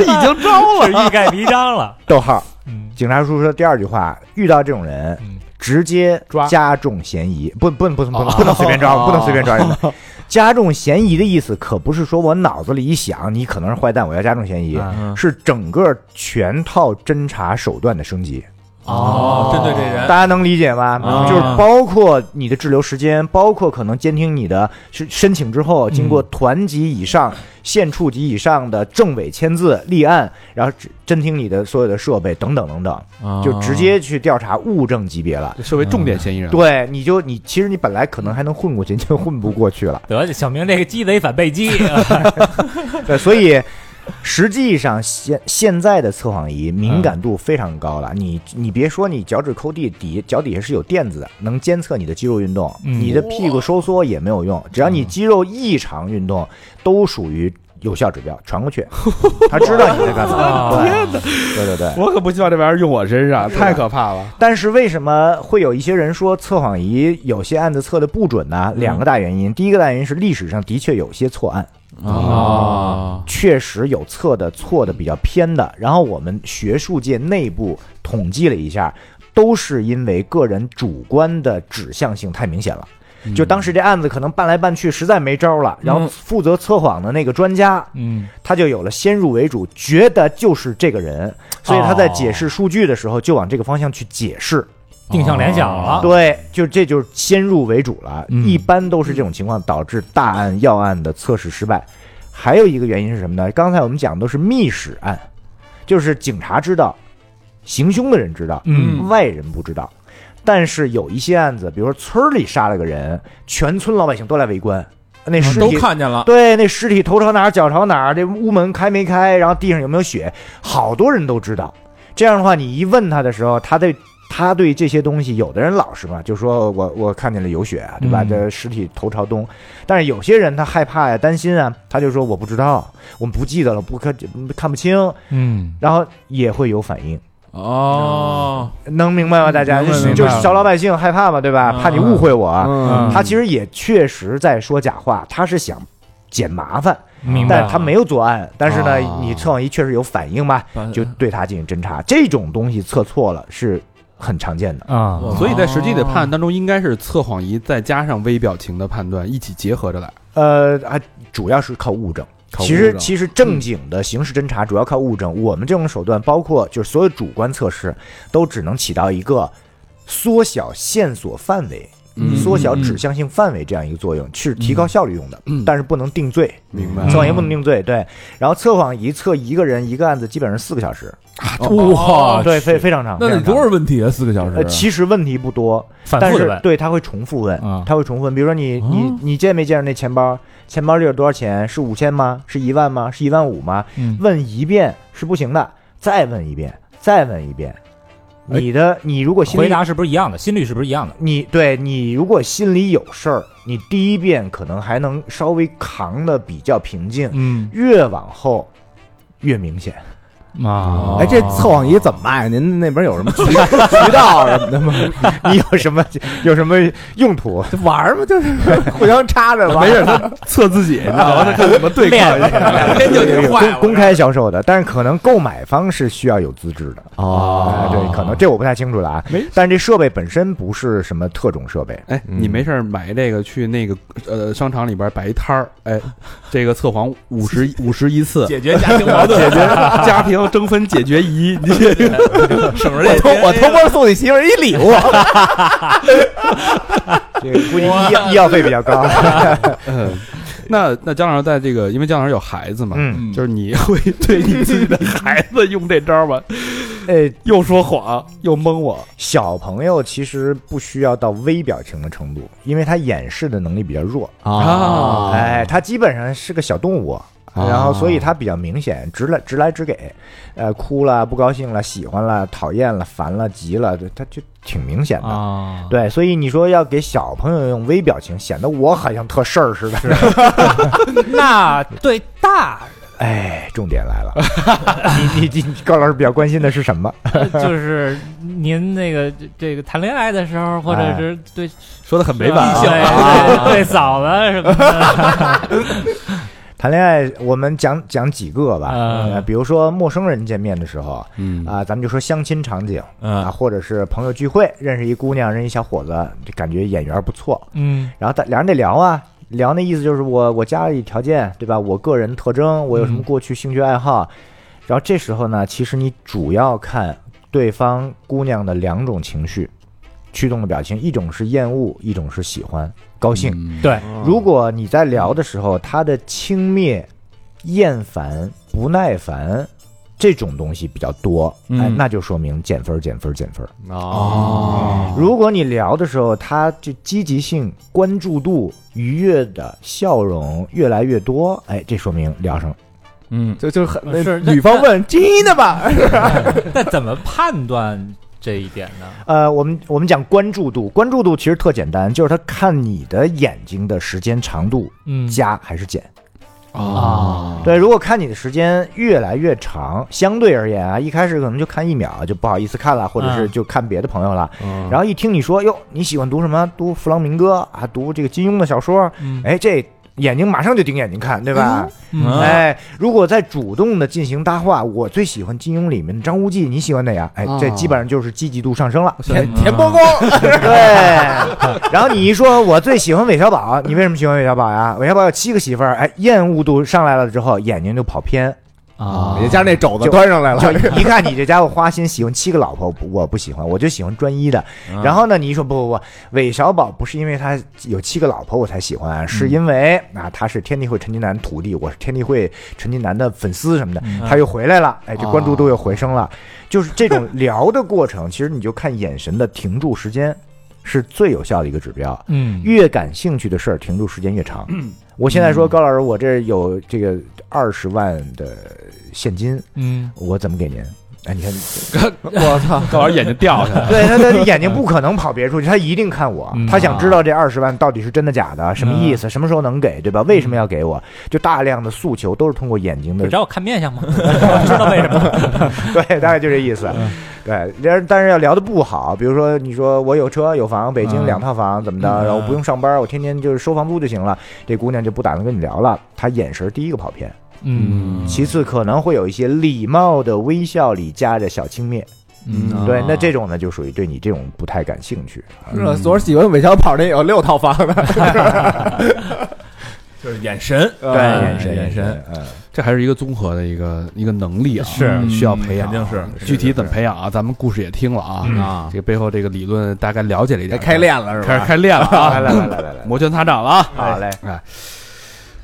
Speaker 3: 已经招了。
Speaker 4: 哦 *laughs* 是欲盖弥彰了。
Speaker 5: 逗号，
Speaker 4: 嗯
Speaker 5: 警察叔叔说第二句话，遇到这种人，
Speaker 4: 嗯
Speaker 5: 直接
Speaker 3: 抓
Speaker 5: 加重嫌疑，不不不不能不能随便抓，不能随便抓人的。加重嫌疑的意思可不是说我脑子里一想你可能是坏蛋，我要加重嫌
Speaker 4: 嗯
Speaker 5: 疑，是整个全套侦查手段的升级。
Speaker 1: 哦，针对这
Speaker 5: 大
Speaker 1: 人，
Speaker 5: 家能理解吗？就是包括你的滞留时间，包括可能监听你的申申请之后，经过团级以上、县处级以上的政委签字立案，然后只监听你的所有的设备等等等等，
Speaker 4: 啊
Speaker 5: 就直接去调查物证级别了。
Speaker 3: 设为重点嫌疑人，
Speaker 5: 对，你就你其实你本来可能还能混过去，你就混不过去了。
Speaker 4: 得，小明这个鸡贼反被鸡，
Speaker 5: *laughs* 对，所以实际上现现在的测谎仪敏感度非常高
Speaker 3: 嗯
Speaker 5: 了。你你别说，你脚趾抠地底脚底下是有垫子的，能监测你的肌肉运动，
Speaker 4: 嗯
Speaker 5: 你的屁股收缩也没有用，只要
Speaker 3: 嗯
Speaker 5: 你肌肉异常运动，都属于。有效指标传过去，他知道你在
Speaker 3: *laughs*
Speaker 5: 干嘛。对对对对，啊
Speaker 3: 我可不希望这玩意儿用我身上，太可怕了。
Speaker 5: 但是为什么会有一些人说测谎仪有些案子测的不准
Speaker 3: 嗯
Speaker 5: 呢？两个大原因，第一个大原因是历史上的确有些错案，
Speaker 3: 啊，
Speaker 5: 确实有测的错的比较偏的，然后我们学术界内部统计了一下，都是因为个人主观的指向性太明显了。就当时这案子可能办来办去实在没招了，然后负责测谎的那个专家，
Speaker 4: 嗯，
Speaker 5: 他就有了先入为主，觉得就是这个人，所以他在解释数据的时候就往这个方向去解释。
Speaker 4: *laughs* 定向联想了。
Speaker 5: 对，就这就是先入为主了，
Speaker 4: 啊嗯
Speaker 5: 一般都是这种情况导致大案要案的测试失败。还有一个原因是什么呢？刚才我们讲的都是密室案，就是警察知道，行凶的人知道，
Speaker 4: 嗯
Speaker 5: 外人不知道。但是有一些案子，比如说村儿里杀了个人，全村老百姓都来围观，
Speaker 4: 啊
Speaker 5: 那尸
Speaker 1: 都
Speaker 5: 体、
Speaker 1: 看见了，
Speaker 5: 对，那尸体头朝哪儿，脚朝哪儿，这屋门开没开，然后地上有没有血，好多人都知道。这样的话，你一问他的时候，他对他对这些东西，有的人老实嘛，就说我我看见了有血啊，对吧？
Speaker 4: 嗯
Speaker 5: 这尸体头朝东，但是有些人他害怕呀、担心啊，他就说我不知道，我不记得了，不看看不清，
Speaker 4: 嗯，
Speaker 5: 然后也会有反应。
Speaker 1: 哦，
Speaker 5: 能明白吗？大家
Speaker 1: 明白
Speaker 5: 就是
Speaker 1: 明白
Speaker 5: 就是小老百姓害怕嘛，对吧？
Speaker 1: 嗯
Speaker 5: 怕你误会我，
Speaker 2: 嗯
Speaker 5: 他其实也确实在说假话，他是想捡麻烦。
Speaker 4: 明白
Speaker 5: 但
Speaker 4: 了。
Speaker 5: 是他没有作案，但是呢
Speaker 3: 啊，
Speaker 5: 你测谎仪确实有反应嘛，就对他进行侦查。这种东西测错了是很常见的。
Speaker 4: 啊，
Speaker 3: 所以在实际的判断当中，应该是测谎仪再加上微表情的判断 *laughs* 一起结合着来。
Speaker 5: 呃，还主要是靠物证。嗯
Speaker 3: 考
Speaker 5: 其
Speaker 3: 虑
Speaker 5: 实
Speaker 3: 着
Speaker 5: 其实正经的刑事侦查主要靠物证，我们这种手段包括就是所有主观测试，都只能起到一个缩小线索范围、
Speaker 3: 嗯
Speaker 5: 缩小指向性范围这样一个作用，是提高效率用的，
Speaker 3: 嗯
Speaker 5: 但是不能定罪。
Speaker 3: 明白
Speaker 5: 测谎仪不能定罪，对。然后测谎仪测一个人一个案子，基本上四个小时，
Speaker 1: 哇
Speaker 5: 哦对，非非常长。
Speaker 1: 那
Speaker 5: 非
Speaker 1: 得
Speaker 5: 常长
Speaker 1: 多少问题啊？四个小时
Speaker 5: 呃，，其实问题不多，
Speaker 4: 反
Speaker 5: 但
Speaker 4: 复的
Speaker 5: 是
Speaker 4: 问，
Speaker 5: 对他会重复问
Speaker 4: 啊，
Speaker 5: 他会重复问。比如说你你你见没见着那钱包？钱包里有多少钱？是五千吗？是一万吗？是一万五吗？
Speaker 4: 嗯
Speaker 5: 问一遍是不行的，再问一遍，再问一遍。
Speaker 4: 哎
Speaker 5: 你的你如果心
Speaker 4: 回
Speaker 5: 里
Speaker 4: 答是不是一样的？心率是不是一样的？
Speaker 5: 你对你如果心里有事儿，你第一遍可能还能稍微扛的比较平静，
Speaker 4: 嗯
Speaker 5: 越往后越明显。 *laughs*
Speaker 4: 啊
Speaker 2: 哎，这测谎仪怎么卖？您那边有什么渠渠道什么的吗？
Speaker 5: 你有什么有什么用途？
Speaker 2: 就玩儿嘛，就是 *laughs* 互相插着玩。没事，
Speaker 3: 测自己，你知道吗？他看怎么对
Speaker 4: 练
Speaker 5: *laughs*
Speaker 1: 天就得坏
Speaker 5: 公
Speaker 1: 了。
Speaker 5: 公开销售的，但是可能购买方是需要有资质的啊、对，可能这我不太清楚了啊。但是这设备本身不是什么特种设备，
Speaker 3: 哎，你没事儿买这个去那个呃商场里边摆一摊儿，哎，这个测谎五十五十一次，
Speaker 1: 解决家庭矛盾，
Speaker 3: 解决家庭争分解决仪， *laughs* 你这个
Speaker 1: 省着
Speaker 2: 我
Speaker 1: 这
Speaker 2: 偷
Speaker 1: 钱
Speaker 2: 我偷摸送你媳妇儿一礼物，
Speaker 5: 这个估计医药医药费比较高。 *laughs*
Speaker 3: 嗯，那那姜老师在这个，因为姜老师有孩子嘛，
Speaker 5: 嗯，
Speaker 3: 就是你会 *laughs* 对你自己的孩子用这招吗？
Speaker 5: 呃，
Speaker 3: 又说谎又蒙我，
Speaker 5: 小朋友其实不需要到微表情的程度，因为他掩饰的能力比较弱。
Speaker 3: 啊
Speaker 5: 哎，他基本上是个小动物，然后所以他比较明显，直来直来直给，呃，哭了、不高兴了、喜欢了、讨厌了、烦了、急了，对他就挺明显的。
Speaker 4: 啊，
Speaker 5: 对，所以你说要给小朋友用微表情，显得我好像特事儿似的。
Speaker 4: *laughs* 那对大
Speaker 5: 哎，重点来了，你你你，高老师比较关心的是什么？
Speaker 4: 呃就是您那个这这个谈恋爱的时候，或者是对
Speaker 3: 说的很
Speaker 4: 对
Speaker 3: 委婉啊。
Speaker 4: *laughs* 对对嫂子什么的，
Speaker 5: 谈恋爱，我们讲讲几个吧，
Speaker 4: 嗯
Speaker 5: 呃，比如说陌生人见面的时候，
Speaker 3: 嗯
Speaker 5: 啊、咱们就说相亲场景啊、
Speaker 1: 嗯，
Speaker 5: 或者是朋友聚会，认识一姑娘，认识一小伙子，就感觉眼缘不错，
Speaker 4: 嗯
Speaker 5: 然后大俩人得聊啊，聊那意思就是我我家里条件对吧？我个人特征，我有什么
Speaker 4: 嗯
Speaker 5: 过去兴趣爱好，然后这时候呢，其实你主要看对方姑娘的两种情绪驱动的表情，一种是厌恶，一种是喜欢高兴。
Speaker 4: 对
Speaker 5: 如果你在聊的时候，她的轻蔑、厌烦、不耐烦。这种东西比较多，哎，那就说明减分儿、减分儿、减分儿。
Speaker 3: 哦，
Speaker 5: 如果你聊的时候，他就积极性、关注度、愉悦的笑容越来越多，哎，这说明聊上了。
Speaker 6: 嗯，
Speaker 2: 就就很那
Speaker 4: 是那
Speaker 2: *laughs* 女方问真的吧？
Speaker 4: 那怎么判断这一点呢？
Speaker 5: 呃，我们我们讲关注度，关注度其实特简单，就是他看你的眼睛的时间长度
Speaker 4: 嗯
Speaker 5: 加还是减。
Speaker 3: 哦
Speaker 4: 啊，
Speaker 5: 对，如果看你的时间越来越长，相对而言啊，一开始可能就看一秒就不好意思看了，或者是
Speaker 4: 嗯
Speaker 5: 就看别的朋友了。
Speaker 3: 嗯
Speaker 5: 然后一听你说哟，你喜欢读什么？读弗朗明哥啊，读这个金庸的小说，
Speaker 4: 嗯
Speaker 5: 哎，这眼睛马上就盯眼睛看，对吧？
Speaker 4: 嗯
Speaker 5: 哎，如果再主动的进行搭话，我最喜欢金庸里面的张无忌，你喜欢哪呀？哎，这基本上就是积极度上升了。
Speaker 2: 田田伯公，
Speaker 5: 对， *laughs* 然后你一说我最喜欢韦小宝，你为什么喜欢韦小宝呀？韦小宝有七个媳妇儿，哎，厌恶度上来了之后，眼睛就跑偏，
Speaker 3: 哦
Speaker 4: 啊
Speaker 2: 也加上那肘子
Speaker 5: 就
Speaker 2: 端上 *laughs* 来了，
Speaker 5: 就一看你这家伙花心，喜欢七个老婆，不我不喜欢，我就喜欢专一的。然后呢，你一说不不不，韦小宝不是因为他有七个老婆我才喜欢，是因为啊他是天地会陈近南徒弟，我是天地会陈近南的粉丝什么的，
Speaker 4: 嗯
Speaker 5: 他又回来了，哎，这关注度又回升了。就是这种聊的过程，其实你就看眼神的停住时间是最有效的一个指标。
Speaker 4: 嗯
Speaker 5: 越感兴趣的事儿，停住时间越长。我现在说高老师，我这有这个二十万的现金，
Speaker 4: 嗯
Speaker 5: 我怎么给您？哎，你看，
Speaker 4: *laughs*
Speaker 3: 我 *laughs* 操，高老师眼睛掉下来了。
Speaker 5: *laughs* 对他的眼睛不可能跑别处 *laughs* 去，他一定看我
Speaker 4: 嗯，
Speaker 5: 他想知道这二十万到底是真的假的，什么意思，什么时候能给，对吧？
Speaker 4: 嗯
Speaker 5: 为什么要给我？就大量的诉求都是通过眼睛
Speaker 4: 你
Speaker 5: 的
Speaker 4: 找我看面相吗？知道为什么？
Speaker 5: *laughs*
Speaker 4: 嗯
Speaker 5: 对，大概就这意思。对，但是但是要聊的不好，比如说你说我有车有房，北
Speaker 4: 嗯
Speaker 5: 京两套房怎么的，然后不用上班，我天天就是收房租就行了。这姑娘就不打算跟你聊了，她眼神第一个跑偏，
Speaker 4: 嗯
Speaker 5: 其次可能会有一些礼貌的微笑里夹着小轻蔑。
Speaker 1: 啊
Speaker 4: 嗯
Speaker 5: 对，那这种呢就属于对你这种不太感兴趣。
Speaker 2: 是吧昨儿喜欢韦小宝那有六套房的，
Speaker 1: 就是眼神，哎
Speaker 5: 对，眼神
Speaker 1: 眼神，，
Speaker 5: 嗯，
Speaker 3: 这还是一个综合的一个一个能力啊，
Speaker 4: 是
Speaker 3: 嗯需要培养，
Speaker 1: 肯定是嗯
Speaker 3: 具体怎么培养啊？咱们故事也听了啊，
Speaker 2: 啊
Speaker 3: 这个背后这个理论大概了解了一
Speaker 2: 得 *laughs*
Speaker 3: 点，
Speaker 2: 开，练了是
Speaker 3: 开始
Speaker 2: 吧？
Speaker 3: 开练了
Speaker 5: 来来
Speaker 3: 啊，
Speaker 5: 来来来来，
Speaker 3: 摩拳擦掌了啊！
Speaker 1: 哎
Speaker 5: 好嘞，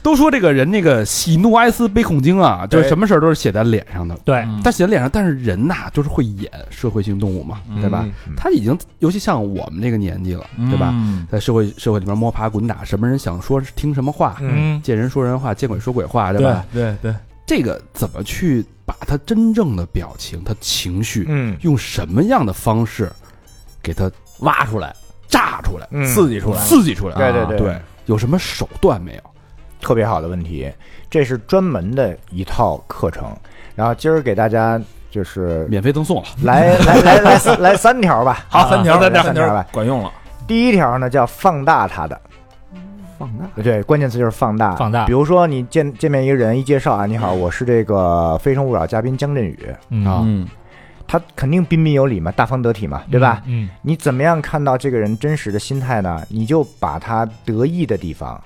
Speaker 3: 都说这个人那个喜怒哀思悲恐惊啊，就是
Speaker 2: 对
Speaker 3: 什么事儿都是写在脸上的，
Speaker 4: 对
Speaker 3: 但写在脸上，但是人呐、就是会演社会性动物嘛，对吧？
Speaker 5: 嗯
Speaker 3: 他已经，尤其像我们这个年纪了，对
Speaker 4: 嗯
Speaker 3: 吧？
Speaker 1: 嗯
Speaker 3: 在社会社会里面摸爬滚打，什么人想说听什么话，
Speaker 5: 嗯，
Speaker 3: 见人说人话，见鬼说鬼话，对吧？
Speaker 1: 对对，
Speaker 3: 这个怎么去把他真正的表情、他情绪，
Speaker 5: 嗯
Speaker 3: 用什么样的方式给他
Speaker 2: 挖出来，
Speaker 3: 炸出来、
Speaker 5: 嗯，
Speaker 2: 刺激出来，
Speaker 3: 刺激出来？
Speaker 5: 对对
Speaker 3: 啊
Speaker 5: 对
Speaker 3: 对，有什么手段没有？
Speaker 5: 特别好的问题，这是专门的一套课程。然后今儿给大家就是
Speaker 3: 免费赠送了，
Speaker 5: 来来来来三来三条吧，啊
Speaker 1: 好，三条，
Speaker 5: 来
Speaker 1: 三
Speaker 5: 三条吧。
Speaker 1: 管用了。
Speaker 5: 第一条呢叫放大它的，
Speaker 2: 放大
Speaker 5: 对，关键词就是放大。
Speaker 4: 放大
Speaker 5: 比如说你见见面一个人，一介绍啊，你好，我是这个《非诚勿扰》嘉宾姜振宇，
Speaker 3: 啊
Speaker 4: 嗯，
Speaker 1: 嗯，
Speaker 5: 他肯定彬彬有礼嘛，大方得体嘛，对吧？
Speaker 4: 嗯？
Speaker 5: 你怎么样看到这个人真实的心态呢？你就把他得意的地方，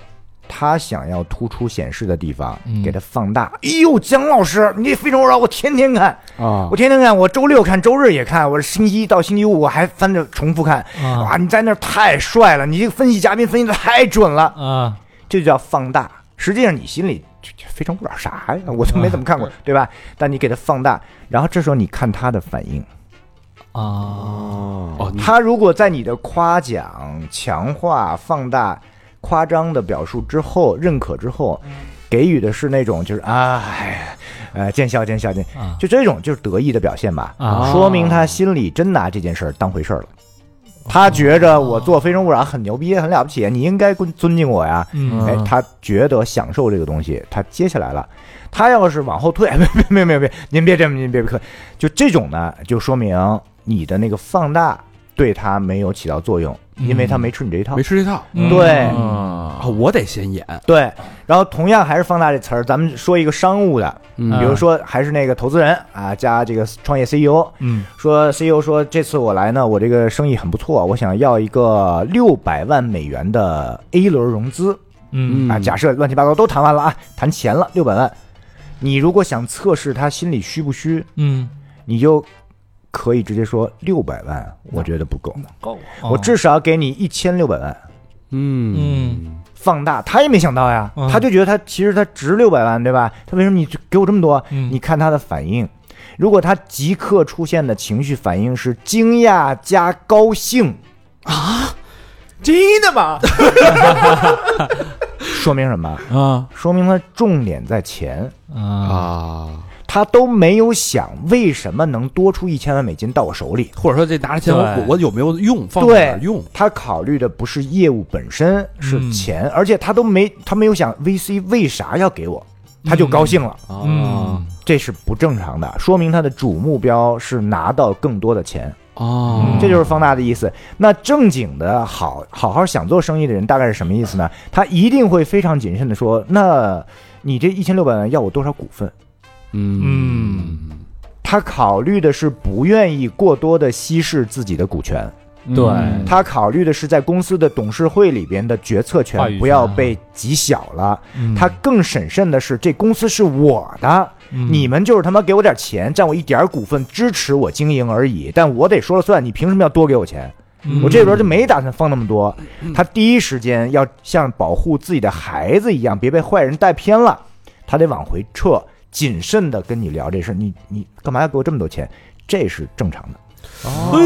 Speaker 5: 他想要突出显示的地方，
Speaker 4: 嗯
Speaker 5: 给他放大。哎呦，姜老师，你这《非诚勿扰》我天天看，
Speaker 3: 啊
Speaker 5: 我天天看，我周六看，周日也看，我星期一到星期五我还翻着重复看。
Speaker 4: 嗯啊
Speaker 5: 哇，你在那儿太帅了，你这个分析嘉宾分析的太准了，
Speaker 4: 啊，
Speaker 5: 这就叫放大。实际上你心里这这非诚勿扰啥呀？我都没怎么看过，对吧？但你给他放大，然后这时候你看他的反应。
Speaker 4: 啊，
Speaker 3: 哦，你
Speaker 5: 他如果在你的夸奖、强化、放大、夸张的表述之后，认可之后，给予的是那种就是啊，哎呀，呃，见笑见笑见
Speaker 4: 啊，
Speaker 5: 就这种就是得意的表现吧，
Speaker 4: 啊
Speaker 5: 说明他心里真拿这件事儿当回事儿了。他觉着我做《非诚勿扰》很牛逼，很了不起，你应该尊尊敬我呀。
Speaker 4: 嗯
Speaker 5: 哎，他觉得享受这个东西，他接下来了。他要是往后退， *laughs* 哎别别别别别，您别这么，您别客气，就这种呢，就说明你的那个放大对他没有起到作用，因为他没吃你这一套
Speaker 3: 嗯没。吃这套
Speaker 4: 嗯
Speaker 5: 对
Speaker 3: 啊，我得先演，
Speaker 5: 对，然后同样还是放大这词儿，咱们说一个商务的，
Speaker 3: 嗯
Speaker 5: 比如说还是那个投资人啊，加这个创业 CEO，
Speaker 4: 嗯
Speaker 5: 说 CEO 说这次我来呢，我这个生意很不错，我想要一个六百万美元的 A 轮融资。
Speaker 4: 嗯
Speaker 5: 啊，假设乱七八糟都谈完了啊，谈钱了六百万，你如果想测试他心里虚不虚，
Speaker 4: 嗯，
Speaker 5: 你就可以直接说六百万，我觉得不够，我
Speaker 1: 啊
Speaker 4: 哦
Speaker 5: 至少给你一千六百万，
Speaker 3: 嗯
Speaker 5: 放大，他也没想到呀，
Speaker 4: 嗯
Speaker 5: 他就觉得他其实他值六百万，对吧？他为什么你就给我这么多？
Speaker 4: 嗯
Speaker 5: 你看他的反应，如果他即刻出现的情绪反应是惊讶加高兴，
Speaker 2: 真的吗？
Speaker 5: *laughs* 说明什么？
Speaker 1: 啊，
Speaker 5: 说明他重点在前。
Speaker 4: 啊
Speaker 3: 啊，
Speaker 5: 他都没有想为什么能多出一千万美金到我手里，
Speaker 3: 或者说这拿着钱我
Speaker 4: 对
Speaker 3: 我我有没有用，放
Speaker 5: 对
Speaker 3: 在哪儿用？
Speaker 5: 他考虑的不是业务本身，是
Speaker 4: 嗯
Speaker 5: 钱，而且他都没他没有想 VC 为啥要给我，他就高兴了，
Speaker 4: 嗯
Speaker 5: 这是不正常的，说明他的主目标是拿到更多的钱，
Speaker 3: 哦，
Speaker 5: 这就是放大的意思。那正经的好好好想做生意的人大概是什么意思呢？他一定会非常谨慎的说，那你这一千六百万要我多少股份？
Speaker 3: 嗯
Speaker 5: 他考虑的是不愿意过多的稀释自己的股权。
Speaker 4: 对
Speaker 5: 他考虑的是在公司的董事会里边的决策
Speaker 4: 话语权啊
Speaker 5: 权不要被挤小了，
Speaker 4: 嗯
Speaker 5: 他更审慎的是这公司是我的，
Speaker 4: 嗯
Speaker 5: 你们就是他妈给我点钱，占我一点股份支持我经营而已，但我得说了算，你凭什么要多给我钱？
Speaker 4: 嗯
Speaker 5: 我这轮就没打算放那么多，他第一时间要像保护自己的孩子一样，别被坏人带偏了，他得往回撤，谨慎的跟你聊这事儿，你你干嘛要给我这么多钱？这是正常的。
Speaker 4: 哎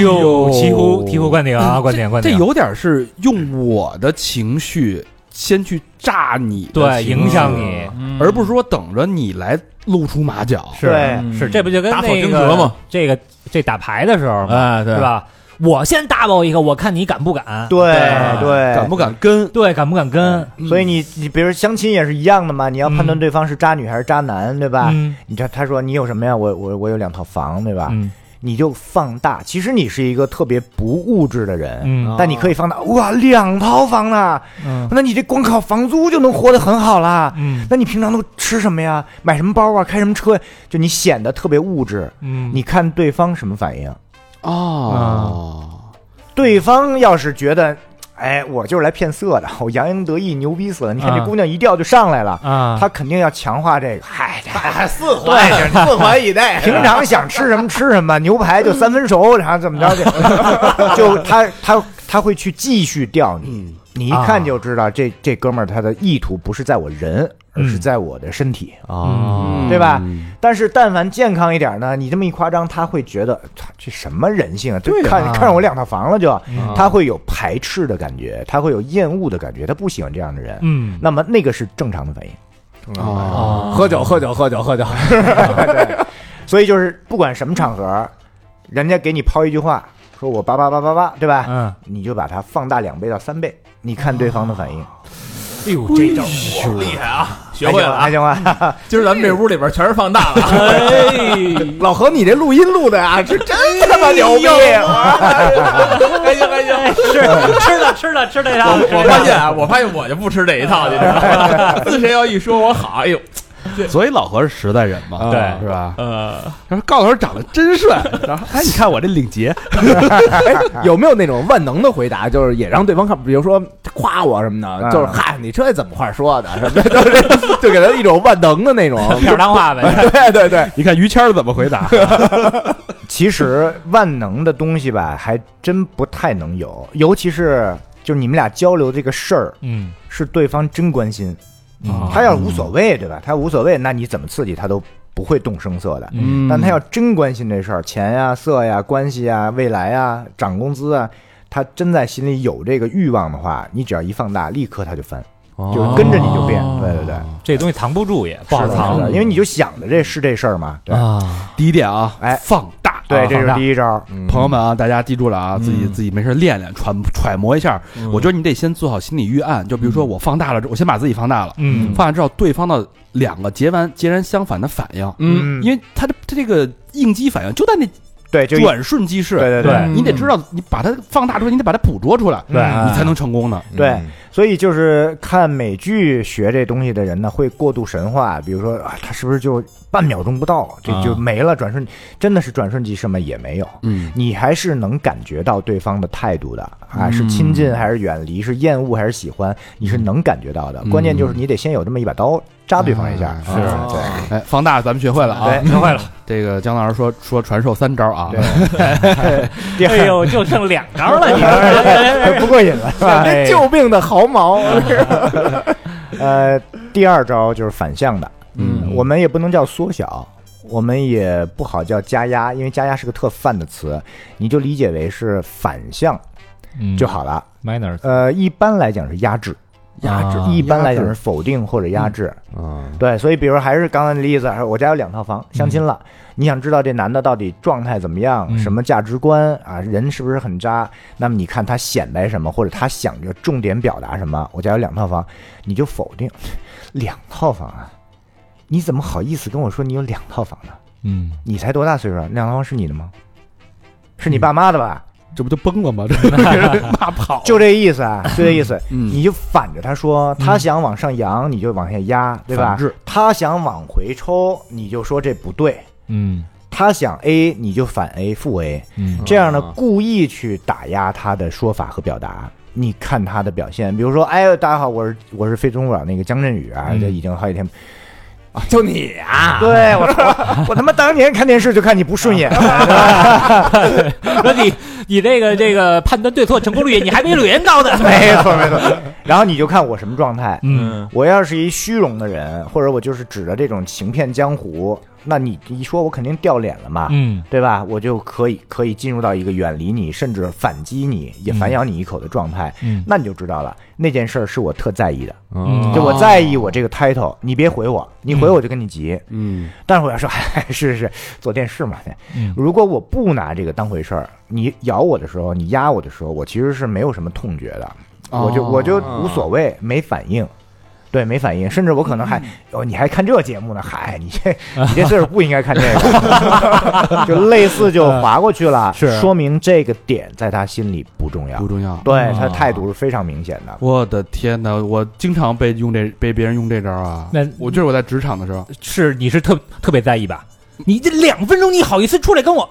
Speaker 4: 呦，醍醐醍醐灌顶
Speaker 5: 嗯
Speaker 4: 啊，灌顶灌
Speaker 3: 这
Speaker 4: 顶，
Speaker 3: 有点是用我的情绪先去炸你的
Speaker 4: 对
Speaker 3: 情绪
Speaker 4: 影响你，
Speaker 5: 嗯
Speaker 3: 而不是说等着你来露出马脚。
Speaker 4: 是
Speaker 5: 对
Speaker 4: 是，这不就跟
Speaker 1: 打草
Speaker 4: 那
Speaker 1: 惊蛇
Speaker 4: 个
Speaker 1: 嘛
Speaker 4: 这个这打牌的时候嘛，
Speaker 1: 哎，对
Speaker 4: 对？吧？我先大爆一个，我看你敢不敢，
Speaker 5: 对
Speaker 4: 对
Speaker 5: 对，
Speaker 3: 敢不敢跟？
Speaker 4: 对，敢不敢跟？
Speaker 5: 所以你你比如相亲也是一样的嘛，你要判断
Speaker 4: 嗯
Speaker 5: 对方是渣女还是渣男，对吧？
Speaker 4: 嗯
Speaker 5: 你这他说你有什么呀？我我我有两套房，对吧？
Speaker 4: 嗯
Speaker 5: 你就放大，其实你是一个特别不物质的人，
Speaker 4: 嗯
Speaker 5: 但你可以放大，哇，两套房呢？
Speaker 4: 嗯
Speaker 5: 那你这光靠房租就能活得很好啦。
Speaker 4: 嗯
Speaker 5: 那你平常都吃什么呀？买什么包啊？开什么车？就你显得特别物质，
Speaker 4: 嗯，
Speaker 5: 你看对方什么反应？
Speaker 3: 啊哦，
Speaker 5: 对方要是觉得，哎，我就是来骗色的，我洋洋得意，牛逼死了！你看这
Speaker 4: 啊
Speaker 5: 姑娘一调就上来了，
Speaker 4: 啊，
Speaker 5: 他肯定要强化这个。 *laughs* 嗨，
Speaker 2: 还四环，四环以内，
Speaker 5: 平常想吃什么吃
Speaker 2: *laughs*
Speaker 5: 什么，牛排就三分熟，然后怎么着的，就他他他会去继续钓你。
Speaker 3: 嗯，
Speaker 5: 你一看就
Speaker 2: 啊
Speaker 5: 知道，这这哥们儿他的意图不是在我人，
Speaker 4: 嗯
Speaker 5: 而是在我的身体。
Speaker 3: 嗯
Speaker 4: 哦
Speaker 5: 对吧？
Speaker 2: 嗯
Speaker 5: 但是但凡健康一点呢，你这么一夸张，他会觉得操这什么人性啊？这
Speaker 3: 对啊
Speaker 5: 看看上我两套房了就，
Speaker 2: 嗯
Speaker 5: 他会有排斥的感觉，他会有厌恶的感觉，他不喜欢这样的人。
Speaker 4: 嗯
Speaker 5: 那么那个是正常的反应。
Speaker 3: 哦，
Speaker 4: 啊，
Speaker 2: 喝酒，喝酒，喝酒，喝酒，
Speaker 5: 所以就是不管什么场合，人家给你抛一句话，说我叭叭叭叭叭，对吧？
Speaker 4: 嗯，
Speaker 5: 你就把它放大两倍到三倍，你看对方的反应。
Speaker 4: 哎呦，这招
Speaker 2: 厉害啊！
Speaker 1: 哦学会了啊
Speaker 5: 哎还行
Speaker 1: *laughs*
Speaker 5: 吧？还行吧
Speaker 1: 今儿咱们这屋里边全是放大了，
Speaker 2: *laughs*
Speaker 5: 老何，你这录音录的
Speaker 2: 啊
Speaker 5: 呀，这真他妈牛逼！
Speaker 1: 还行还行。
Speaker 4: 吃 *laughs* 吃的吃的吃这套，
Speaker 1: 我我发现啊，我发现我就不吃这一套，你知道吗？自谁要一说我好，哎呦，
Speaker 6: 所以老何是实在人嘛，
Speaker 4: 对
Speaker 6: 是吧？
Speaker 1: 呃，
Speaker 3: 他说高老师长得真帅，
Speaker 6: 然后哎，你看我这领结，
Speaker 2: 哎有没有那种万能的回答，就是也让对方看，比如说夸我什么的，
Speaker 5: 嗯
Speaker 2: 就是嗨，你这怎么话说的什
Speaker 5: *laughs*
Speaker 2: 么的，就是 *laughs* 就给他一种万能的那种。
Speaker 4: 片儿当话呗。
Speaker 2: *laughs* 对对对，
Speaker 6: 你看于谦儿怎么回答？
Speaker 5: 其实万能的东西吧，还真不太能有，尤其是就是你们俩交流这个事儿，
Speaker 4: 嗯，
Speaker 5: 是对方真关心，
Speaker 1: 哦
Speaker 4: 嗯
Speaker 5: 他要无所谓，对吧？他无所谓，那你怎么刺激他都不会动声色的。
Speaker 4: 嗯
Speaker 5: 但他要真关心这事儿，钱呀、色呀、关系呀、未来呀、涨工资啊，他真在心里有这个欲望的话，你只要一放大，立刻他就翻，
Speaker 4: 哦
Speaker 5: 就是跟着你就变。对对对，
Speaker 4: 这东西藏不住也不好
Speaker 5: 是的
Speaker 4: 藏
Speaker 5: 是的因为你就想着这是这事儿嘛。对
Speaker 4: 啊。
Speaker 3: 第一点啊，
Speaker 5: 哎
Speaker 3: 放大。
Speaker 5: 对，这
Speaker 4: 放
Speaker 5: 是
Speaker 4: 大
Speaker 5: 第一招。
Speaker 4: 嗯
Speaker 3: 朋友们啊，大家记住了啊，自己
Speaker 5: 嗯
Speaker 3: 自己没事练练，揣揣摩一下。我觉得你得先做好心理预案，就比如说我放大了之后，我先把自己放大了，
Speaker 4: 嗯，
Speaker 3: 放大之后对方的两个截完截然相反的反应，
Speaker 5: 嗯
Speaker 3: 因为他的他这个应激反应就在那
Speaker 5: 对，就一
Speaker 3: 转瞬即逝，
Speaker 5: 对对
Speaker 4: 对
Speaker 3: 你得知道你把它放大出来，你得把它捕捉出来，
Speaker 5: 对
Speaker 4: 嗯
Speaker 3: 你才能成功呢。
Speaker 5: 对，所以就是看美剧学这东西的人呢，会过度神话，比如说啊，他是不是就半秒钟不到，这
Speaker 3: 啊
Speaker 5: 就没了，转瞬真的是转瞬即逝吗？也没有，
Speaker 3: 嗯，
Speaker 5: 你还是能感觉到对方的态度的啊，
Speaker 3: 嗯
Speaker 5: 是亲近还是远离，是厌恶还是喜欢，你是能感觉到的。关键就是你得先有这么一把刀扎对方一下，
Speaker 3: 是
Speaker 5: 啊对。
Speaker 3: 哎，放大咱们学会了啊，
Speaker 4: 哎
Speaker 5: 对
Speaker 3: 学会了。这个姜老师说说传授三招啊，
Speaker 5: 第
Speaker 4: *laughs* 哎
Speaker 5: *laughs* 二，哎
Speaker 4: 呦，就剩两招了，你
Speaker 5: 不过瘾了，是
Speaker 4: *laughs*
Speaker 5: 吧？
Speaker 4: 哎
Speaker 2: 这救命的毫毛，
Speaker 5: 啊呃，第二招就是反向的，
Speaker 3: 嗯
Speaker 5: 我们也不能叫缩小，我们也不好叫加压，因为加压是个特泛的词，你就理解为是反向就好了。
Speaker 4: 嗯 minor
Speaker 5: 呃，一般来讲是压制，
Speaker 4: 啊压制嗯
Speaker 5: 一般来讲是否定或者压制。
Speaker 7: 啊，
Speaker 5: 对，所以比如还是刚才的例子，我家有两套房，相亲了，你想知道这男的到底状态怎么样，
Speaker 4: 嗯
Speaker 5: 什么价值观啊，人是不是很渣？那么你看他显摆什么，或者他想着重点表达什么？我家有两套房，你就否定两套房啊？你怎么好意思跟我说你有两套房呢？
Speaker 4: 嗯，
Speaker 5: 你才多大岁数啊？两套房是你的吗？是你爸妈的吧？
Speaker 3: 嗯这不就崩
Speaker 5: *laughs*
Speaker 3: 了吗？这被人骂跑，
Speaker 5: 就这意
Speaker 3: *laughs*
Speaker 5: 思啊，就这意思。
Speaker 3: 嗯
Speaker 5: 你就反着他说，他想往上扬，你就往下压，对吧
Speaker 3: 反？制
Speaker 5: 他想往回抽，你就说这不对；
Speaker 4: 嗯
Speaker 5: 他想 A，你就反 A 负 A。
Speaker 4: *laughs* 嗯
Speaker 5: 这样呢，故意去打压他的说法和表达。你看他的表现，比如说，哎，大家好，我是我是非诚勿扰那个姜振宇啊，
Speaker 4: 嗯
Speaker 5: 这已经好几天。
Speaker 2: 就你啊，
Speaker 5: 对我操，我他 *laughs* 妈当年看电视就看你不顺眼，
Speaker 4: 说你你这个这个判断对错成功率，你还没柳岩高呢。
Speaker 5: 没错没错。然后你就看我什么状态，
Speaker 4: 嗯，
Speaker 5: 我要是一虚荣的人，或者我就是指着这种行骗江湖，那你一说，我肯定掉脸了嘛，
Speaker 4: 嗯
Speaker 5: 对吧？我就可以可以进入到一个远离你，甚至反击你，也反咬你一口的状态。
Speaker 4: 嗯
Speaker 5: 那你就知道了，那件事儿是我特在意的，
Speaker 4: 嗯
Speaker 5: 就我在意我这个 title，你别回我，你回我就跟你急。
Speaker 3: 嗯，
Speaker 5: 但是我要说， *laughs* 哎，是是是，做电视嘛。
Speaker 4: 嗯
Speaker 5: 如果我不拿这个当回事儿，你咬我的时候，你压我的时候，我其实是没有什么痛觉的，我就我就无所谓，没反应。对，没反应，甚至我可能还、哦，你还看这节目呢？嗨，你这你这岁数不应该看这个， *laughs* 就类似就划过去了，
Speaker 4: 是
Speaker 5: 说明这个点在他心里不重要，
Speaker 3: 不重要。
Speaker 5: 对他态度是非常明显的。
Speaker 3: 我的天哪！我经常被用这被别人用这招啊！
Speaker 4: 那
Speaker 3: 我就是我在职场的时候，
Speaker 4: 是你是特特别在意吧？你这两分钟，你好意思出来跟我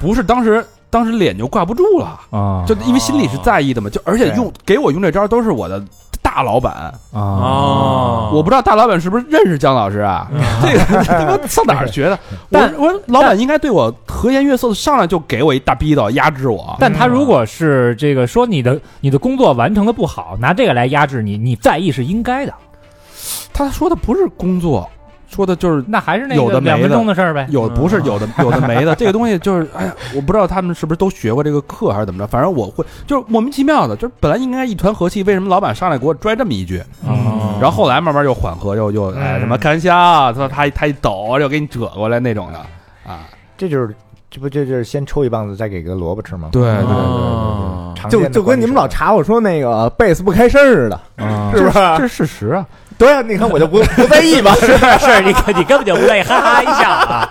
Speaker 3: 不是当时当时脸就挂不住了，
Speaker 4: 啊
Speaker 3: 就因为心里是在意的嘛，就而且用给我用这招都是我的大老板，
Speaker 1: 哦
Speaker 3: 我不知道大老板是不是认识姜老师啊？ *laughs* 这个他妈上哪儿学的？我
Speaker 4: 嗯 *laughs* 但
Speaker 3: 我说老板应该对我和颜悦色的，上来就给我一大逼斗，压制我。
Speaker 4: 但他如果是这个说你的你的工作完成的不好，拿这个来压制你，你在意是应该的，
Speaker 3: 他说的不是工作，说的就是
Speaker 4: 那还是那
Speaker 3: 有
Speaker 4: 个
Speaker 3: 的没的
Speaker 4: 两分钟的事儿呗。
Speaker 3: 有不是有的有的没的，这个东西就是，哎呀，我不知道他们是不是都学过这个课还是怎么着，反正我会就是莫名其妙的，就是本来应该一团和气，为什么老板上来给我拽这么一句？
Speaker 4: 嗯
Speaker 1: 哦
Speaker 3: 然啊后后来慢慢又缓和，又又
Speaker 5: 嗯
Speaker 3: 哎什么开玩笑，他他他一抖又给你折过来那种的啊，
Speaker 5: 这就是这不这就是先抽一棒子，再给个萝卜吃吗？
Speaker 3: 对对对
Speaker 4: 嗯
Speaker 5: 啊常
Speaker 2: *laughs*
Speaker 5: 见
Speaker 2: 就
Speaker 5: 的
Speaker 2: 就跟你们老
Speaker 5: 管理
Speaker 2: 查我说那个贝斯不开声似的，是不是？
Speaker 3: 这是事实啊。
Speaker 2: 对啊，你看我就不不在
Speaker 5: *laughs*
Speaker 2: 意嘛。
Speaker 4: 是你你根本就不累，哈哈一笑啊，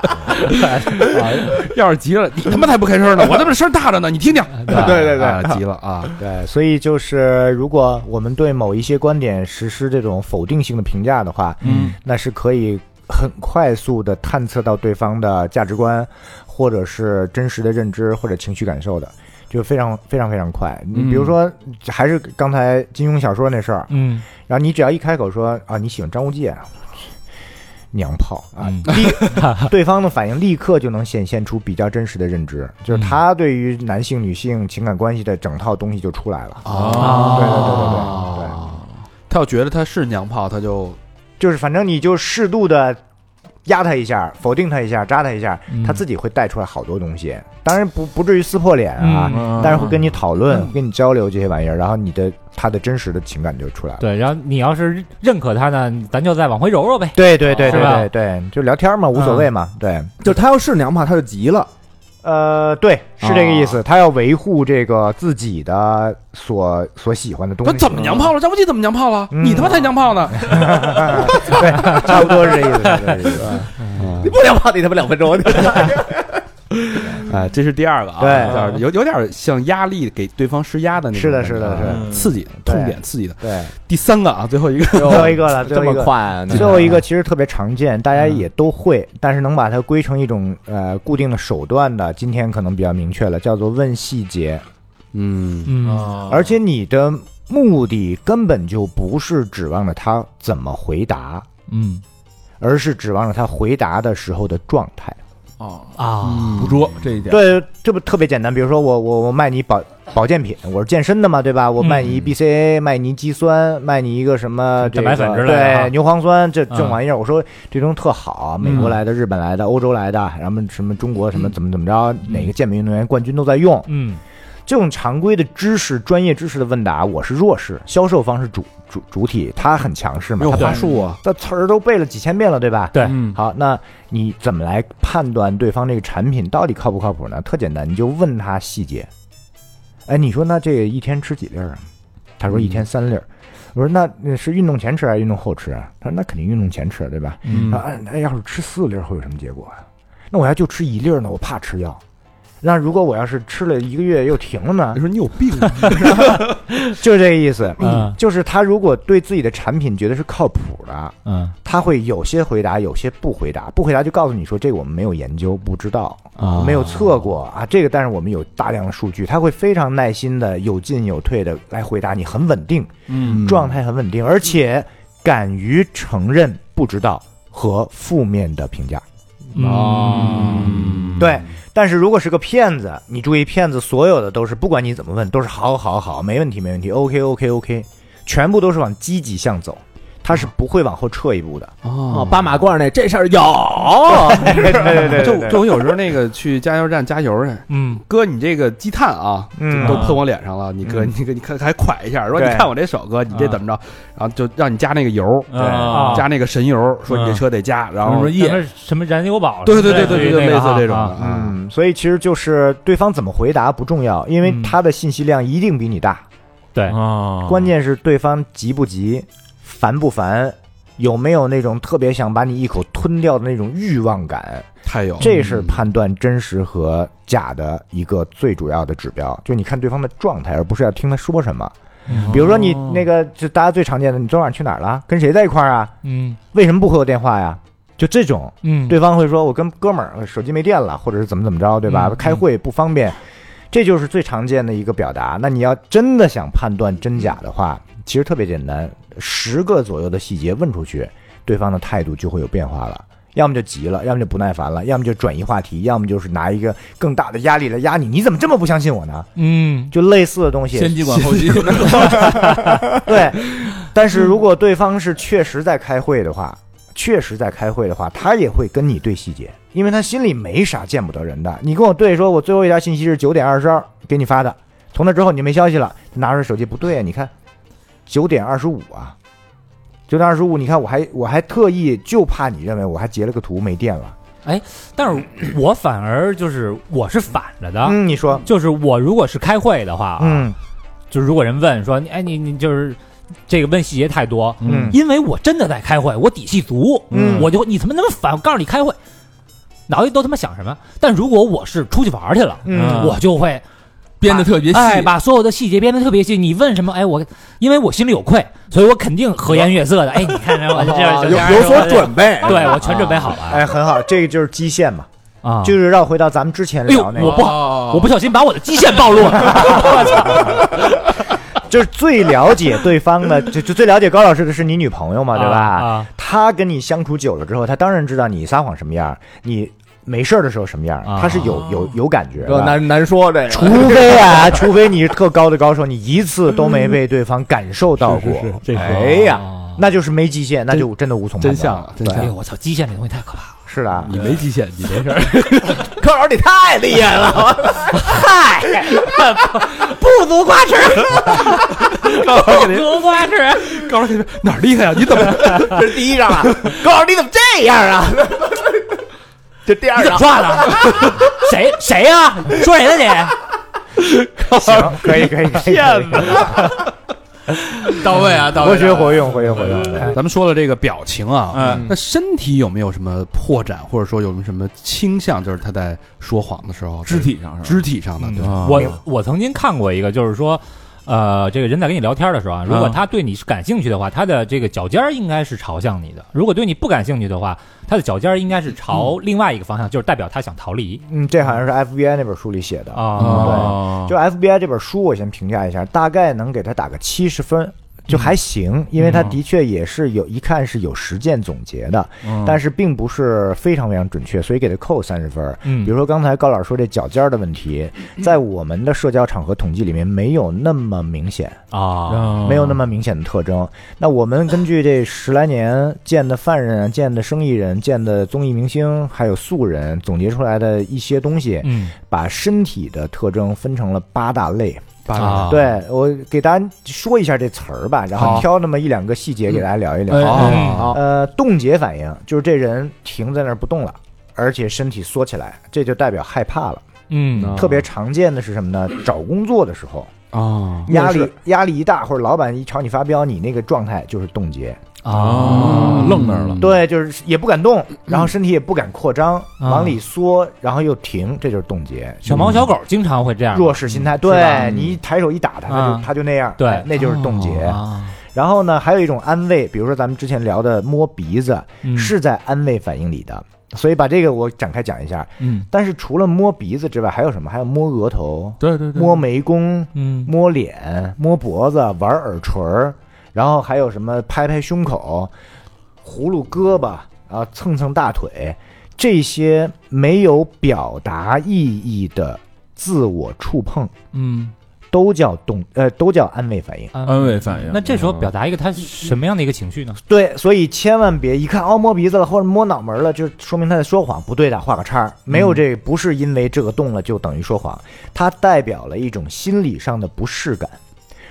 Speaker 3: 要是急了，你他妈才不开声呢，我他妈声大着呢，你听听。对
Speaker 5: *laughs* 对对
Speaker 3: 啊急了啊，
Speaker 5: 对，哎所以就是如果我们对某一些观点实施这种否定性的评价的话，
Speaker 3: 嗯，
Speaker 5: 那是可以很快速的探测到对方的价值观，或者是真实的认知或者情绪感受的，就非常非常非常快。你比如说，还是刚才金庸小说那事儿，啊
Speaker 4: 嗯，
Speaker 5: 然后你只要一开口说啊你喜欢张无忌啊，娘炮啊，
Speaker 4: 嗯
Speaker 5: 立
Speaker 4: *laughs*
Speaker 5: 对方的反应立刻就能显现出比较真实的认知，
Speaker 4: 嗯
Speaker 5: 就是他对于男性、女性情感关系的整套东西就出来了。
Speaker 3: *laughs* 哦
Speaker 5: 对对对对对对，
Speaker 3: 他要觉得他是娘炮，他就
Speaker 5: 就是反正你就适度的。压他一下，否定他一下，扎他一下，他
Speaker 4: 嗯
Speaker 3: 嗯
Speaker 5: 自己会带出来好多东西。当然不不至于撕破脸啊，
Speaker 3: 嗯
Speaker 5: 但是会跟你讨论、会跟你交流这些玩意儿，然后你的他的真实的情感就出来了。
Speaker 4: 对，然后你要是认可他呢，咱就再往回揉
Speaker 3: *laughs*
Speaker 4: 揉呗。
Speaker 5: 对对
Speaker 4: 是
Speaker 5: 对对
Speaker 4: 吧
Speaker 5: 对对，就聊天嘛，无所谓嘛。对，
Speaker 2: 就他要是娘炮，他就急了。
Speaker 5: 呃，对，是这个意思。他要维护这个自己的所所喜欢的东
Speaker 3: 他
Speaker 5: 西。
Speaker 3: 怎么娘炮了？张无忌怎么娘炮了？
Speaker 5: 嗯
Speaker 3: 你他妈才娘炮呢！
Speaker 5: 对，差不多是这意思是这意思。
Speaker 2: 你不娘炮，你他妈两分钟。
Speaker 3: 哎，这是第二个啊，
Speaker 5: 对
Speaker 3: 就是有有点像压力给对方施压的那种
Speaker 5: 是的
Speaker 3: 感觉
Speaker 5: 是的
Speaker 3: 啊
Speaker 5: 是的
Speaker 3: 嗯刺激痛点刺激的。
Speaker 5: 对，
Speaker 3: 第三个啊，最后一个，
Speaker 5: 最后一个了，最
Speaker 2: 这
Speaker 5: 后
Speaker 2: 么
Speaker 5: 一个。
Speaker 2: 快啊，
Speaker 5: 最后一个其实特别常见，大家也都会，但是能把它归成一种呃固定的手段的，今天可能比较明确了，叫做问细节。
Speaker 3: *laughs* 嗯
Speaker 4: 嗯，
Speaker 5: 而且你的目的根本就不是指望着他怎么回答，
Speaker 6: 嗯，
Speaker 5: 而是指望着他回答的时候的状态。
Speaker 1: 哦，
Speaker 4: 啊，
Speaker 1: 捕捉这一点，
Speaker 5: 对，这不特别简单。比如说我我我卖你保保健品，我是健身的嘛，对吧？我卖你 BCA，、卖你肌酸，卖你一个什么、这
Speaker 4: 蛋
Speaker 5: 个、
Speaker 4: 白粉之类的哈
Speaker 5: 对，牛磺酸这这
Speaker 4: 嗯
Speaker 5: 种玩意儿，我说这东西特好啊，美国来的、日本来的、欧洲来的，然后什么中国什么怎么怎么着，哪个健美运动员冠军都在用。
Speaker 4: 嗯
Speaker 5: 这种常规的知识、专业知识的问答，我是弱势，销售方是主主主体，他很强势嘛，
Speaker 3: 没有
Speaker 5: 他
Speaker 3: 话术啊，
Speaker 5: 他词儿都背了几千遍了，对吧？
Speaker 4: 对
Speaker 3: 嗯
Speaker 5: 好，那你怎么来判断对方这个产品到底靠不靠谱呢？特简单，你就问他细节。哎，你说那这一天吃几粒儿啊？他说一天三粒儿。我说那那是运动前吃还是运动后吃啊？他说那肯定运动前吃，对吧？
Speaker 4: 嗯
Speaker 5: 啊，哎那要是吃四粒儿会有什么结果啊？那我要就吃一粒儿呢，我怕吃药。那如果我要是吃了一个月又停了呢
Speaker 3: 你？说你有病啊，
Speaker 5: 就是这个意思。
Speaker 4: 嗯
Speaker 5: 就是他如果对自己的产品觉得是靠谱的，
Speaker 4: 嗯
Speaker 5: 他会有些回答，有些不回答。不回答就告诉你说，这个我们没有研究，不知道，
Speaker 4: 啊
Speaker 5: 没有测过啊。这个，但是我们有大量的数据，他会非常耐心的、有进有退的来回答你，很稳定，
Speaker 3: *laughs* 嗯
Speaker 5: 状态很稳定，而且敢于承认不知道和负面的评价。
Speaker 3: 嗯，
Speaker 5: 对，但是如果是个骗子，你注意，骗子所有的都是不管你怎么问，都是好好好，没问题没问题，OK OK OK，全部都是往积极向走，他是不会往后撤一步的。
Speaker 2: 哦
Speaker 3: 哦，
Speaker 2: 八马褂那这事儿有，
Speaker 5: *laughs* 对对对对
Speaker 3: 就就我有时候那个去加油站加油去，
Speaker 4: 嗯
Speaker 3: 哥，你这个积碳啊，
Speaker 5: 嗯
Speaker 3: 就都喷我脸上了。你哥，
Speaker 5: 嗯
Speaker 3: 你哥，你看还蒯一下，说你
Speaker 5: 对
Speaker 3: 看我这手，哥，你这怎么着？然后就让你加那个油，
Speaker 4: 啊
Speaker 3: 加那个神油，说你这车得加。然后
Speaker 6: 说
Speaker 4: 什
Speaker 6: 夜
Speaker 4: 么什么燃油宝，
Speaker 3: 对对对对对
Speaker 4: 那
Speaker 3: 对，类
Speaker 4: 个
Speaker 3: 似
Speaker 4: 哈
Speaker 3: 这种的
Speaker 4: 啊
Speaker 3: 啊。
Speaker 5: 嗯，所以其实就是对方怎么回答不重要，因为
Speaker 4: 嗯
Speaker 5: 他的信息量一定比你大，
Speaker 4: 对，
Speaker 3: 嗯
Speaker 6: 啊
Speaker 5: 关键是对方急不急，烦不烦，有没有那种特别想把你一口吞掉的那种欲望感，
Speaker 3: 太有嗯
Speaker 5: 这是判断真实和假的一个最主要的指标。就你看对方的状态，而不是要听他说什么。
Speaker 4: 嗯
Speaker 5: 比如说你那个，就大家最常见的，你昨晚去哪儿了？跟谁在一块儿啊？
Speaker 4: 嗯
Speaker 5: 为什么不回我电话呀？就这种，
Speaker 4: 嗯，
Speaker 5: 对方会说我跟哥们儿呃手机没电了，或者是怎么怎么着，对吧？
Speaker 4: 嗯
Speaker 5: 开会不方便，这就是最常见的一个表达。那你要真的想判断真假的话，其实特别简单，十个左右的细节问出去，对方的态度就会有变化了。要么就急了，要么就不耐烦了，要么就转移话题，要么就是拿一个更大的压力来压你。你怎么这么不相信我呢？
Speaker 4: 嗯
Speaker 5: 就类似的东西，
Speaker 1: 先机管后机，
Speaker 5: *laughs* 对，但是如果对方是确实在开会的话，确实在开会的话，他也会跟你对细节，因为他心里没啥见不得人的。你跟我对说，我最后一条信息是九点二十二给你发的，从那之后你就没消息了。他拿出手机不对啊，你看九点二十五啊，九点二十五，你看我还我还特意就怕你认为我还截了个图没电了。
Speaker 4: 哎，但是我反而就是我是反着的，
Speaker 5: 嗯，你说，
Speaker 4: 就是我如果是开会的话啊，
Speaker 5: 嗯
Speaker 4: 就是如果人问说，哎，你你就是这个问细节太多，
Speaker 5: 嗯
Speaker 4: 因为我真的在开会，我底气足，
Speaker 5: 嗯
Speaker 4: 我就你他妈那么反，我告诉你开会，脑袋里都他妈想什么？但如果我是出去玩去了，
Speaker 5: 嗯
Speaker 4: 我就会
Speaker 1: 编的特别细，
Speaker 4: 哎，把所有的细节编得特别细。你问什么？哎，我因为我心里有愧，所以我肯定和颜悦
Speaker 5: *laughs*
Speaker 4: 色的。哎，你看着我 *laughs* 这样
Speaker 2: 有有所，准备
Speaker 4: 这样，对我全准备好了
Speaker 5: 哎，很好，这个就是基线嘛，
Speaker 4: 啊。
Speaker 5: 就是绕回到咱们之前
Speaker 4: 哎呦，
Speaker 5: 聊那
Speaker 4: 我
Speaker 5: 个，
Speaker 4: 不好，
Speaker 1: 好
Speaker 4: 我不小心把我的基线暴露了。
Speaker 5: 就是最了解对方的，就就最了解高老师的是你女朋友 *laughs* 嘛，对吧？
Speaker 4: 啊
Speaker 5: 他跟你相处久了之后，他当然知道你撒谎什么样，你没事儿的时候什么样，
Speaker 4: 啊
Speaker 5: 他是有有有感觉
Speaker 2: 这
Speaker 5: 的。
Speaker 2: 难难说这个。
Speaker 5: 除非啊，除非你是特高的高手，你一次都没被对方感受到过，
Speaker 3: 这是
Speaker 5: 哎呀，那就是没极限，那就真的无从判
Speaker 3: 真
Speaker 5: 断
Speaker 3: 相
Speaker 5: 了。
Speaker 3: 真
Speaker 4: 哎
Speaker 3: 相
Speaker 4: 呦，，我操，基线这东西太可怕了。
Speaker 5: 是的，
Speaker 3: 你没极限，你没事儿。
Speaker 2: 高老师你太厉害了，
Speaker 4: 不足挂齿，
Speaker 5: *laughs*
Speaker 4: 不足挂齿。
Speaker 3: 告诉你哪儿厉害啊？你怎么
Speaker 2: 这是第一张啊。 *laughs* 高老师你怎么这样啊？ *laughs* 这第二
Speaker 4: 你怎 *laughs* 么
Speaker 2: 张，
Speaker 4: 挂的？谁谁呀？说谁呢你？
Speaker 5: 行，可以可以可以，
Speaker 1: *laughs* 到位啊，到位。
Speaker 5: 活学活用，活学活用。
Speaker 3: 咱们说了这个表情啊，
Speaker 1: 嗯
Speaker 3: 那身体有没有什么破绽，或者说有没有什么倾向？就是他在说谎的时候，
Speaker 1: 肢体上是吧？
Speaker 3: 肢体上的，
Speaker 4: 嗯啊
Speaker 5: 嗯
Speaker 3: 对
Speaker 1: 嗯
Speaker 3: 吧，
Speaker 4: 我我曾经看过一个，就是说，呃，这个人在跟你聊天的时候啊，如果
Speaker 3: 嗯
Speaker 4: 他对你是感兴趣的话，他的这个脚尖儿应该是朝向你的；如果对你不感兴趣的话，他的脚尖儿应该是
Speaker 1: 嗯
Speaker 4: 朝另外一个方向，就是代表他想逃离
Speaker 5: 嗯，这好像是 FBI 那本书里写的。
Speaker 1: 哦
Speaker 4: 啊。
Speaker 5: 就 FBI 这本书，我先评价一下，大概能给他打个七十分，
Speaker 4: 嗯
Speaker 5: 就还行，因为他的确也是有一看是有实践总结的，
Speaker 4: 嗯
Speaker 5: 但是并不是非常非常准确，所以给他扣三十分。
Speaker 4: 嗯
Speaker 5: 比如说刚才高老师说这脚尖儿的问题，在我们的社交场合统计里面没有那么明显，
Speaker 4: 啊，
Speaker 5: 嗯没有那么明显的特征。那我们根据这十来年见的犯人、啊见的生意人、见的综艺明星，还有素人总结出来的一些东西，
Speaker 4: 嗯
Speaker 5: 把身体的特征分成了八大类。
Speaker 4: 啊，
Speaker 5: 嗯对我给大家说一下这词儿吧，然后
Speaker 3: 好
Speaker 5: 挑那么一两个细节给大家聊一聊。
Speaker 4: 嗯
Speaker 3: 啊，
Speaker 5: 呃，冻结反应就是这人停在那儿不动了，而且身体缩起来，这就代表害怕了。
Speaker 4: 嗯
Speaker 5: 特别常见的是什么呢？找工作的时候，
Speaker 3: 啊，
Speaker 5: 压力压力一大，或者老板一朝你发飙，你那个状态就是冻结。
Speaker 4: 啊，
Speaker 1: 哦
Speaker 3: 愣那儿了，
Speaker 5: 对，就是也不敢动，然后身体也不敢扩张，往里缩，然后又停，这就是冻结。
Speaker 4: 小猫小狗经常会这样
Speaker 5: 弱势心态，对你一抬手一打他，他
Speaker 4: 嗯
Speaker 5: 就他就那样，
Speaker 4: 对
Speaker 5: 哎那就是冻结。
Speaker 4: 啊，
Speaker 5: 然后呢，还有一种安慰，比如说咱们之前聊的摸鼻子，
Speaker 4: 嗯
Speaker 5: 是在安慰反应里的。所以把这个我展开讲一下。
Speaker 4: 嗯
Speaker 5: 但是除了摸鼻子之外，还有什么？还有摸额头、
Speaker 3: 对对
Speaker 5: 摸眉弓、
Speaker 4: 嗯
Speaker 5: 摸脸、摸脖子、玩耳垂儿，然后还有什么拍拍胸口、葫芦胳膊啊、蹭蹭大腿，这些没有表达意义的自我触碰，
Speaker 4: 嗯，
Speaker 5: 都叫动呃都叫安慰反应。
Speaker 1: 安慰反应。
Speaker 4: 嗯那这时候表达一个他什么样的一个情绪呢？
Speaker 5: 对，所以千万别一看哦摸鼻子了或者摸脑门了，就说明他在说谎，不对的，画个叉儿。没有这个，不是因为这个动了就等于说谎，它代表了一种心理上的不适感，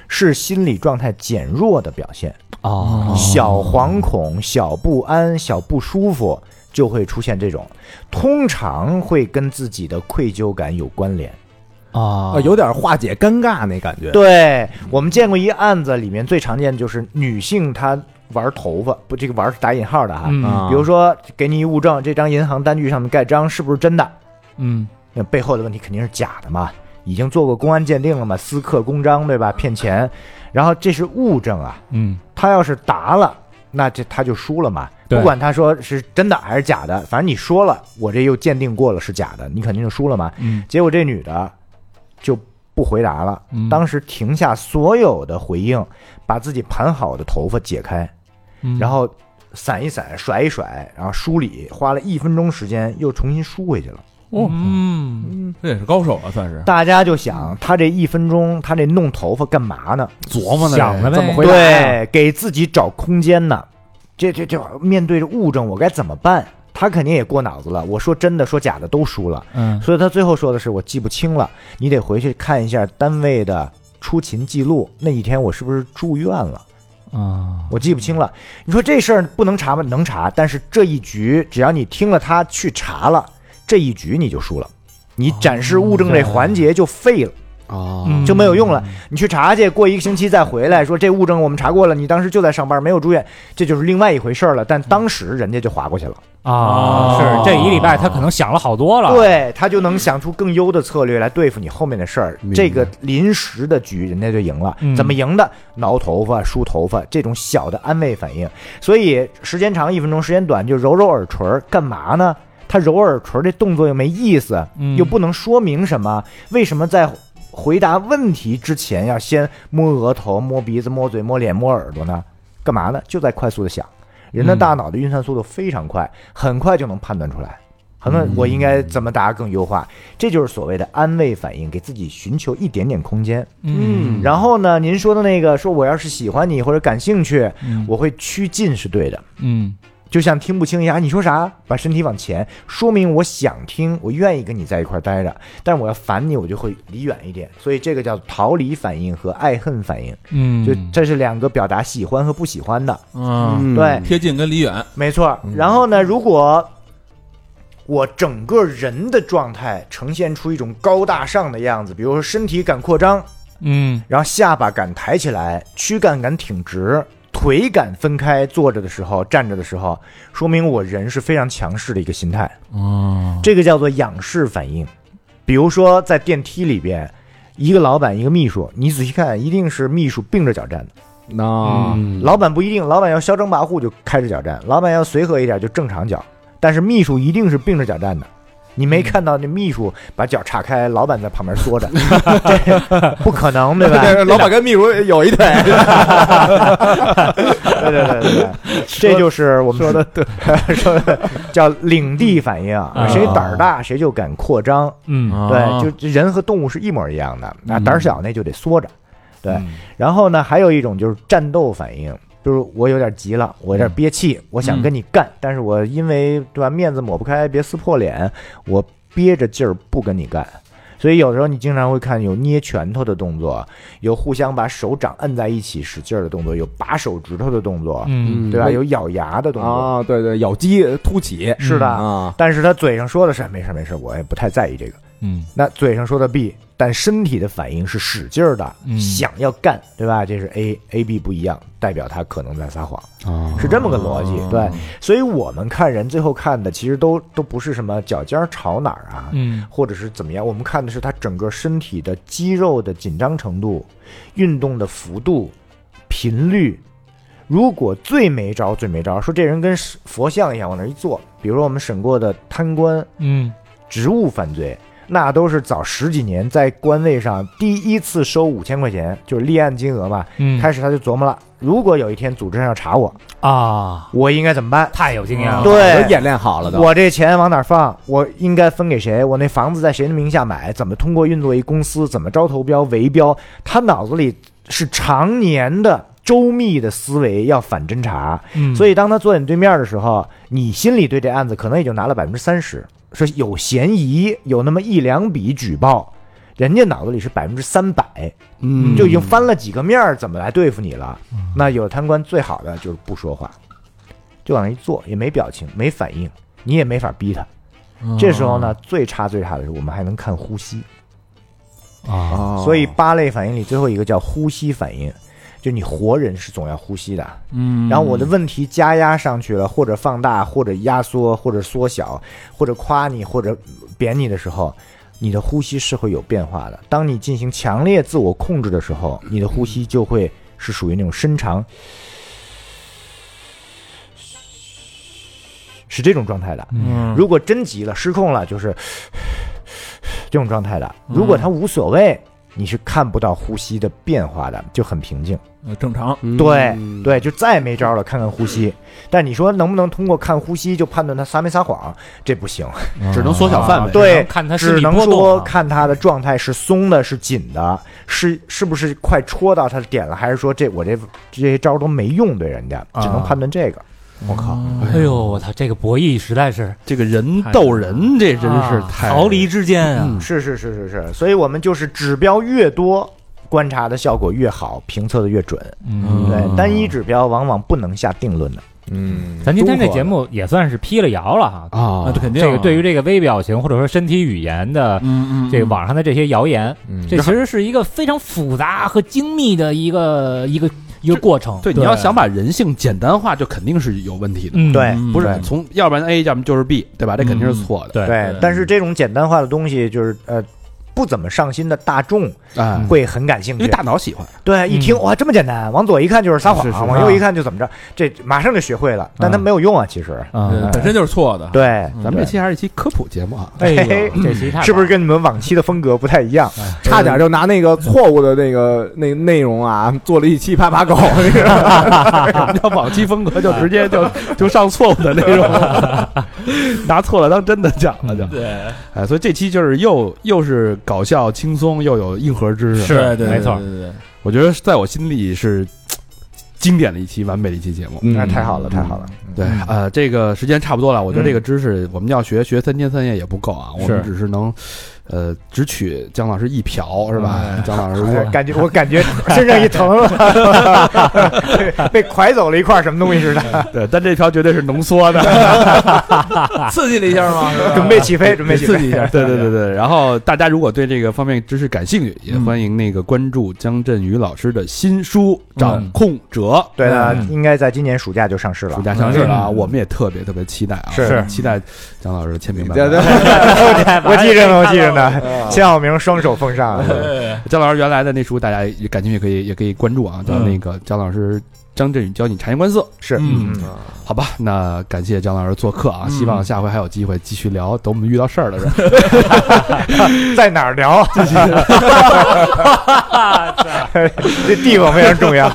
Speaker 5: 是心理状态减弱的表现。
Speaker 4: 哦
Speaker 5: 小惶恐、小不安、小不舒服就会出现这种，通常会跟自己的愧疚感有关联。
Speaker 4: 啊
Speaker 2: 啊，有点化解尴尬那感觉。
Speaker 5: 对我们见过一案子，里面最常见就是女性她玩头发，不，这个玩是打引号的哈。
Speaker 4: 嗯
Speaker 5: 比如说给你一物证，这张银行单据上面盖章是不是真的？
Speaker 4: 嗯
Speaker 5: 那背后的问题肯定是假的嘛，已经做过公安鉴定了嘛，私刻公章对吧？骗钱，然后这是物证啊，
Speaker 4: 嗯
Speaker 5: 他要是答了，那这他就输了嘛。
Speaker 4: 对
Speaker 5: 不管他说是真的还是假的，反正你说了，我这又鉴定过了是假的，你肯定就输了嘛。
Speaker 4: 嗯
Speaker 5: 结果这女的就不回答了，
Speaker 4: 嗯
Speaker 5: 当时停下所有的回应，把自己盘好的头发解开，
Speaker 4: 嗯
Speaker 5: 然后散一散，甩一甩，然后梳理，花了一分钟时间，又重新梳回去了。
Speaker 4: 嗯
Speaker 1: 这也是高手啊，算是。
Speaker 5: 大家就想，他这一分钟，他这弄头发干嘛呢？
Speaker 3: 琢磨呢，
Speaker 4: 想了呗，
Speaker 3: 怎么回？
Speaker 5: 对，给自己找空间呢。这这这面对着物证，我该怎么办？他肯定也过脑子了。我说真的，说假的都输了，
Speaker 4: 嗯
Speaker 5: 所以他最后说的是我记不清了，你得回去看一下单位的出勤记录，那一天我是不是住院了？
Speaker 4: 啊，
Speaker 5: 我记不清了。你说这事儿不能查吗？能查，但是这一局只要你听了他去查了，这一局你就输了，你展示物证这环节就废了，
Speaker 3: 啊
Speaker 4: 嗯
Speaker 5: 就没有用了。你去查去，过一个星期再回来说这物证我们查过了，你当时就在上班，没有住院，这就是另外一回事儿了。但当时人家就划过去了，
Speaker 4: 啊，是这一礼拜他可能想了好多了，，
Speaker 5: 对他就能想出更优的策略来对付你后面的事儿
Speaker 3: 明。白
Speaker 5: 这个临时的局，人家就赢了
Speaker 4: 嗯。
Speaker 5: 怎么赢的？挠头发、梳头发这种小的安慰反应。所以时间长一分钟，时间短就揉揉耳垂，儿，干嘛呢？他揉耳垂儿这动作又没意思，
Speaker 4: 嗯
Speaker 5: 又不能说明什么。为什么在回答问题之前要先摸额头、摸鼻子、摸嘴、摸脸、摸耳朵呢？干嘛呢？就在快速的想。人的
Speaker 4: 嗯
Speaker 5: 大脑的运算速度非常快，很快就能判断出来。
Speaker 4: 嗯
Speaker 5: 很快我应该怎么答更优化，这就是所谓的安慰反应，给自己寻求一点点空间。
Speaker 4: 嗯，
Speaker 5: 然后呢，您说的那个，说我要是喜欢你或者感兴趣，
Speaker 4: 嗯
Speaker 5: 我会趋近是对的。
Speaker 4: 嗯
Speaker 5: 就像听不清一样，啊你说啥？把身体往前，说明我想听，我愿意跟你在一块儿待着。但是我要烦你，我就会离远一点。所以这个叫逃离反应和爱恨反应，
Speaker 4: 嗯，
Speaker 5: 就这是两个表达喜欢和不喜欢的。
Speaker 1: 嗯，
Speaker 5: 对，
Speaker 1: 贴近跟离远，
Speaker 5: 没错。然后呢，如果我整个人的状态呈现出一种高大上的样子，比如说身体敢扩张，
Speaker 4: 嗯
Speaker 5: 然后下巴敢抬起来，躯干敢挺直，腿敢分开，坐着的时候、站着的时候，说明我人是非常强势的一个心态。
Speaker 1: 哦，
Speaker 5: 这个叫做仰视反应。比如说在电梯里边，一个老板一个秘书，你仔细看，一定是秘书并着脚站的。
Speaker 3: 啊
Speaker 1: 啊 *laughs*
Speaker 2: 那
Speaker 5: 老板不一定，老板要嚣张跋扈就开着脚站，老板要随和一点就正常脚，但是秘书一定是并着脚站的。你没看到那秘书把脚岔开，老板在旁边缩着，这 *laughs* 不可能，对吧？
Speaker 2: 老板跟秘书有一腿，
Speaker 5: 对对对对对，这就是我们说的对， *laughs* 说的叫领地反应啊，谁胆儿大谁就敢扩张，
Speaker 4: 嗯
Speaker 5: 对，就这人和动物是一模一样的，那
Speaker 4: 嗯
Speaker 5: 胆儿小那就得缩着，对。然后呢，还有一种就是战斗反应，就是我有点急了，我有点憋气，
Speaker 4: 嗯
Speaker 5: 我想跟你干，但是我因为对吧，面子抹不开，别撕破脸，我憋着劲儿不跟你干。所以有时候你经常会看有捏拳头的动作，有互相把手掌摁在一起使劲儿的动作，有拔手指头的动作，
Speaker 4: 嗯
Speaker 5: 对吧？有咬牙的动作。
Speaker 2: 啊，对对，咬肌凸起
Speaker 5: 是的，
Speaker 2: 啊，
Speaker 5: 但是他嘴上说的是没事没事，我也不太在意这个。
Speaker 4: 嗯
Speaker 5: 那嘴上说的 B，但身体的反应是使劲儿的，
Speaker 4: 嗯
Speaker 5: 想要干，对吧？这是 A A B 不一样，代表他可能在撒谎，
Speaker 3: 啊
Speaker 5: 是这么个逻辑，
Speaker 4: 哦
Speaker 5: 对。所以我们看人最后看的其实都都不是什么脚尖儿朝哪儿啊，
Speaker 4: 嗯
Speaker 5: 或者是怎么样，我们看的是他整个身体的肌肉的紧张程度、运动的幅度、频率。如果最没招，最没招，说这人跟佛像一样往那儿一坐，比如说我们审过的贪官，
Speaker 4: 嗯
Speaker 5: 职务犯罪，那都是早十几年在官位上第一次收五千块钱，就是立案金额嘛。
Speaker 4: 嗯，
Speaker 5: 开始他就琢磨了，如果有一天组织上要查我，
Speaker 4: 啊，
Speaker 5: 我应该怎么办？
Speaker 4: 太有经验了，
Speaker 2: 都
Speaker 5: 对，
Speaker 2: 演练好了都。
Speaker 5: 我这钱往哪儿放？我应该分给谁？我那房子在谁的名下买？怎么通过运作一公司？怎么招投标、围标？他脑子里是常年的周密的思维，要反侦查。
Speaker 4: 嗯
Speaker 5: 所以当他坐在你对面的时候，你心里对这案子可能也就拿了百分之三十，说有嫌疑，有那么一两笔举报，人家脑子里是百分之三百，
Speaker 3: 嗯
Speaker 5: 就已经翻了几个面儿，怎么来对付你了？那有的贪官最好的就是不说话，就往那一坐，也没表情，没反应，你也没法逼他。这时候呢，最差最差的是我们还能看呼吸，
Speaker 4: 啊，
Speaker 2: 哦
Speaker 5: 所以八类反应里最后一个叫呼吸反应，就你活人是总要呼吸的，
Speaker 1: 嗯
Speaker 5: 然后我的问题加压上去了，或者放大，或者压缩，或者缩小，或者夸你，或者贬你的时候，你的呼吸是会有变化的。当你进行强烈自我控制的时候，你的呼吸就会是属于那种深长，是这种状态的。
Speaker 1: 嗯
Speaker 5: 如果真急了、失控了，就是 *sighs* 这种状态的。
Speaker 4: 嗯
Speaker 5: 如果他无所谓，你是看不到呼吸的变化的，就很平静。
Speaker 1: 呃正常，
Speaker 4: 嗯
Speaker 3: 嗯
Speaker 5: 对对，就再也没招了，看看呼吸。但你说能不能通过看呼吸就判断他撒没撒谎？这不行，
Speaker 3: 只能缩小范围。
Speaker 5: 对，
Speaker 4: 看他身
Speaker 5: 只
Speaker 4: 体
Speaker 5: 能
Speaker 4: 啊波动
Speaker 5: 说
Speaker 4: 啊，
Speaker 5: 看他的状态是松的，是紧的，是是不是快戳到他的点了，还是说这我这这些招都没用对人家，只能判断这个。
Speaker 4: 啊我靠，哎呦，我操，这个博弈实在是
Speaker 3: 这个人逗人，这真是
Speaker 4: 啊
Speaker 3: 太嗯
Speaker 4: 逃离之间啊，
Speaker 5: 是是是是是，所以我们就是指标越多，观察的效果越好，评测的越准。
Speaker 4: 嗯，
Speaker 5: 对，单一指标往往不能下定论的。
Speaker 2: 嗯，
Speaker 4: 咱今天这节目也算是辟了谣了哈。
Speaker 3: 啊
Speaker 6: 那肯定啊
Speaker 4: 这个对于这个微表情或者说身体语言的
Speaker 6: 嗯嗯，
Speaker 4: 这个网上的这些谣言，
Speaker 2: 嗯
Speaker 4: 这其实是一个非常复杂和精密的一个一个一个过程。
Speaker 3: 对，你要想把人性简单化，就肯定是有问题的。
Speaker 4: 嗯，
Speaker 5: 对
Speaker 3: 不是
Speaker 5: 对
Speaker 3: 从，要不然 A，要么就是 B，对吧？这肯定是错的。
Speaker 4: 对
Speaker 5: 对，但是这种简单化的东西，就是呃，不怎么上心的大众
Speaker 3: 哎，
Speaker 5: 会很感兴
Speaker 3: 因为
Speaker 5: 趣。
Speaker 3: 大脑喜欢。 *laughs*
Speaker 5: 对，一听哇这么简单，往左一看就是撒谎，
Speaker 3: 是是
Speaker 5: 往右一看就怎么着，这马上就学会了，但它没有用啊，其实。
Speaker 4: 嗯，
Speaker 1: 嗯本身就是错的。
Speaker 5: 对，
Speaker 3: 咱们这期还是一期科普节目啊。
Speaker 4: 哎
Speaker 5: 嘿
Speaker 4: 呦
Speaker 5: 嘿，
Speaker 4: 这其他
Speaker 5: 是不是跟你们往期的风格不太一样？
Speaker 2: 差点就拿那个错误的那个那内容啊，做了一期啪啪狗，
Speaker 3: 要往期风格就直接就就上错误的那种，拿错了当真的讲了就。
Speaker 1: 对，
Speaker 3: 哎，所以这期就是又又是搞笑轻松，又有硬核知识。
Speaker 4: 是
Speaker 1: 对对，
Speaker 4: 没错
Speaker 1: 对对对，
Speaker 3: 我觉得在我心里是经典的一期，完美的一期节目。
Speaker 5: 那太好了，太好了。
Speaker 3: 对，呃，这个时间差不多了，我觉得这个知识我们要学学三天三夜也不够啊，我们只是能，呃，只取姜老师一瓢是吧？姜老师如
Speaker 5: 哎
Speaker 3: 果
Speaker 5: 感觉我感觉身上一疼了，被拐走了一块什么东西似的，
Speaker 3: 对，但这瓢绝对是浓缩的，
Speaker 1: 刺激了一下
Speaker 3: *laughs*
Speaker 1: 嘛，是吧
Speaker 5: 准备起飞，准备起
Speaker 3: 刺
Speaker 5: 飞。
Speaker 3: 激一下。对对对对，然后大家如果对这个方面知识感兴趣，也欢迎那个关注姜振宇老师的新书《掌控者》，
Speaker 5: 对的，
Speaker 4: 嗯
Speaker 5: 应该在今年暑假就上市了
Speaker 3: 暑。假上市了啊，我们也特别特别期待啊，
Speaker 5: 是
Speaker 3: 是期待姜老师的签名版
Speaker 2: 对对
Speaker 3: 本。
Speaker 5: 我记着呢，我记着呢，签好名，双手奉上。
Speaker 3: 嗯
Speaker 1: 对
Speaker 3: 啊 *laughs* 姜老师原来的那书，大家也感兴趣可以也可以关注啊，叫那个姜老师张振宇教你察言观色。
Speaker 5: 是，
Speaker 6: 嗯
Speaker 5: 嗯，
Speaker 3: 好吧，那感谢姜老师做客
Speaker 1: 嗯
Speaker 3: 啊，希望下回还有机会继续聊。等我们遇到事儿了，是吧
Speaker 5: 在哪儿聊？这地方非常重要。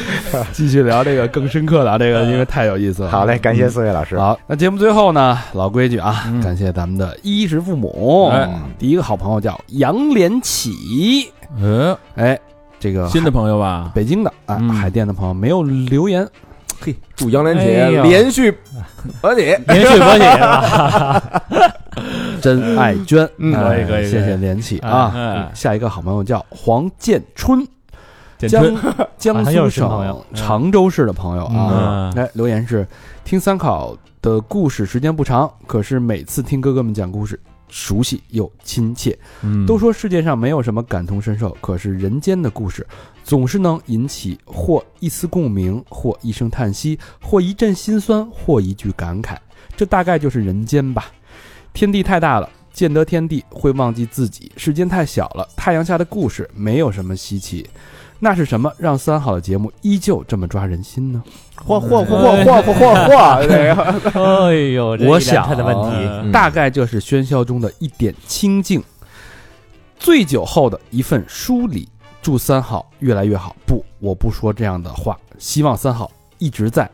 Speaker 3: *laughs* 继续聊这个更深刻的啊，这
Speaker 1: 嗯
Speaker 3: 个因为太有意思了。
Speaker 5: 好嘞，感谢四位老师。
Speaker 3: 好，那节目最后呢，老规矩啊，感谢咱们的衣食父母。
Speaker 1: 嗯哎
Speaker 3: 第一个好朋友叫杨连起，
Speaker 1: 嗯，
Speaker 3: 哎，这个
Speaker 1: 新的朋友吧，
Speaker 3: 北京的啊，
Speaker 1: 嗯
Speaker 3: 海淀的朋友没有留言，
Speaker 2: 祝杨连
Speaker 4: 哎
Speaker 2: 杰
Speaker 4: 呦
Speaker 2: 连续和解。
Speaker 4: 连续博姐，
Speaker 3: 真爱娟，
Speaker 2: 嗯
Speaker 3: 哎
Speaker 1: 可以可以
Speaker 3: 谢
Speaker 1: 可
Speaker 3: 谢
Speaker 1: 以
Speaker 3: 连起
Speaker 1: 哎
Speaker 4: 嗯
Speaker 3: 啊。下一个好朋友叫黄建春，
Speaker 1: 简
Speaker 3: 江
Speaker 1: 春，
Speaker 3: *laughs* 江
Speaker 4: 好像
Speaker 3: 苏
Speaker 4: 又是
Speaker 3: 省
Speaker 4: 新朋友嗯
Speaker 3: 常州市的朋友啊
Speaker 1: 嗯，
Speaker 3: 来留言是听三考的故事时间不长，可是每次听哥哥们讲故事，熟悉又亲切。嗯都说世界上没有什么感同身受，可是人间的故事总是能引起或一丝共鸣，或一声叹息，或一阵心酸，或一句感慨。这大概就是人间吧。天地太大了，见得天地会忘记自己；世间太小了，太阳下的故事没有什么稀奇。那是什么让三好的节目依旧这么抓人心呢？
Speaker 2: 嚯嚯嚯嚯嚯嚯嚯！这个
Speaker 4: 哎呦，这一
Speaker 3: 我
Speaker 4: 连
Speaker 3: 想
Speaker 4: 他的问题，
Speaker 2: 嗯
Speaker 3: 大概就是喧嚣中的一点清静，醉酒后的一份梳理。祝三好越来越好。不，我不说这样的话。希望三好一直在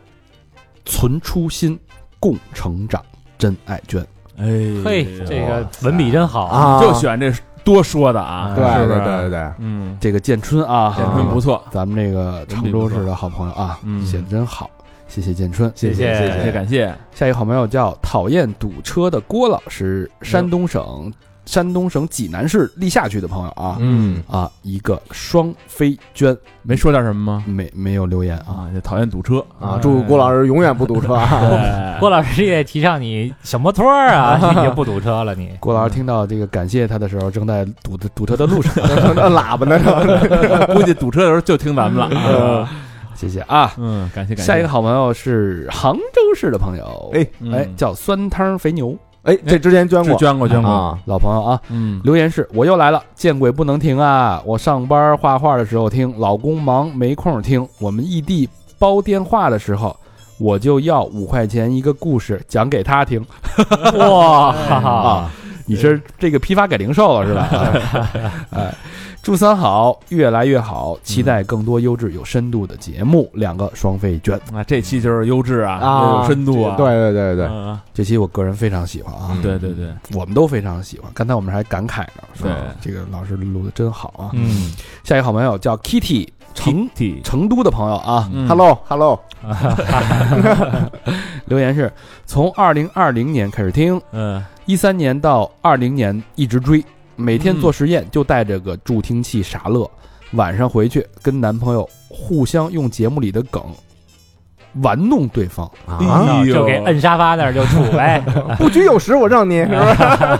Speaker 3: 存初心，共成长。真爱娟，
Speaker 1: 哎，
Speaker 4: 嘿，这个文笔真好
Speaker 2: 啊，
Speaker 1: 就喜欢这多说的啊，
Speaker 2: 对对
Speaker 1: 是不
Speaker 2: 对
Speaker 1: 是
Speaker 2: 对，对，
Speaker 1: 嗯，
Speaker 3: 这个建春啊，
Speaker 1: 简春不错，
Speaker 3: 咱们这个常州市的好朋友啊，
Speaker 1: 嗯
Speaker 3: 写的真好，谢谢建春。
Speaker 4: 谢谢
Speaker 1: 感谢感谢，
Speaker 3: 下一个好朋友叫讨厌堵车的郭老师，山东省山东省济南市历下区的朋友啊
Speaker 1: 嗯，
Speaker 3: 啊，一个双飞娟
Speaker 1: 没说点什么吗？
Speaker 3: 没没有留言啊，
Speaker 1: 啊，就讨厌堵车
Speaker 2: 啊，祝郭老师永远不堵车啊。
Speaker 1: 哎
Speaker 4: 郭老师也提倡你小摩托儿啊，你就不堵车了，你
Speaker 3: 郭
Speaker 1: 嗯
Speaker 3: 老师听到这个感谢他的时候，正在堵的堵车的路上，啊
Speaker 2: *laughs* 那喇叭呢？
Speaker 1: 估计堵车的时候就听咱们了啊，
Speaker 3: 谢谢啊。
Speaker 1: 嗯，感谢感谢，
Speaker 3: 下一个好朋友是杭州市的朋友，
Speaker 2: 哎
Speaker 1: 嗯
Speaker 3: 哎，叫酸汤肥牛，
Speaker 2: *laughs* 哎，这之前捐
Speaker 1: 是
Speaker 2: 过
Speaker 1: 捐过捐过，
Speaker 2: 啊，
Speaker 3: 老朋友啊，
Speaker 1: 嗯，
Speaker 3: 留言是我又来了，见鬼不能停啊！我上班画画的时候听，老公忙没空听。我们异地煲电话的时候，我就要五块钱一个故事讲给他听。 *laughs* 啊
Speaker 4: 哇，哈哈，
Speaker 3: 你是这个批发给零售了 *laughs* 是吧？哎，祝三好越来越好，期待更多优质有深度的节目。两个双飞卷，
Speaker 1: 啊，这期就是优质啊，
Speaker 2: 啊
Speaker 1: 又有深度啊，
Speaker 2: 对对对对，
Speaker 1: 嗯
Speaker 3: 这期我个人非常喜欢
Speaker 4: 嗯
Speaker 3: 啊，
Speaker 1: 对对对，
Speaker 3: 我们都非常喜欢。刚才我们还感慨呢，说
Speaker 1: 对
Speaker 3: 这个老师录的真好啊。
Speaker 4: 嗯，
Speaker 3: 下一个好朋友叫 Kitty 成
Speaker 1: T
Speaker 3: 成都的朋友啊，
Speaker 2: Hello Hello，
Speaker 3: 留言是从二零二零年开始听，
Speaker 1: 嗯，
Speaker 3: 一三年到二零年一直追，每天做实验就带着个助听器傻乐，晚上回去跟男朋友互相用节目里的梗玩弄对方，
Speaker 2: 哎
Speaker 4: 那就给摁沙发那儿就处呗。
Speaker 2: 啊不拘有时，我让你是
Speaker 1: *laughs*
Speaker 2: 不是？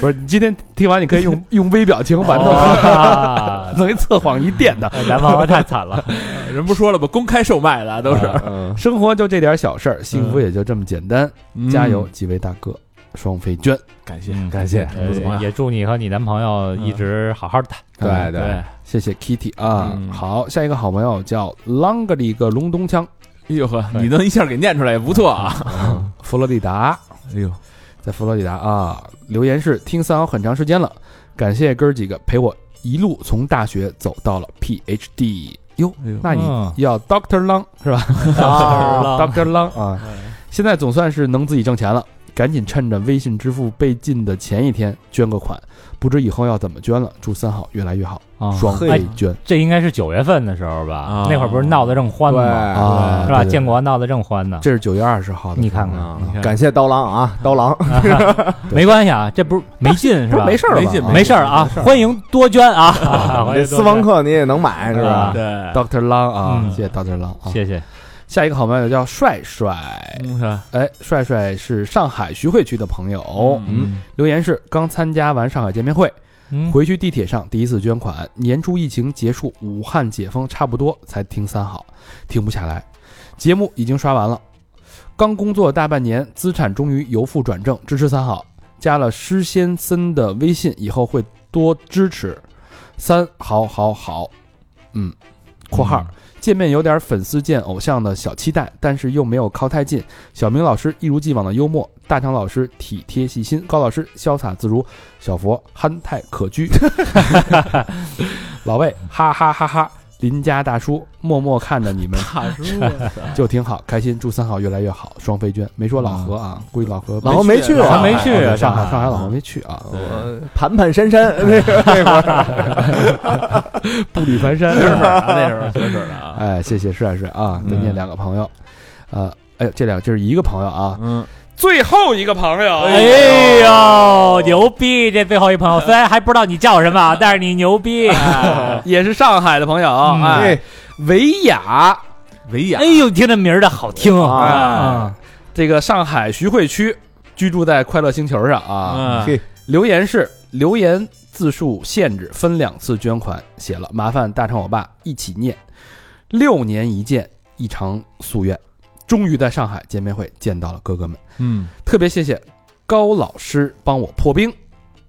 Speaker 3: 不是？你今天听完你可以用用微表情玩
Speaker 4: 哦
Speaker 3: 弄，
Speaker 4: 啊，
Speaker 3: 弄一测谎仪电的。
Speaker 4: *laughs* 男朋友太惨了，
Speaker 1: 人不说了吗？公开售卖的啊都是
Speaker 3: 生活就这点小事儿，幸福也就这么简单。
Speaker 1: 嗯
Speaker 3: 加油，几位大哥，双飞娟，
Speaker 1: 感谢
Speaker 6: 感谢
Speaker 4: 呃也祝你和你男朋友一直好好的。
Speaker 5: 对对，
Speaker 4: 对，
Speaker 3: 谢谢 Kitty 啊。
Speaker 6: 嗯
Speaker 3: 好，下一个好朋友叫 Long 的一个隆咚锵，
Speaker 1: 哎呦呵，你能一下给念出来也不错啊！
Speaker 3: 佛罗里达。
Speaker 1: 哎呦，
Speaker 3: 在佛罗里达啊，留言是听三好很长时间了，感谢哥儿几个陪我一路从大学走到了 PhD 哟，
Speaker 1: 哎呦
Speaker 3: 那你
Speaker 4: 嗯
Speaker 3: 要 Doctor Long 是吧
Speaker 2: 嗯
Speaker 4: 啊
Speaker 3: ？Doctor Long 啊，现在总算是能自己挣钱了，赶紧趁着微信支付被禁的前一天捐个款，不知以后要怎么捐了。祝三好越来越好，
Speaker 4: 啊
Speaker 3: 双
Speaker 4: 哎
Speaker 3: 倍捐
Speaker 4: 这应该是九月份的时候吧
Speaker 1: 啊？
Speaker 4: 那会儿不是闹得正欢吗？
Speaker 3: 啊，
Speaker 4: 是吧？
Speaker 3: 对对
Speaker 4: 建国闹得正欢呢。
Speaker 3: 这是九月二十号的，
Speaker 4: 你看看，
Speaker 1: 你看
Speaker 2: 感谢刀郎啊，刀郎，
Speaker 4: 没关系啊，这不是没劲是吧？
Speaker 2: 没事儿吧
Speaker 1: 没劲
Speaker 4: 没事儿啊，欢迎多捐啊！欢迎多捐
Speaker 2: 私
Speaker 4: *laughs*
Speaker 2: 房，课你也能买是吧
Speaker 4: 啊？
Speaker 1: 对，
Speaker 3: Doctor Long 啊，
Speaker 4: 嗯
Speaker 3: 谢谢 Doctor Long 啊。
Speaker 4: 谢谢。
Speaker 3: 下一个好朋友叫帅帅，
Speaker 1: 嗯是吧
Speaker 3: 哎，帅帅是上海徐汇区的朋友，
Speaker 1: 嗯，
Speaker 3: 留言是刚参加完上海见面会，
Speaker 4: 嗯，
Speaker 3: 回去地铁上第一次捐款。年初疫情结束，武汉解封差不多才听三好，停不下来。节目已经刷完了，刚工作大半年，资产终于由负转正，支持三好。加了施先森的微信，以后会多支持。三好好好，嗯，括号、见面有点粉丝见偶像的小期待，但是又没有靠太近。小明老师一如既往的幽默，大强老师体贴细心，高老师潇洒自如，小佛憨态可掬， *laughs* 老魏哈哈哈哈，邻家大叔默默看着你们
Speaker 1: 大叔，啊
Speaker 3: 就挺好，开心，祝三好越来越好，双飞娟没说老何啊，估计老何
Speaker 2: 嗯老何没去
Speaker 4: 还
Speaker 2: 啊，
Speaker 4: 没去啊
Speaker 3: 上海上海老何没去啊，
Speaker 2: 呃盘盘山山 *laughs* 那个那会儿，
Speaker 3: 步履蹒
Speaker 4: 嗯
Speaker 3: 跚。
Speaker 4: 啊
Speaker 1: 那时候学水的啊，
Speaker 3: 哎，谢谢帅帅啊，再念两个朋友，呃，哎呦，这两这是一个朋友啊，
Speaker 1: 嗯，
Speaker 3: 最后一个朋友，
Speaker 4: *laughs* 哎呦，牛逼！这最后一朋友虽然还不知道你叫什么 *laughs* 啊，但是你牛逼。哎
Speaker 3: 也是上海的朋友，
Speaker 4: 嗯
Speaker 3: 哎，维雅，
Speaker 1: 维亚，
Speaker 4: 哎呦，听这名儿的好听啊！
Speaker 3: 这个上海徐汇区居住在快乐星球上啊，
Speaker 1: 嗯
Speaker 2: 嘿
Speaker 3: 留言是留言字数限制，分两次捐款，写了麻烦大肠我爸一起念，六年一见，一场夙愿，终于在上海见面会见到了哥哥们，
Speaker 6: 嗯，
Speaker 3: 特别谢谢高老师帮我破冰，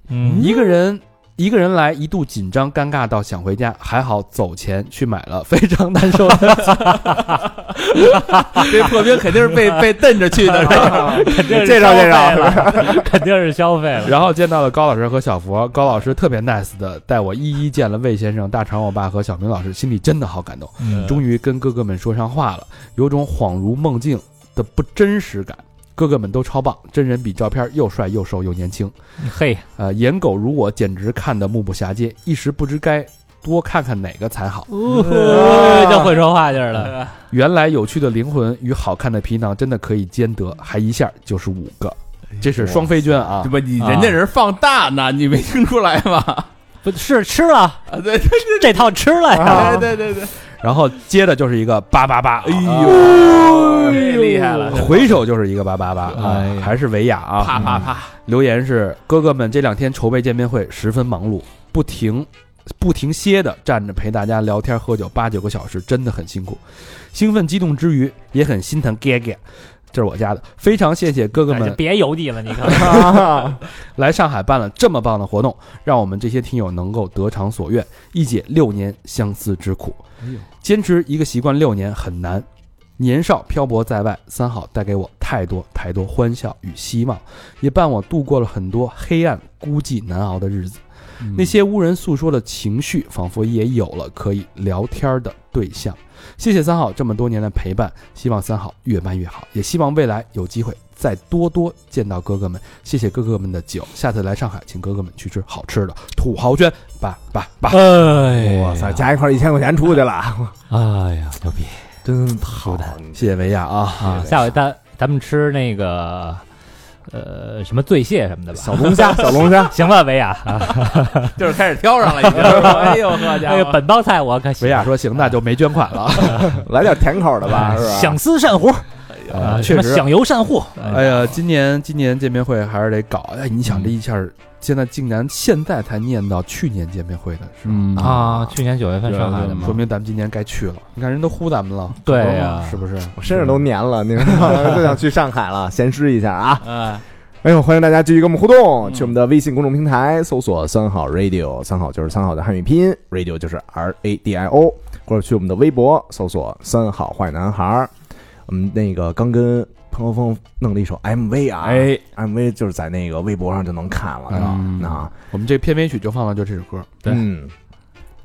Speaker 4: 嗯，
Speaker 3: 一个人。一个人来，一度紧张尴尬到想回家，还好走前去买了非常难受的
Speaker 1: *laughs* 这破冰肯定是
Speaker 3: *laughs*
Speaker 1: 被被瞪着去的，是吧？
Speaker 4: 肯定是
Speaker 2: 介绍
Speaker 4: 消
Speaker 2: 介
Speaker 4: 费
Speaker 2: 绍
Speaker 4: 了， *laughs* 肯定是消费了。
Speaker 3: 然后见到了高老师和小佛，高老师特别 nice 的带我一一见了魏先生、大肠我爸和小明老师，心里真的好感动，
Speaker 4: 嗯
Speaker 1: 嗯
Speaker 3: 终于跟哥哥们说上话了，有种恍如梦境的不真实感。哥哥们都超棒，真人比照片又帅又瘦又年轻，
Speaker 4: 嘿，
Speaker 3: 呃，颜狗如我简直看得目不暇接，一时不知该多看看哪个才好。
Speaker 4: 嗯就哎会说话就是了。
Speaker 3: 原来有趣的灵魂与好看的皮囊真的可以兼得，还一下就是五个，这是双飞娟啊
Speaker 1: 对！吧？你人家人放大呢，你没听出来吗？
Speaker 4: 不是吃了
Speaker 1: 啊，对哎
Speaker 4: 这套吃了呀，
Speaker 2: 啊
Speaker 1: 对对对对，
Speaker 3: 然后接着就是一个八八八，哎
Speaker 1: 呦，太厉害
Speaker 4: 哎
Speaker 1: 了！
Speaker 3: 回首就是一个八八八啊，还是维亚
Speaker 1: 啪
Speaker 3: 啊。
Speaker 1: 啪啪！
Speaker 3: 留言是：哥哥们这两天筹备见面会，十分忙碌，不停不停歇的站着陪大家聊天喝酒八九个小时，真的很辛苦。兴奋激动之余，也很心疼哥哥，这是我家的。非常谢谢哥哥
Speaker 4: 哎就
Speaker 3: 们
Speaker 4: 别邮递了，你看。
Speaker 3: 来上海办了这么棒的活动，让我们这些听友能够得偿所愿，一解六年相思之苦。坚持一个习惯六年很难，年少漂泊在外，三好带给我太多太多欢笑与希望，也伴我度过了很多黑暗、孤寂、难熬的日子。那些无人诉说的情绪，仿佛也有了可以聊天的对象。谢谢三好这么多年的陪伴，希望三好越办越好，也希望未来有机会再多多见到哥哥们。谢谢哥哥们的酒，下次来上海请哥哥们去吃好吃的土豪圈，叭叭叭！
Speaker 4: 哎
Speaker 2: *laughs* 哇塞，加一块一千块钱出去了，
Speaker 4: 哎呀，牛逼！
Speaker 2: 真好，
Speaker 3: 谢谢维亚啊，
Speaker 4: 啊，下回咱咱们吃那个呃什么醉蟹什么的吧。
Speaker 2: 小龙
Speaker 4: *laughs*，
Speaker 2: 虾，小龙虾
Speaker 4: 行了，维亚，
Speaker 1: *laughs* 就是开始挑上了，已
Speaker 4: *laughs*
Speaker 1: 经。哎呦呵家
Speaker 4: 哎呦，
Speaker 1: 伙，
Speaker 4: 本帮菜我可喜
Speaker 3: 维亚说行，那就没捐款了。
Speaker 2: 来点甜口的
Speaker 1: 哎
Speaker 2: 吧，是吧？
Speaker 4: 想思善乎，
Speaker 3: 啊
Speaker 4: 呃
Speaker 3: 确
Speaker 4: 什么
Speaker 3: 实
Speaker 4: 想游善乎，哎
Speaker 3: 哎呀，今年今年见面会还是得搞。哎，你想这一下，现在竟然现在才念到去年见面会的事儿，
Speaker 6: 嗯，
Speaker 4: 啊，去年九月份上海的嘛，
Speaker 3: 说明咱们今年该去了。你看人都呼咱们了，
Speaker 4: 对啊呀
Speaker 3: 是不是？
Speaker 2: 我身上都粘了，你知道
Speaker 1: *laughs*
Speaker 2: 吗？就想去上海了，闲适一下啊！
Speaker 1: 嗯，
Speaker 2: 哎呦，欢迎大家继续跟我们互动，去我们
Speaker 6: 嗯
Speaker 2: 的微信公众平台搜索“三好 radio”，三好就是三好的汉语拼音，radio 就是 R A D I O，或者去我们的微博搜索“三好坏男孩儿”。我们那个刚跟彭浩峰弄了一首 MV 啊，
Speaker 6: 哎，
Speaker 2: ，MV 就是在那个微博上就能看了，是吧
Speaker 6: 嗯
Speaker 2: 啊，
Speaker 3: 我们这片尾曲就放了就这首歌，
Speaker 6: 对
Speaker 2: 嗯。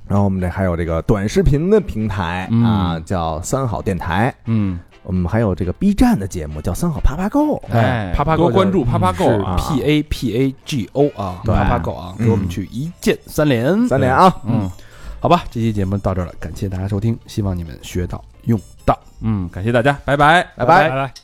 Speaker 2: 然后我们这还有这个短视频的平台
Speaker 6: 嗯
Speaker 2: 啊，叫三好电台，
Speaker 6: 嗯，
Speaker 2: 我们还有这个 B 站的节目叫《三好啪啪购》，
Speaker 1: 哎
Speaker 3: 啪啪
Speaker 1: 多关注啪啪购
Speaker 3: 是
Speaker 2: 啊
Speaker 3: P A P A G O 啊，
Speaker 2: 对
Speaker 3: 啪啪购啊，给我们去一键三连，
Speaker 2: 三连啊！
Speaker 3: 嗯，好吧，这期节目到这儿了，感谢大家收听，希望你们学到用到。
Speaker 6: 嗯，感谢大家，拜拜。
Speaker 2: 拜拜
Speaker 4: 拜拜。